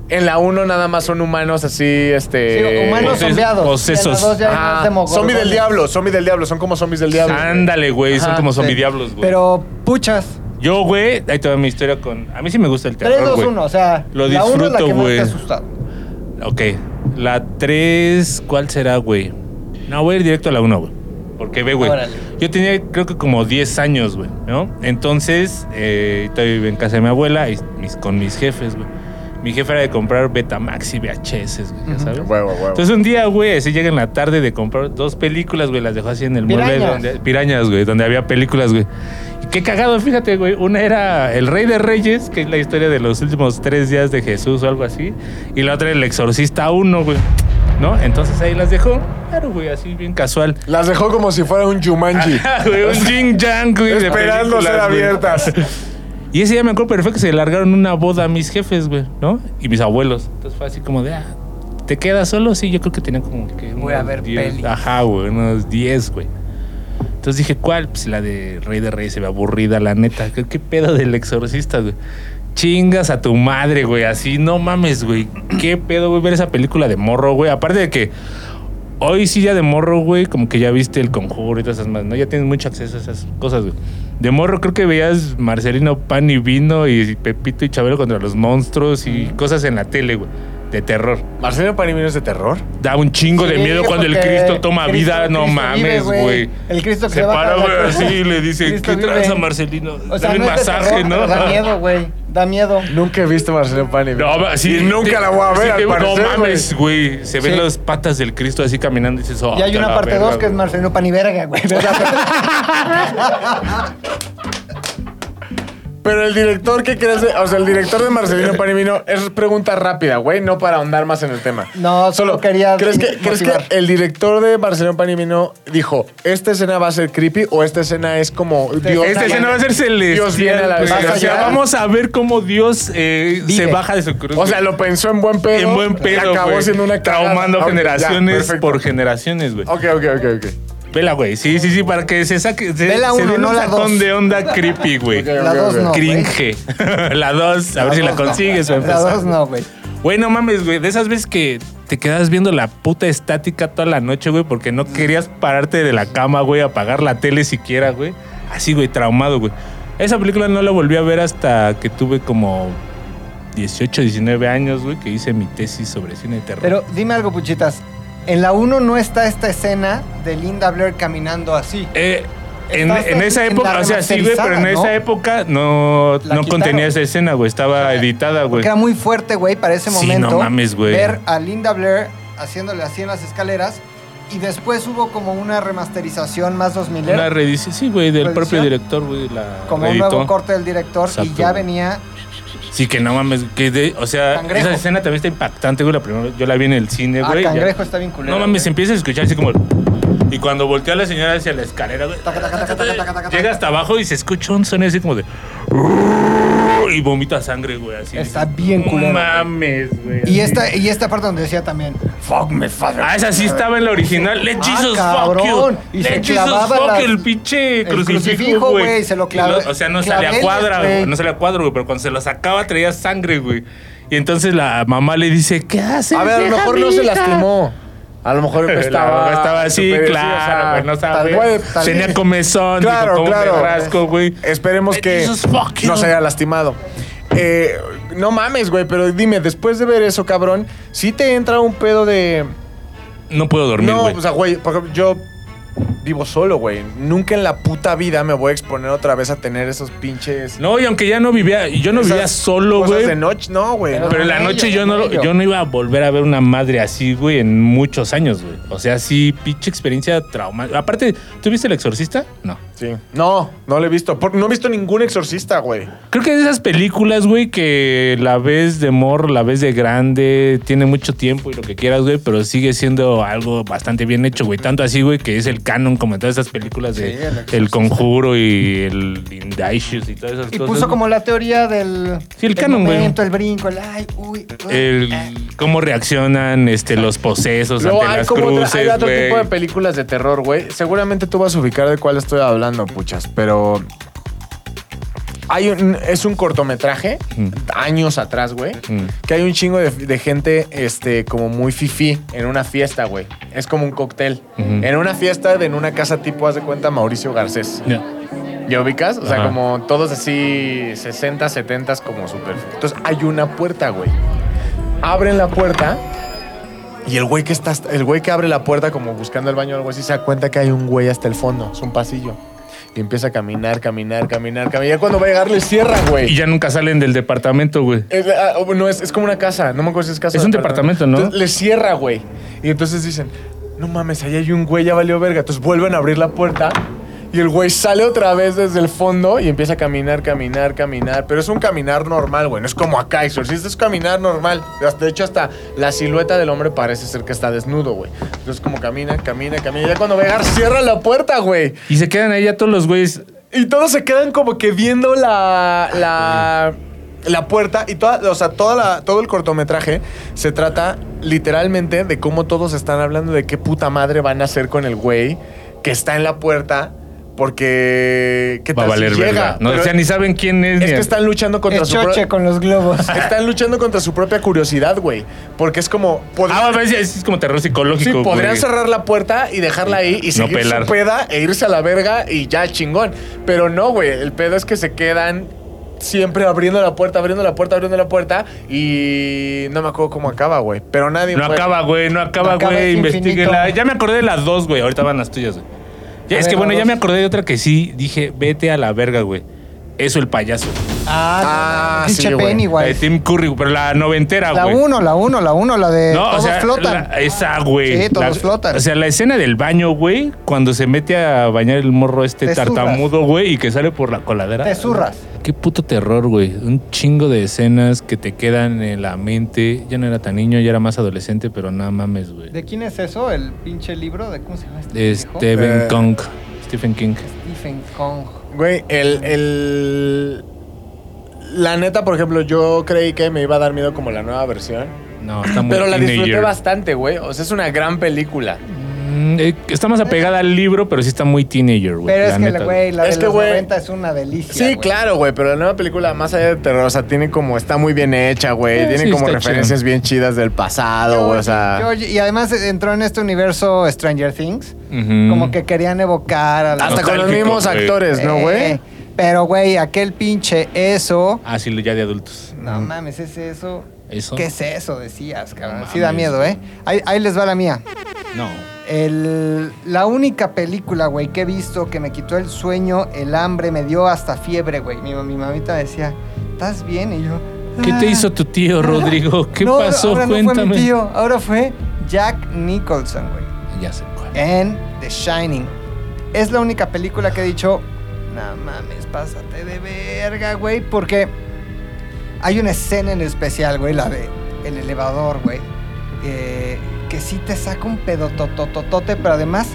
[SPEAKER 1] En la 1 nada más son humanos así, este...
[SPEAKER 2] Sí, humanos
[SPEAKER 4] Poses-
[SPEAKER 2] zombiados.
[SPEAKER 4] posesos.
[SPEAKER 2] En las dos ya hay
[SPEAKER 1] Ah,
[SPEAKER 2] más demogorgones.
[SPEAKER 1] zombie del diablo, zombie del diablo. Son como zombies del diablo.
[SPEAKER 4] Ándale, güey. Son
[SPEAKER 1] Ajá,
[SPEAKER 4] como
[SPEAKER 2] Sí.
[SPEAKER 4] zombidiablos, güey.
[SPEAKER 2] Pero puchas.
[SPEAKER 4] Yo, güey, ahí te va mi historia con. A mí sí me gusta el
[SPEAKER 2] 3,
[SPEAKER 4] terror,
[SPEAKER 2] 2,
[SPEAKER 4] güey.
[SPEAKER 2] 1. O sea,
[SPEAKER 4] Lo
[SPEAKER 2] la uno es la
[SPEAKER 4] disfruto,
[SPEAKER 2] que más
[SPEAKER 4] güey.
[SPEAKER 2] te asusta.
[SPEAKER 4] Ok. La 3, ¿cuál será, güey? No, voy a ir directo a la 1, güey. Porque ve, güey.
[SPEAKER 2] Órale.
[SPEAKER 4] Yo tenía, creo que como 10 años, güey, ¿no? Entonces, eh, todavía vivo en casa de mi abuela y mis- con mis jefes, güey. Mi jefe era de comprar Betamax y VHS, güey, ya sabes.
[SPEAKER 1] Huevo, huevo.
[SPEAKER 4] Entonces un día, güey, así llega en la tarde de comprar dos películas, güey, las dejó así en el mueble
[SPEAKER 2] Pirañas.
[SPEAKER 4] donde pirañas, güey, donde había películas, güey. Y qué cagado, fíjate, güey. Una era El Rey de Reyes, que es la historia de los últimos tres días de Jesús o algo así. Y la otra El Exorcista 1, güey. ¿No? Entonces ahí las dejó. Claro, güey, así bien casual.
[SPEAKER 1] Las dejó como si fuera un Jumanji.
[SPEAKER 4] Ajá, güey, un jing jang, güey. de
[SPEAKER 1] esperando ser
[SPEAKER 4] películas, güey.
[SPEAKER 1] abiertas.
[SPEAKER 4] Y ese día me acuerdo perfecto que se largaron una boda a mis jefes, güey, ¿no? Y mis abuelos. Entonces fue así como de, ah, ¿te quedas solo? Sí, yo creo que tenía como que.
[SPEAKER 3] Voy a
[SPEAKER 4] unos
[SPEAKER 3] ver
[SPEAKER 4] 10,
[SPEAKER 3] pelis.
[SPEAKER 4] Ajá, güey, unos 10, güey. Entonces dije, ¿cuál? Pues la de Rey de Reyes se ve aburrida, la neta. ¿Qué, qué pedo del exorcista, güey? Chingas a tu madre, güey. Así, no mames, güey. ¿Qué pedo, güey, ver esa película de morro, güey? Aparte de que hoy sí ya de morro, güey, como que ya viste el conjuro y todas esas más, ¿no? Ya tienes mucho acceso a esas cosas, güey. De morro creo que veías Marcelino Pan y Vino y Pepito y Chabelo contra los monstruos y cosas en la tele, güey. De terror.
[SPEAKER 1] ¿Marcelo Panimino es de terror?
[SPEAKER 4] Da un chingo de
[SPEAKER 2] Sí,
[SPEAKER 4] miedo cuando el
[SPEAKER 2] porque
[SPEAKER 4] Cristo toma
[SPEAKER 2] Cristo-
[SPEAKER 4] vida, no
[SPEAKER 2] Cristo vive,
[SPEAKER 4] mames,
[SPEAKER 2] güey.
[SPEAKER 4] güey.
[SPEAKER 2] El Cristo que
[SPEAKER 4] se
[SPEAKER 2] se baja
[SPEAKER 4] para,
[SPEAKER 2] de la
[SPEAKER 4] güey,
[SPEAKER 2] cruz.
[SPEAKER 4] así y le dice,
[SPEAKER 2] Cristo
[SPEAKER 4] ¿qué
[SPEAKER 2] vive".
[SPEAKER 4] tranza, Marcelino?
[SPEAKER 2] O sea,
[SPEAKER 4] Dame
[SPEAKER 2] no
[SPEAKER 4] un
[SPEAKER 2] es de
[SPEAKER 4] masaje,
[SPEAKER 2] terror,
[SPEAKER 4] ¿no? Ah.
[SPEAKER 2] pero Da miedo, güey. Da miedo.
[SPEAKER 1] Nunca he visto Marcelo Panimino.
[SPEAKER 4] No, va- sí,
[SPEAKER 1] Y nunca
[SPEAKER 4] te-
[SPEAKER 1] la voy a ver,
[SPEAKER 4] sí,
[SPEAKER 1] al
[SPEAKER 4] te-
[SPEAKER 1] parecer,
[SPEAKER 4] No mames, güey. Se ven
[SPEAKER 2] Sí.
[SPEAKER 4] las patas del Cristo así caminando y dices, oh,
[SPEAKER 2] Y hay
[SPEAKER 4] que
[SPEAKER 2] una
[SPEAKER 4] la
[SPEAKER 2] parte
[SPEAKER 4] verga,
[SPEAKER 2] 2 que es
[SPEAKER 4] güey.
[SPEAKER 2] Marcelino Paniverga, güey.
[SPEAKER 1] Pero el director, ¿qué crees? de- O sea, el director de Marcelino Panimino es pregunta rápida, güey, no para ahondar más en el tema.
[SPEAKER 2] No, solo quería
[SPEAKER 1] ¿crees que, ¿Crees que
[SPEAKER 2] motivar.
[SPEAKER 1] el director de Marcelino Panimino dijo, esta escena va a ser creepy o esta escena es como Dios?
[SPEAKER 4] Esta escena Este va a ser celestial.
[SPEAKER 1] Dios
[SPEAKER 4] pues,
[SPEAKER 1] viene a la
[SPEAKER 4] güey.
[SPEAKER 1] vez.
[SPEAKER 4] O sea,
[SPEAKER 2] Vas allá.
[SPEAKER 4] vamos a ver cómo Dios eh, se
[SPEAKER 2] Vive.
[SPEAKER 4] baja de su cruz.
[SPEAKER 1] O sea,
[SPEAKER 4] güey.
[SPEAKER 1] lo pensó en buen pedo.
[SPEAKER 4] en buen
[SPEAKER 1] y
[SPEAKER 4] pedo,
[SPEAKER 1] Acabó
[SPEAKER 4] güey.
[SPEAKER 1] siendo una cagada.
[SPEAKER 4] Traumando
[SPEAKER 1] Ok, ya,
[SPEAKER 4] generaciones
[SPEAKER 1] perfecto.
[SPEAKER 4] por generaciones, güey.
[SPEAKER 1] Ok, ok, ok, ok.
[SPEAKER 4] Vela, güey. Sí, sí, sí, para que se saque. Se,
[SPEAKER 2] Vela
[SPEAKER 4] se
[SPEAKER 2] uno,
[SPEAKER 4] dé un
[SPEAKER 2] no la
[SPEAKER 4] sacón
[SPEAKER 2] dos.
[SPEAKER 4] de onda creepy, güey.
[SPEAKER 1] Ok,
[SPEAKER 2] La
[SPEAKER 1] ok,
[SPEAKER 2] 2
[SPEAKER 1] ok.
[SPEAKER 2] no. güey.
[SPEAKER 4] Cringe. la dos, a ver si la
[SPEAKER 2] dos no.
[SPEAKER 4] consigues. pues. para
[SPEAKER 2] La
[SPEAKER 4] empezar.
[SPEAKER 2] 2 no, güey.
[SPEAKER 4] Güey, no mames, güey. De esas veces que te quedas viendo la puta estática toda la noche, güey, porque no querías pararte de la cama, güey, apagar la tele siquiera, güey. Así, güey, traumado, güey. Esa película no la volví a ver hasta que tuve como 18, 19 años, güey, que hice mi tesis sobre cine de terror.
[SPEAKER 2] Pero dime algo, puchitas. En la 1 no está esta escena de Linda Blair caminando así.
[SPEAKER 4] Eh, en,
[SPEAKER 2] Estás
[SPEAKER 4] en esa
[SPEAKER 2] en
[SPEAKER 4] época,
[SPEAKER 2] la
[SPEAKER 4] o sea, sí, güey, pero en
[SPEAKER 2] remasterizada,
[SPEAKER 4] esa
[SPEAKER 2] ¿no?
[SPEAKER 4] época no,
[SPEAKER 2] La
[SPEAKER 4] no
[SPEAKER 2] quitaron.
[SPEAKER 4] contenía esa escena, güey. Estaba editada, güey.
[SPEAKER 2] Porque era muy fuerte, güey, para ese
[SPEAKER 4] Sí,
[SPEAKER 2] momento.
[SPEAKER 4] no mames, güey.
[SPEAKER 2] Ver a Linda Blair haciéndole así en las escaleras. Y después hubo como una remasterización más 2000
[SPEAKER 4] Una reedición, sí, güey, del propio
[SPEAKER 2] ¿Reedición?
[SPEAKER 4] director, güey. la
[SPEAKER 2] Como un
[SPEAKER 4] reeditó.
[SPEAKER 2] nuevo corte del director.
[SPEAKER 4] Exacto,
[SPEAKER 2] Y ya
[SPEAKER 4] güey.
[SPEAKER 2] venía.
[SPEAKER 4] Sí, que no mames, que de- o sea,
[SPEAKER 2] Cangrejo.
[SPEAKER 4] esa escena también está impactante, güey, la primera, yo la vi en el cine,
[SPEAKER 2] Ah,
[SPEAKER 4] Eh, güey. ya-
[SPEAKER 2] cangrejo está bien culero.
[SPEAKER 4] No mames,
[SPEAKER 2] güey.
[SPEAKER 4] empieza a escuchar así como y cuando voltea la señora hacia la escalera, güey,
[SPEAKER 2] Taca, taca, taca, taca, taca, taca, taca.
[SPEAKER 4] llega hasta abajo y se escucha un sonido así como de y vomita sangre, güey, así.
[SPEAKER 2] Está bien culero,
[SPEAKER 4] No mames, güey.
[SPEAKER 2] Y
[SPEAKER 4] así.
[SPEAKER 2] esta, y esta parte donde decía también. Fuck me, father.
[SPEAKER 4] Ah, esa sí estaba en la original. Let
[SPEAKER 2] Ah,
[SPEAKER 4] Jesus fuck
[SPEAKER 2] cabrón.
[SPEAKER 4] you.
[SPEAKER 2] Y se
[SPEAKER 4] Let Jesus
[SPEAKER 2] clavaba
[SPEAKER 4] fuck
[SPEAKER 2] la-
[SPEAKER 4] el pinche
[SPEAKER 2] el
[SPEAKER 4] crucifijo,
[SPEAKER 2] crucifijo,
[SPEAKER 4] güey.
[SPEAKER 2] güey, se lo
[SPEAKER 4] Y
[SPEAKER 2] clava-
[SPEAKER 4] O sea, no salía
[SPEAKER 2] claveles,
[SPEAKER 4] cuadra,
[SPEAKER 2] güey.
[SPEAKER 4] güey. No salía cuadro, güey. Pero cuando se lo sacaba traía sangre, güey. Y entonces la mamá le dice, ¿qué haces?
[SPEAKER 1] A ver, a lo
[SPEAKER 4] vieja
[SPEAKER 1] mejor no se
[SPEAKER 4] mija?"
[SPEAKER 1] lastimó. A lo mejor
[SPEAKER 4] La
[SPEAKER 1] estaba...
[SPEAKER 4] mamá estaba así,
[SPEAKER 1] súper- sí, o
[SPEAKER 4] claro,
[SPEAKER 1] sea,
[SPEAKER 4] güey. No
[SPEAKER 1] tal
[SPEAKER 4] sabía.
[SPEAKER 1] cual, tal-
[SPEAKER 4] Tenía comezón,
[SPEAKER 1] Claro,
[SPEAKER 4] dijo, "Cómo me
[SPEAKER 1] claro.
[SPEAKER 4] rasco, güey.
[SPEAKER 1] Esperemos
[SPEAKER 4] Let
[SPEAKER 1] que
[SPEAKER 4] Jesus fuck you.
[SPEAKER 1] no se haya lastimado. Eh, no mames, güey, pero dime, después de ver eso, cabrón, si te entra un pedo de.
[SPEAKER 4] No puedo dormir,
[SPEAKER 1] No,
[SPEAKER 4] güey.
[SPEAKER 1] o sea, güey, por ejemplo, yo vivo solo, güey. Nunca en la puta vida me voy a exponer otra vez a tener esos pinches.
[SPEAKER 4] No, y aunque ya no vivía, y yo no
[SPEAKER 1] esas
[SPEAKER 4] vivía solo,
[SPEAKER 1] cosas
[SPEAKER 4] güey.
[SPEAKER 1] de noche, no, güey. no.
[SPEAKER 4] Pero en la
[SPEAKER 2] Con
[SPEAKER 4] noche
[SPEAKER 2] ello,
[SPEAKER 4] yo no,
[SPEAKER 2] con
[SPEAKER 4] lo-
[SPEAKER 2] ello.
[SPEAKER 4] yo no iba a volver a ver una madre así, güey, en muchos años, güey. O sea, sí, pinche experiencia traumática. Aparte, ¿tú viste El Exorcista? No.
[SPEAKER 1] Sí. No, no lo he visto. Por- no he visto ningún exorcista, güey.
[SPEAKER 4] Creo que de esas películas, güey, que la ves de morro, la ves de grande, tiene mucho tiempo y lo que quieras, güey, pero sigue siendo algo bastante bien hecho, güey. Tanto así, güey, que es el canon como en todas esas películas de
[SPEAKER 2] Sí, El Exorcista.
[SPEAKER 4] El Conjuro y el Indicious y todas esas
[SPEAKER 2] Y
[SPEAKER 4] cosas.
[SPEAKER 2] puso
[SPEAKER 4] güey.
[SPEAKER 2] como la teoría del.
[SPEAKER 4] Sí, el
[SPEAKER 2] del
[SPEAKER 4] canon, güey.
[SPEAKER 2] momento, El brinco, el ay, uy. uy,
[SPEAKER 4] El-
[SPEAKER 2] ah.
[SPEAKER 4] cómo reaccionan este, los posesos
[SPEAKER 1] Luego
[SPEAKER 4] ante
[SPEAKER 1] hay
[SPEAKER 4] las
[SPEAKER 1] como otra- hay
[SPEAKER 4] cruces,
[SPEAKER 1] otro
[SPEAKER 4] güey.
[SPEAKER 1] tipo de películas de terror, güey. Seguramente tú vas a ubicar de cuál estoy hablando, puchas, pero hay un- es un cortometraje
[SPEAKER 4] Mm.
[SPEAKER 1] años atrás, güey,
[SPEAKER 4] Mm.
[SPEAKER 1] que hay un chingo de, de gente este como muy fifí en una fiesta, güey. Es como un cóctel.
[SPEAKER 4] Ujú.
[SPEAKER 1] En una fiesta de en una casa tipo haz de cuenta Mauricio Garcés.
[SPEAKER 4] Ya.
[SPEAKER 1] ¿Ya ubicas? O sea,
[SPEAKER 4] Ajá.
[SPEAKER 1] como todos así 60, 70 como súper. Entonces hay una puerta, güey. Abren la puerta y el güey que está hasta- el güey que abre la puerta como buscando el baño o algo así se da cuenta que hay un güey hasta el fondo, es un pasillo. Y empieza a caminar, caminar, caminar, caminar. Ya cuando va a llegar le cierra,
[SPEAKER 4] Y
[SPEAKER 1] güey.
[SPEAKER 4] ya nunca salen del departamento, güey.
[SPEAKER 1] Es, ah, no, es, es como una casa, no me acuerdo si es casa.
[SPEAKER 4] Es
[SPEAKER 1] o
[SPEAKER 4] un departamento, ¿no?
[SPEAKER 1] Entonces, le cierra, güey. Y entonces dicen, no mames, ahí hay un güey, ya valió verga. Entonces vuelven a abrir la puerta y el güey sale otra vez desde el fondo y empieza a caminar, caminar, caminar. Pero es un caminar normal, güey. No es como acá, exorcista, es caminar normal. Hasta- De hecho, hasta la silueta del hombre parece ser que está desnudo, güey. Entonces como camina, camina, camina. Ya cuando va a llegar, cierra la puerta, güey.
[SPEAKER 4] Y se quedan ahí ya todos los güeyes.
[SPEAKER 1] Y todos se quedan como que viendo la. la. la puerta. Y toda, o sea, toda la- todo el cortometraje se trata literalmente de cómo todos están hablando de qué puta madre van a hacer con el güey que está en la puerta. Porque. ¿Qué
[SPEAKER 4] Va a
[SPEAKER 1] tal si
[SPEAKER 4] valer
[SPEAKER 1] llega?
[SPEAKER 4] verga. No,
[SPEAKER 1] Pero
[SPEAKER 4] o sea, ni saben quién es.
[SPEAKER 1] es
[SPEAKER 4] ni-
[SPEAKER 1] que están luchando contra
[SPEAKER 2] Es
[SPEAKER 1] su pro-
[SPEAKER 2] choche con los globos.
[SPEAKER 1] Están luchando contra su propia curiosidad, güey. Porque es como. podría-
[SPEAKER 4] Ah, a ver, es, es como terror
[SPEAKER 1] Sí,
[SPEAKER 4] psicológico.
[SPEAKER 1] podrían
[SPEAKER 4] güey.
[SPEAKER 1] cerrar la puerta y dejarla ahí y
[SPEAKER 4] No
[SPEAKER 1] seguir
[SPEAKER 4] pelar.
[SPEAKER 1] su peda e irse a la verga y ya chingón. Pero no, güey, el pedo es que se quedan siempre abriendo la puerta, abriendo la puerta, abriendo la puerta y no me acuerdo cómo acaba, güey. Pero nadie
[SPEAKER 4] No
[SPEAKER 1] fue.
[SPEAKER 4] acaba, güey, no acaba,
[SPEAKER 2] No acaba,
[SPEAKER 4] güey.
[SPEAKER 2] es
[SPEAKER 4] Investíguela.
[SPEAKER 2] infinito.
[SPEAKER 4] Ya me acordé de las dos, güey. Ahorita van las tuyas, güey. Ya,
[SPEAKER 2] A
[SPEAKER 4] es
[SPEAKER 2] ver,
[SPEAKER 4] que bueno,
[SPEAKER 2] las
[SPEAKER 4] ya
[SPEAKER 2] dos.
[SPEAKER 4] me acordé de otra que sí. Dije, vete a la verga, güey. Eso el payaso.
[SPEAKER 1] Ah,
[SPEAKER 2] pinche
[SPEAKER 1] sí, güey.
[SPEAKER 4] La de
[SPEAKER 2] Pennywise.
[SPEAKER 4] Tim Curry, güey, pero la noventera,
[SPEAKER 2] La
[SPEAKER 4] Ah, güey.
[SPEAKER 2] uno, la uno, la uno, la de
[SPEAKER 4] No,
[SPEAKER 2] Eh, todos
[SPEAKER 4] o sea,
[SPEAKER 2] flotan.
[SPEAKER 4] la- esa, güey.
[SPEAKER 2] Sí, todos
[SPEAKER 4] La-
[SPEAKER 2] flotan.
[SPEAKER 4] O sea, la escena del baño, güey, cuando se mete a bañar el morro este
[SPEAKER 2] Te zurras.
[SPEAKER 4] tartamudo, güey, y que sale por la coladera.
[SPEAKER 2] Te zurras.
[SPEAKER 4] Qué puto terror, güey. Un chingo de escenas que te quedan en la mente. Ya no era tan niño, ya era más adolescente, pero nada mames, güey.
[SPEAKER 2] ¿De quién es eso? ¿El pinche libro? ¿De cómo se llama este? pendejo?
[SPEAKER 4] Stephen
[SPEAKER 1] Eh.
[SPEAKER 4] Kong. Stephen King.
[SPEAKER 2] Stephen Kong.
[SPEAKER 1] Güey, el, el- La neta, por ejemplo, yo creí que me iba a dar miedo como la nueva versión.
[SPEAKER 4] No, está muy
[SPEAKER 1] Pero la
[SPEAKER 4] teenager.
[SPEAKER 1] disfruté bastante, güey. O sea, es una gran película.
[SPEAKER 4] Mm, eh, Está más apegada al libro, pero sí está muy teenager, güey.
[SPEAKER 2] Pero
[SPEAKER 4] la
[SPEAKER 2] es que,
[SPEAKER 4] neta,
[SPEAKER 2] güey, la
[SPEAKER 1] Es
[SPEAKER 2] de
[SPEAKER 1] que, Este
[SPEAKER 2] los
[SPEAKER 1] güey,
[SPEAKER 2] 90 es una delicia.
[SPEAKER 1] Sí,
[SPEAKER 2] güey.
[SPEAKER 1] claro, güey, pero la nueva película, más allá de terror, o sea, tiene como, está muy bien hecha, güey.
[SPEAKER 4] Eh,
[SPEAKER 1] tiene
[SPEAKER 4] sí,
[SPEAKER 1] como
[SPEAKER 4] está
[SPEAKER 1] referencias
[SPEAKER 4] chido.
[SPEAKER 1] bien chidas del pasado, güey, o sea.
[SPEAKER 2] Yo- y además entró en este universo Stranger Things.
[SPEAKER 4] Ujú.
[SPEAKER 2] Como que querían evocar a la.
[SPEAKER 1] Hasta con los
[SPEAKER 4] nostálgico,
[SPEAKER 1] mismos
[SPEAKER 4] güey.
[SPEAKER 1] actores, ¿no, güey?
[SPEAKER 2] Eh, pero, güey, aquel pinche eso.
[SPEAKER 4] Ah, sí, ya de adultos.
[SPEAKER 2] No mames, es eso.
[SPEAKER 4] Mm. ¿Eso?
[SPEAKER 2] ¿Qué es eso? Decías, cabrón.
[SPEAKER 4] No
[SPEAKER 2] sí da
[SPEAKER 4] mames.
[SPEAKER 2] miedo, ¿eh? Ahí, ahí les va la mía.
[SPEAKER 4] No.
[SPEAKER 2] El- la única película, güey, que he visto que me quitó el sueño, el hambre, me dio hasta fiebre, güey. Mi, mi mamita decía, ¿estás bien? Y yo...
[SPEAKER 4] ¿Qué te
[SPEAKER 2] "Ah".
[SPEAKER 4] hizo tu tío, Rodrigo? ¿Qué
[SPEAKER 2] No,
[SPEAKER 4] pasó?
[SPEAKER 2] Ahora
[SPEAKER 4] Cuéntame.
[SPEAKER 2] no fue mi tío, ahora fue Jack Nicholson, güey.
[SPEAKER 4] Ya sé cuál.
[SPEAKER 2] En The Shining. Es la única película que he dicho, no mames, pásate de verga, güey, porque hay una escena en especial, güey, la de el elevador, güey, eh, que sí te saca un pedo totototote, pero además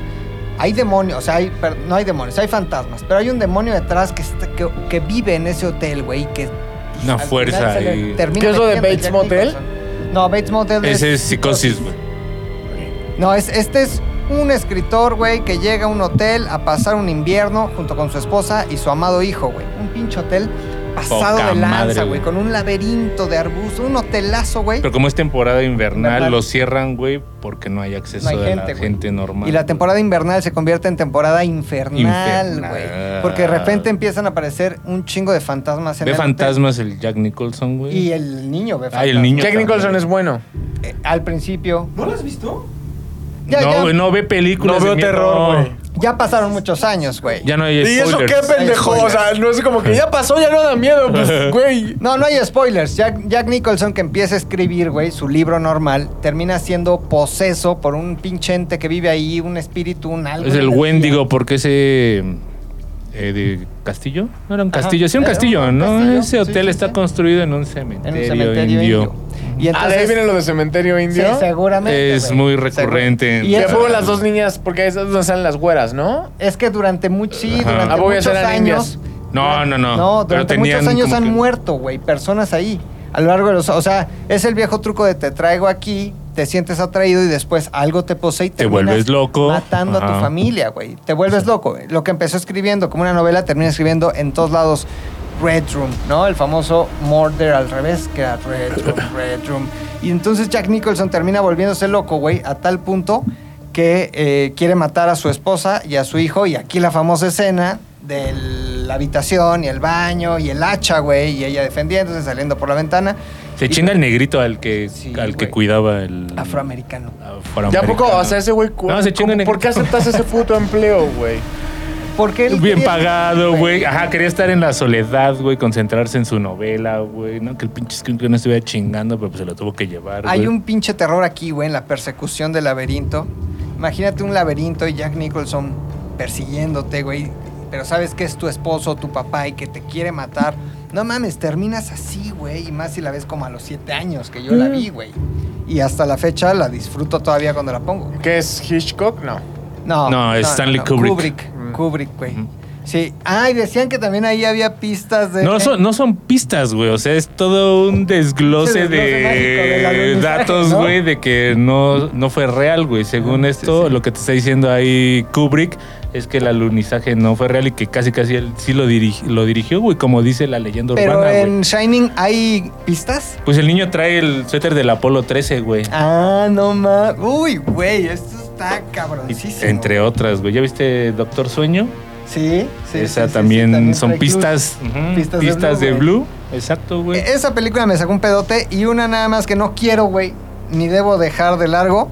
[SPEAKER 2] hay demonios, o sea, hay, per- no hay demonios, hay fantasmas, pero hay un demonio detrás que, está- que, que vive en ese hotel, güey, y que
[SPEAKER 4] Una
[SPEAKER 2] al final
[SPEAKER 4] fuerza
[SPEAKER 2] se le
[SPEAKER 4] ahí.
[SPEAKER 2] termina
[SPEAKER 1] ¿Qué es lo de
[SPEAKER 2] metiendo
[SPEAKER 1] Bates
[SPEAKER 2] Jack
[SPEAKER 1] Motel?
[SPEAKER 2] Nicholson. No, Bates Motel
[SPEAKER 4] Ese es psicosis, güey.
[SPEAKER 2] no, es, este es un escritor, güey, que llega a un hotel a pasar un invierno junto con su esposa y su amado hijo, güey. Un pinche hotel pasado
[SPEAKER 4] Poca
[SPEAKER 2] de lanza,
[SPEAKER 4] madre,
[SPEAKER 2] güey,
[SPEAKER 4] güey.
[SPEAKER 2] con un laberinto de arbustos, un hotelazo, güey.
[SPEAKER 4] Pero como es temporada invernal,
[SPEAKER 2] Invernal.
[SPEAKER 4] lo cierran, güey, porque no hay acceso
[SPEAKER 2] No hay
[SPEAKER 4] de la
[SPEAKER 2] gente, güey.
[SPEAKER 4] gente normal.
[SPEAKER 2] Y la temporada invernal se convierte en temporada infernal,
[SPEAKER 4] Infernal.
[SPEAKER 2] güey. Porque de repente empiezan a aparecer un chingo de fantasmas en
[SPEAKER 4] Ve
[SPEAKER 2] el hotel.
[SPEAKER 4] fantasmas el Jack Nicholson, güey.
[SPEAKER 2] Y el niño ve
[SPEAKER 4] Ah, el niño.
[SPEAKER 1] Jack Nicholson es bueno.
[SPEAKER 2] Eh, al principio.
[SPEAKER 5] ¿No lo has visto?
[SPEAKER 2] Ya,
[SPEAKER 4] no,
[SPEAKER 2] ya.
[SPEAKER 4] güey, no ve películas.
[SPEAKER 1] No
[SPEAKER 4] de
[SPEAKER 1] veo
[SPEAKER 4] miedo.
[SPEAKER 1] terror, güey.
[SPEAKER 2] Ya pasaron muchos años, güey.
[SPEAKER 4] Ya no hay
[SPEAKER 1] ¿Y eso
[SPEAKER 4] spoilers.
[SPEAKER 1] qué, pendejo? O sea, no es como que ya pasó, ya no da miedo, pues, güey.
[SPEAKER 2] No, no hay spoilers. Jack, Jack Nicholson, que empieza a escribir, güey, su libro normal, termina siendo poseso por un pinche ente que vive ahí, un espíritu, un algo.
[SPEAKER 4] Es
[SPEAKER 2] una
[SPEAKER 4] el
[SPEAKER 2] energía.
[SPEAKER 4] Wendigo, porque ese eh, de castillo. No era un
[SPEAKER 2] Ajá,
[SPEAKER 4] castillo, sí, un
[SPEAKER 2] era
[SPEAKER 4] castillo,
[SPEAKER 2] un
[SPEAKER 4] ¿no?
[SPEAKER 2] castillo,
[SPEAKER 4] Ese hotel
[SPEAKER 2] sí, sí,
[SPEAKER 4] está
[SPEAKER 2] sí.
[SPEAKER 4] construido en un cementerio,
[SPEAKER 2] en un cementerio
[SPEAKER 4] indio.
[SPEAKER 2] indio. Y
[SPEAKER 1] Ah, de ahí viene lo de cementerio
[SPEAKER 2] Sí,
[SPEAKER 1] indio.
[SPEAKER 2] seguramente.
[SPEAKER 4] Es
[SPEAKER 2] güey.
[SPEAKER 4] muy recurrente.
[SPEAKER 2] Y
[SPEAKER 1] Y
[SPEAKER 4] en-
[SPEAKER 1] a poco las dos niñas, porque esas donde salen las güeras, ¿no?
[SPEAKER 2] Es que durante, mucho sí,
[SPEAKER 4] Ajá.
[SPEAKER 2] durante
[SPEAKER 1] Ah, voy a
[SPEAKER 2] muchos
[SPEAKER 1] hacer a
[SPEAKER 2] años.
[SPEAKER 1] indias.
[SPEAKER 4] No, no,
[SPEAKER 2] No,
[SPEAKER 4] no. Pero
[SPEAKER 2] durante
[SPEAKER 4] tenían
[SPEAKER 2] muchos años
[SPEAKER 4] como
[SPEAKER 2] han
[SPEAKER 4] que-
[SPEAKER 2] muerto, güey, personas ahí. A lo largo de los. O sea, es el viejo truco de te traigo aquí, te sientes atraído y después algo te posee y
[SPEAKER 4] Te
[SPEAKER 2] terminas
[SPEAKER 4] vuelves loco.
[SPEAKER 2] Matando a tu
[SPEAKER 4] Ajá.
[SPEAKER 2] familia, güey. Te vuelves loco. güey. Lo que empezó escribiendo como una novela termina escribiendo en todos lados Red Room, ¿no? El famoso Murder al revés, que era Red Room, Red Room. Y entonces Jack Nicholson termina volviéndose loco, güey, a tal punto que eh, quiere matar a su esposa y a su hijo. Y aquí la famosa escena de la habitación y el baño y el hacha, güey, y ella defendiéndose, saliendo por la ventana.
[SPEAKER 4] Se
[SPEAKER 2] Y-
[SPEAKER 4] chinga el negrito al que,
[SPEAKER 2] Sí,
[SPEAKER 4] al que
[SPEAKER 2] güey.
[SPEAKER 4] cuidaba el.
[SPEAKER 2] Afroamericano.
[SPEAKER 1] Ya a
[SPEAKER 4] afroamericano.
[SPEAKER 1] poco, o sea, ese güey. cu-
[SPEAKER 4] No, se chingan
[SPEAKER 1] ¿cómo-
[SPEAKER 4] en-
[SPEAKER 1] ¿Por qué aceptas ese puto empleo, güey?
[SPEAKER 2] Porque él
[SPEAKER 4] Bien
[SPEAKER 2] quería-
[SPEAKER 4] pagado, güey. Ajá, quería estar en la soledad, güey, concentrarse en su novela, güey. No, que el pinche Scream que no estuviera chingando, pero pues se lo tuvo que llevar.
[SPEAKER 2] Hay
[SPEAKER 4] güey.
[SPEAKER 2] un pinche terror aquí, güey, en la persecución del laberinto. Imagínate un laberinto y Jack Nicholson persiguiéndote, güey. Pero sabes que es tu esposo, tu papá y que te quiere matar. No mames, terminas así, güey. Y más si la ves como a los siete años que yo
[SPEAKER 4] Mm.
[SPEAKER 2] la vi, güey. Y hasta la fecha la disfruto todavía cuando la pongo. güey.
[SPEAKER 1] ¿Qué es Hitchcock? No.
[SPEAKER 2] No,
[SPEAKER 4] No, es Stanley Kubrick.
[SPEAKER 2] Kubrick,
[SPEAKER 1] Mm.
[SPEAKER 2] Kubrick, güey.
[SPEAKER 4] Mm.
[SPEAKER 2] Sí. Ah, y decían que también ahí había pistas de...
[SPEAKER 4] No son, no son pistas, güey. O sea, es todo un desglose,
[SPEAKER 2] Ese desglose mágico del
[SPEAKER 4] de
[SPEAKER 2] alunizaje,
[SPEAKER 4] datos,
[SPEAKER 2] ¿no?
[SPEAKER 4] güey, de que no, no fue real, güey. Según
[SPEAKER 2] Ajá, sí,
[SPEAKER 4] esto,
[SPEAKER 2] sí.
[SPEAKER 4] lo que te está diciendo ahí Kubrick es que el alunizaje no fue real y que casi, casi él sí lo, dirigi- lo dirigió, güey, como dice la leyenda
[SPEAKER 2] Pero
[SPEAKER 4] urbana,
[SPEAKER 2] en
[SPEAKER 4] güey.
[SPEAKER 2] Shining hay pistas.
[SPEAKER 4] Pues el niño trae el suéter del Apolo 13, güey.
[SPEAKER 2] Ah, no más. Uy, güey, esto está
[SPEAKER 4] Y-
[SPEAKER 2] cabroncísimo.
[SPEAKER 4] entre otras, güey. ¿Ya viste Doctor Sueño?
[SPEAKER 2] Sí, sí.
[SPEAKER 4] Esa
[SPEAKER 2] sí, sí,
[SPEAKER 4] también,
[SPEAKER 2] sí,
[SPEAKER 4] son
[SPEAKER 2] trae
[SPEAKER 4] pistas, ujú,
[SPEAKER 2] Pistas
[SPEAKER 4] pistas,
[SPEAKER 2] de
[SPEAKER 4] de,
[SPEAKER 2] Blue,
[SPEAKER 4] blue, Exacto,
[SPEAKER 2] clues.
[SPEAKER 4] güey.
[SPEAKER 2] E- Esa película me sacó un pedote y una nada más que no quiero, güey, ni debo dejar de largo.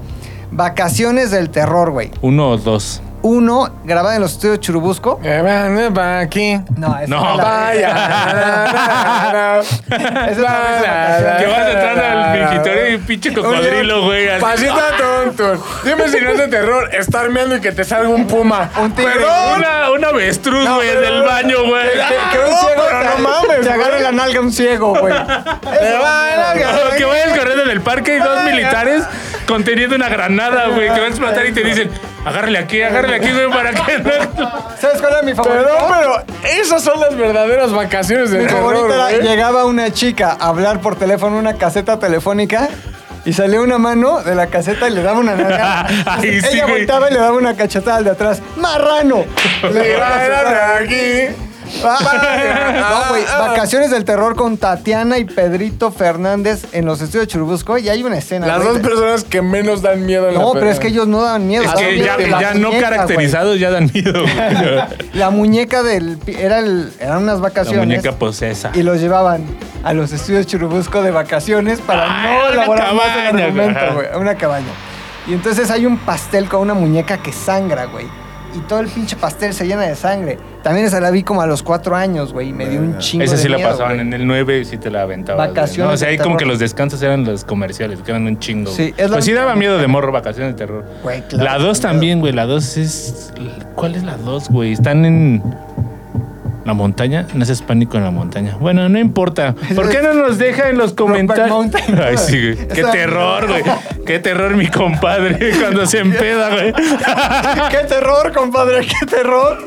[SPEAKER 2] Vacaciones del terror, güey.
[SPEAKER 4] Uno o dos.
[SPEAKER 2] Uno, grabada en los estudios Churubusco.
[SPEAKER 1] Eh, van, van aquí.
[SPEAKER 2] No, esa
[SPEAKER 4] No,
[SPEAKER 2] es la-
[SPEAKER 1] Vaya.
[SPEAKER 2] Esa es la misma canción.
[SPEAKER 4] Que vas entrando al fingitorio y pinche cocodrilo, güey. así.
[SPEAKER 1] Pasito tonto. Dime si no es de terror estar meando y que te salga un puma.
[SPEAKER 2] Un tigre.
[SPEAKER 1] Perdón.
[SPEAKER 4] Una, una avestruz, güey,
[SPEAKER 1] pero-
[SPEAKER 4] del baño, güey.
[SPEAKER 1] que-
[SPEAKER 2] Que un
[SPEAKER 1] No,
[SPEAKER 2] ciego
[SPEAKER 1] pero
[SPEAKER 2] te-
[SPEAKER 1] no mames,
[SPEAKER 2] Te agarre
[SPEAKER 1] güey.
[SPEAKER 2] la nalga un ciego, güey.
[SPEAKER 1] Te va a la
[SPEAKER 4] No,
[SPEAKER 1] verga.
[SPEAKER 4] Que vayas corriendo en el parque y dos militares conteniendo una granada, güey, que van a explotar y te dicen, agárrale aquí, agárrale aquí, güey, para que no...
[SPEAKER 2] ¿Sabes cuál era mi favorito?
[SPEAKER 1] Perdón, pero esas son las verdaderas vacaciones de
[SPEAKER 2] Mi
[SPEAKER 1] terror,
[SPEAKER 2] favorita era,
[SPEAKER 1] güey.
[SPEAKER 2] llegaba una chica a hablar por teléfono una caseta telefónica y salía una mano de la caseta y le daba una nalga.
[SPEAKER 4] Ay,
[SPEAKER 2] Ella
[SPEAKER 4] sí, güey.
[SPEAKER 2] voltaba y le daba una cachetada al de atrás. ¡Marrano! Le
[SPEAKER 1] Le
[SPEAKER 2] daba una cachetada. Ah,
[SPEAKER 1] van aquí.
[SPEAKER 2] No, güey, vacaciones del terror con Tatiana y Pedrito Fernández en los estudios de Churubusco y hay una escena.
[SPEAKER 1] Las
[SPEAKER 2] güey,
[SPEAKER 1] dos
[SPEAKER 2] de-
[SPEAKER 1] personas que menos dan miedo en la
[SPEAKER 2] No, pero
[SPEAKER 1] peda.
[SPEAKER 2] es que ellos no daban miedo.
[SPEAKER 4] Es
[SPEAKER 2] daban
[SPEAKER 4] que
[SPEAKER 2] miedo
[SPEAKER 4] ya,
[SPEAKER 2] de la
[SPEAKER 4] ya no
[SPEAKER 2] muñeca, güey.
[SPEAKER 4] caracterizados ya dan miedo, güey.
[SPEAKER 2] La muñeca del... pi- Era el- eran unas
[SPEAKER 4] La
[SPEAKER 2] vacaciones.
[SPEAKER 4] muñeca posesa.
[SPEAKER 2] y los llevaban a los estudios Churubusco de vacaciones para
[SPEAKER 4] Ah,
[SPEAKER 2] no
[SPEAKER 4] una
[SPEAKER 2] elaborar más en el
[SPEAKER 4] cabaña, güey.
[SPEAKER 2] argumento, güey. a Una cabaña. Y entonces hay un pastel con una muñeca que sangra, güey. Y todo el pinche pastel se llena de sangre. También esa la vi como a los cuatro años, güey. y Me dio un chingo
[SPEAKER 4] Esa
[SPEAKER 2] de
[SPEAKER 4] sí la
[SPEAKER 2] miedo,
[SPEAKER 4] pasaban
[SPEAKER 2] güey.
[SPEAKER 4] en el 9 y sí te la aventaban.
[SPEAKER 2] Vacaciones
[SPEAKER 4] No, o sea,
[SPEAKER 2] de
[SPEAKER 4] ahí como
[SPEAKER 2] terror.
[SPEAKER 4] que los descansos eran los comerciales, que eran un chingo.
[SPEAKER 2] Sí,
[SPEAKER 4] Sí,
[SPEAKER 2] es la
[SPEAKER 4] pues sí
[SPEAKER 2] única
[SPEAKER 4] daba
[SPEAKER 2] que-
[SPEAKER 4] miedo de morro, vacaciones de terror.
[SPEAKER 2] Güey, claro,
[SPEAKER 4] la
[SPEAKER 2] qué
[SPEAKER 4] 2
[SPEAKER 2] miedo.
[SPEAKER 4] también, güey. La 2 es. ¿Cuál es la 2, güey? Están en. La montaña, no haces pánico en la montaña. Bueno, no importa. ¿Por qué no nos deja en los comentarios?
[SPEAKER 2] Mountain.
[SPEAKER 4] Ay, sí, güey. Qué
[SPEAKER 2] Esa-
[SPEAKER 4] terror, güey. Qué terror, mi compadre, cuando se empeda, güey.
[SPEAKER 2] ¡Qué terror, compadre! ¡Qué terror!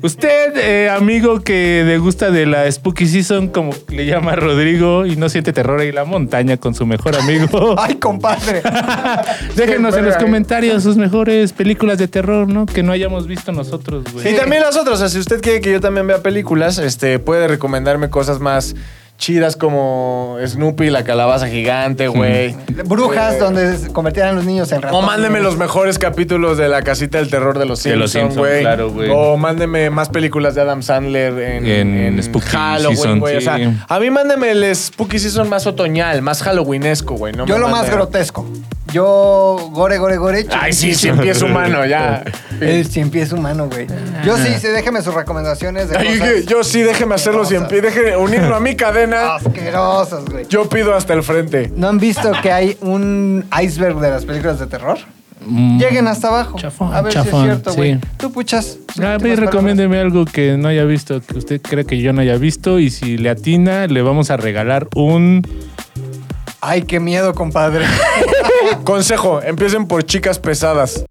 [SPEAKER 4] Usted, eh, amigo que degusta de la Spooky Season, como le llama Rodrigo, y no siente terror en la montaña con su mejor amigo,
[SPEAKER 2] ¡Ay, compadre!
[SPEAKER 4] déjenos en los comentarios sus mejores películas de terror, ¿no? Que no hayamos visto nosotros, güey.
[SPEAKER 1] Y también las otras, o sea, si usted quiere que yo también vea películas, este, puede recomendarme cosas más chidas como Snoopy y la calabaza gigante, güey.
[SPEAKER 2] Brujas donde se convertían a los niños en
[SPEAKER 1] O
[SPEAKER 2] ratones.
[SPEAKER 1] mándeme Pues- los mejores capítulos de la casita del terror de los
[SPEAKER 4] De los
[SPEAKER 1] Simpsons,
[SPEAKER 4] Simpson,
[SPEAKER 1] güey.
[SPEAKER 4] claro, güey.
[SPEAKER 1] O mándeme más películas de Adam Sandler en,
[SPEAKER 4] En Spooky
[SPEAKER 1] Halloween,
[SPEAKER 4] Season,
[SPEAKER 1] güey. O sea,
[SPEAKER 4] sí.
[SPEAKER 1] a mí mándeme el Spooky Season más otoñal, más halloweenesco, güey. No
[SPEAKER 2] Yo
[SPEAKER 1] me
[SPEAKER 2] lo más
[SPEAKER 1] mande-
[SPEAKER 2] grotesco. Yo, gore, gore, gore.
[SPEAKER 1] Ay, sí, sí, pies humano, ya.
[SPEAKER 2] El cien pies humano, güey. Yo sí, sí, déjeme sus recomendaciones de
[SPEAKER 1] Ay,
[SPEAKER 2] cosas
[SPEAKER 1] dije, yo sí, déjeme hacerlo
[SPEAKER 2] asquerosas.
[SPEAKER 1] siempre. Déjeme unirlo a mi
[SPEAKER 2] Ah.
[SPEAKER 1] cadena.
[SPEAKER 2] asquerosas, güey.
[SPEAKER 1] Yo pido hasta el frente.
[SPEAKER 2] ¿No han visto que hay un iceberg de las películas de terror?
[SPEAKER 4] Mm.
[SPEAKER 2] Lleguen hasta abajo.
[SPEAKER 4] Chafón,
[SPEAKER 2] a ver si es
[SPEAKER 4] chafón,
[SPEAKER 2] cierto, güey.
[SPEAKER 4] sí.
[SPEAKER 2] Tú puchas.
[SPEAKER 4] A
[SPEAKER 2] últimas
[SPEAKER 4] ver, Ah, recomiéndeme algo que no haya visto, que usted cree que yo no haya visto. Y si le atina, le vamos a regalar un.
[SPEAKER 2] palabras. Ay, qué miedo, compadre.
[SPEAKER 1] Consejo, empiecen por chicas pesadas.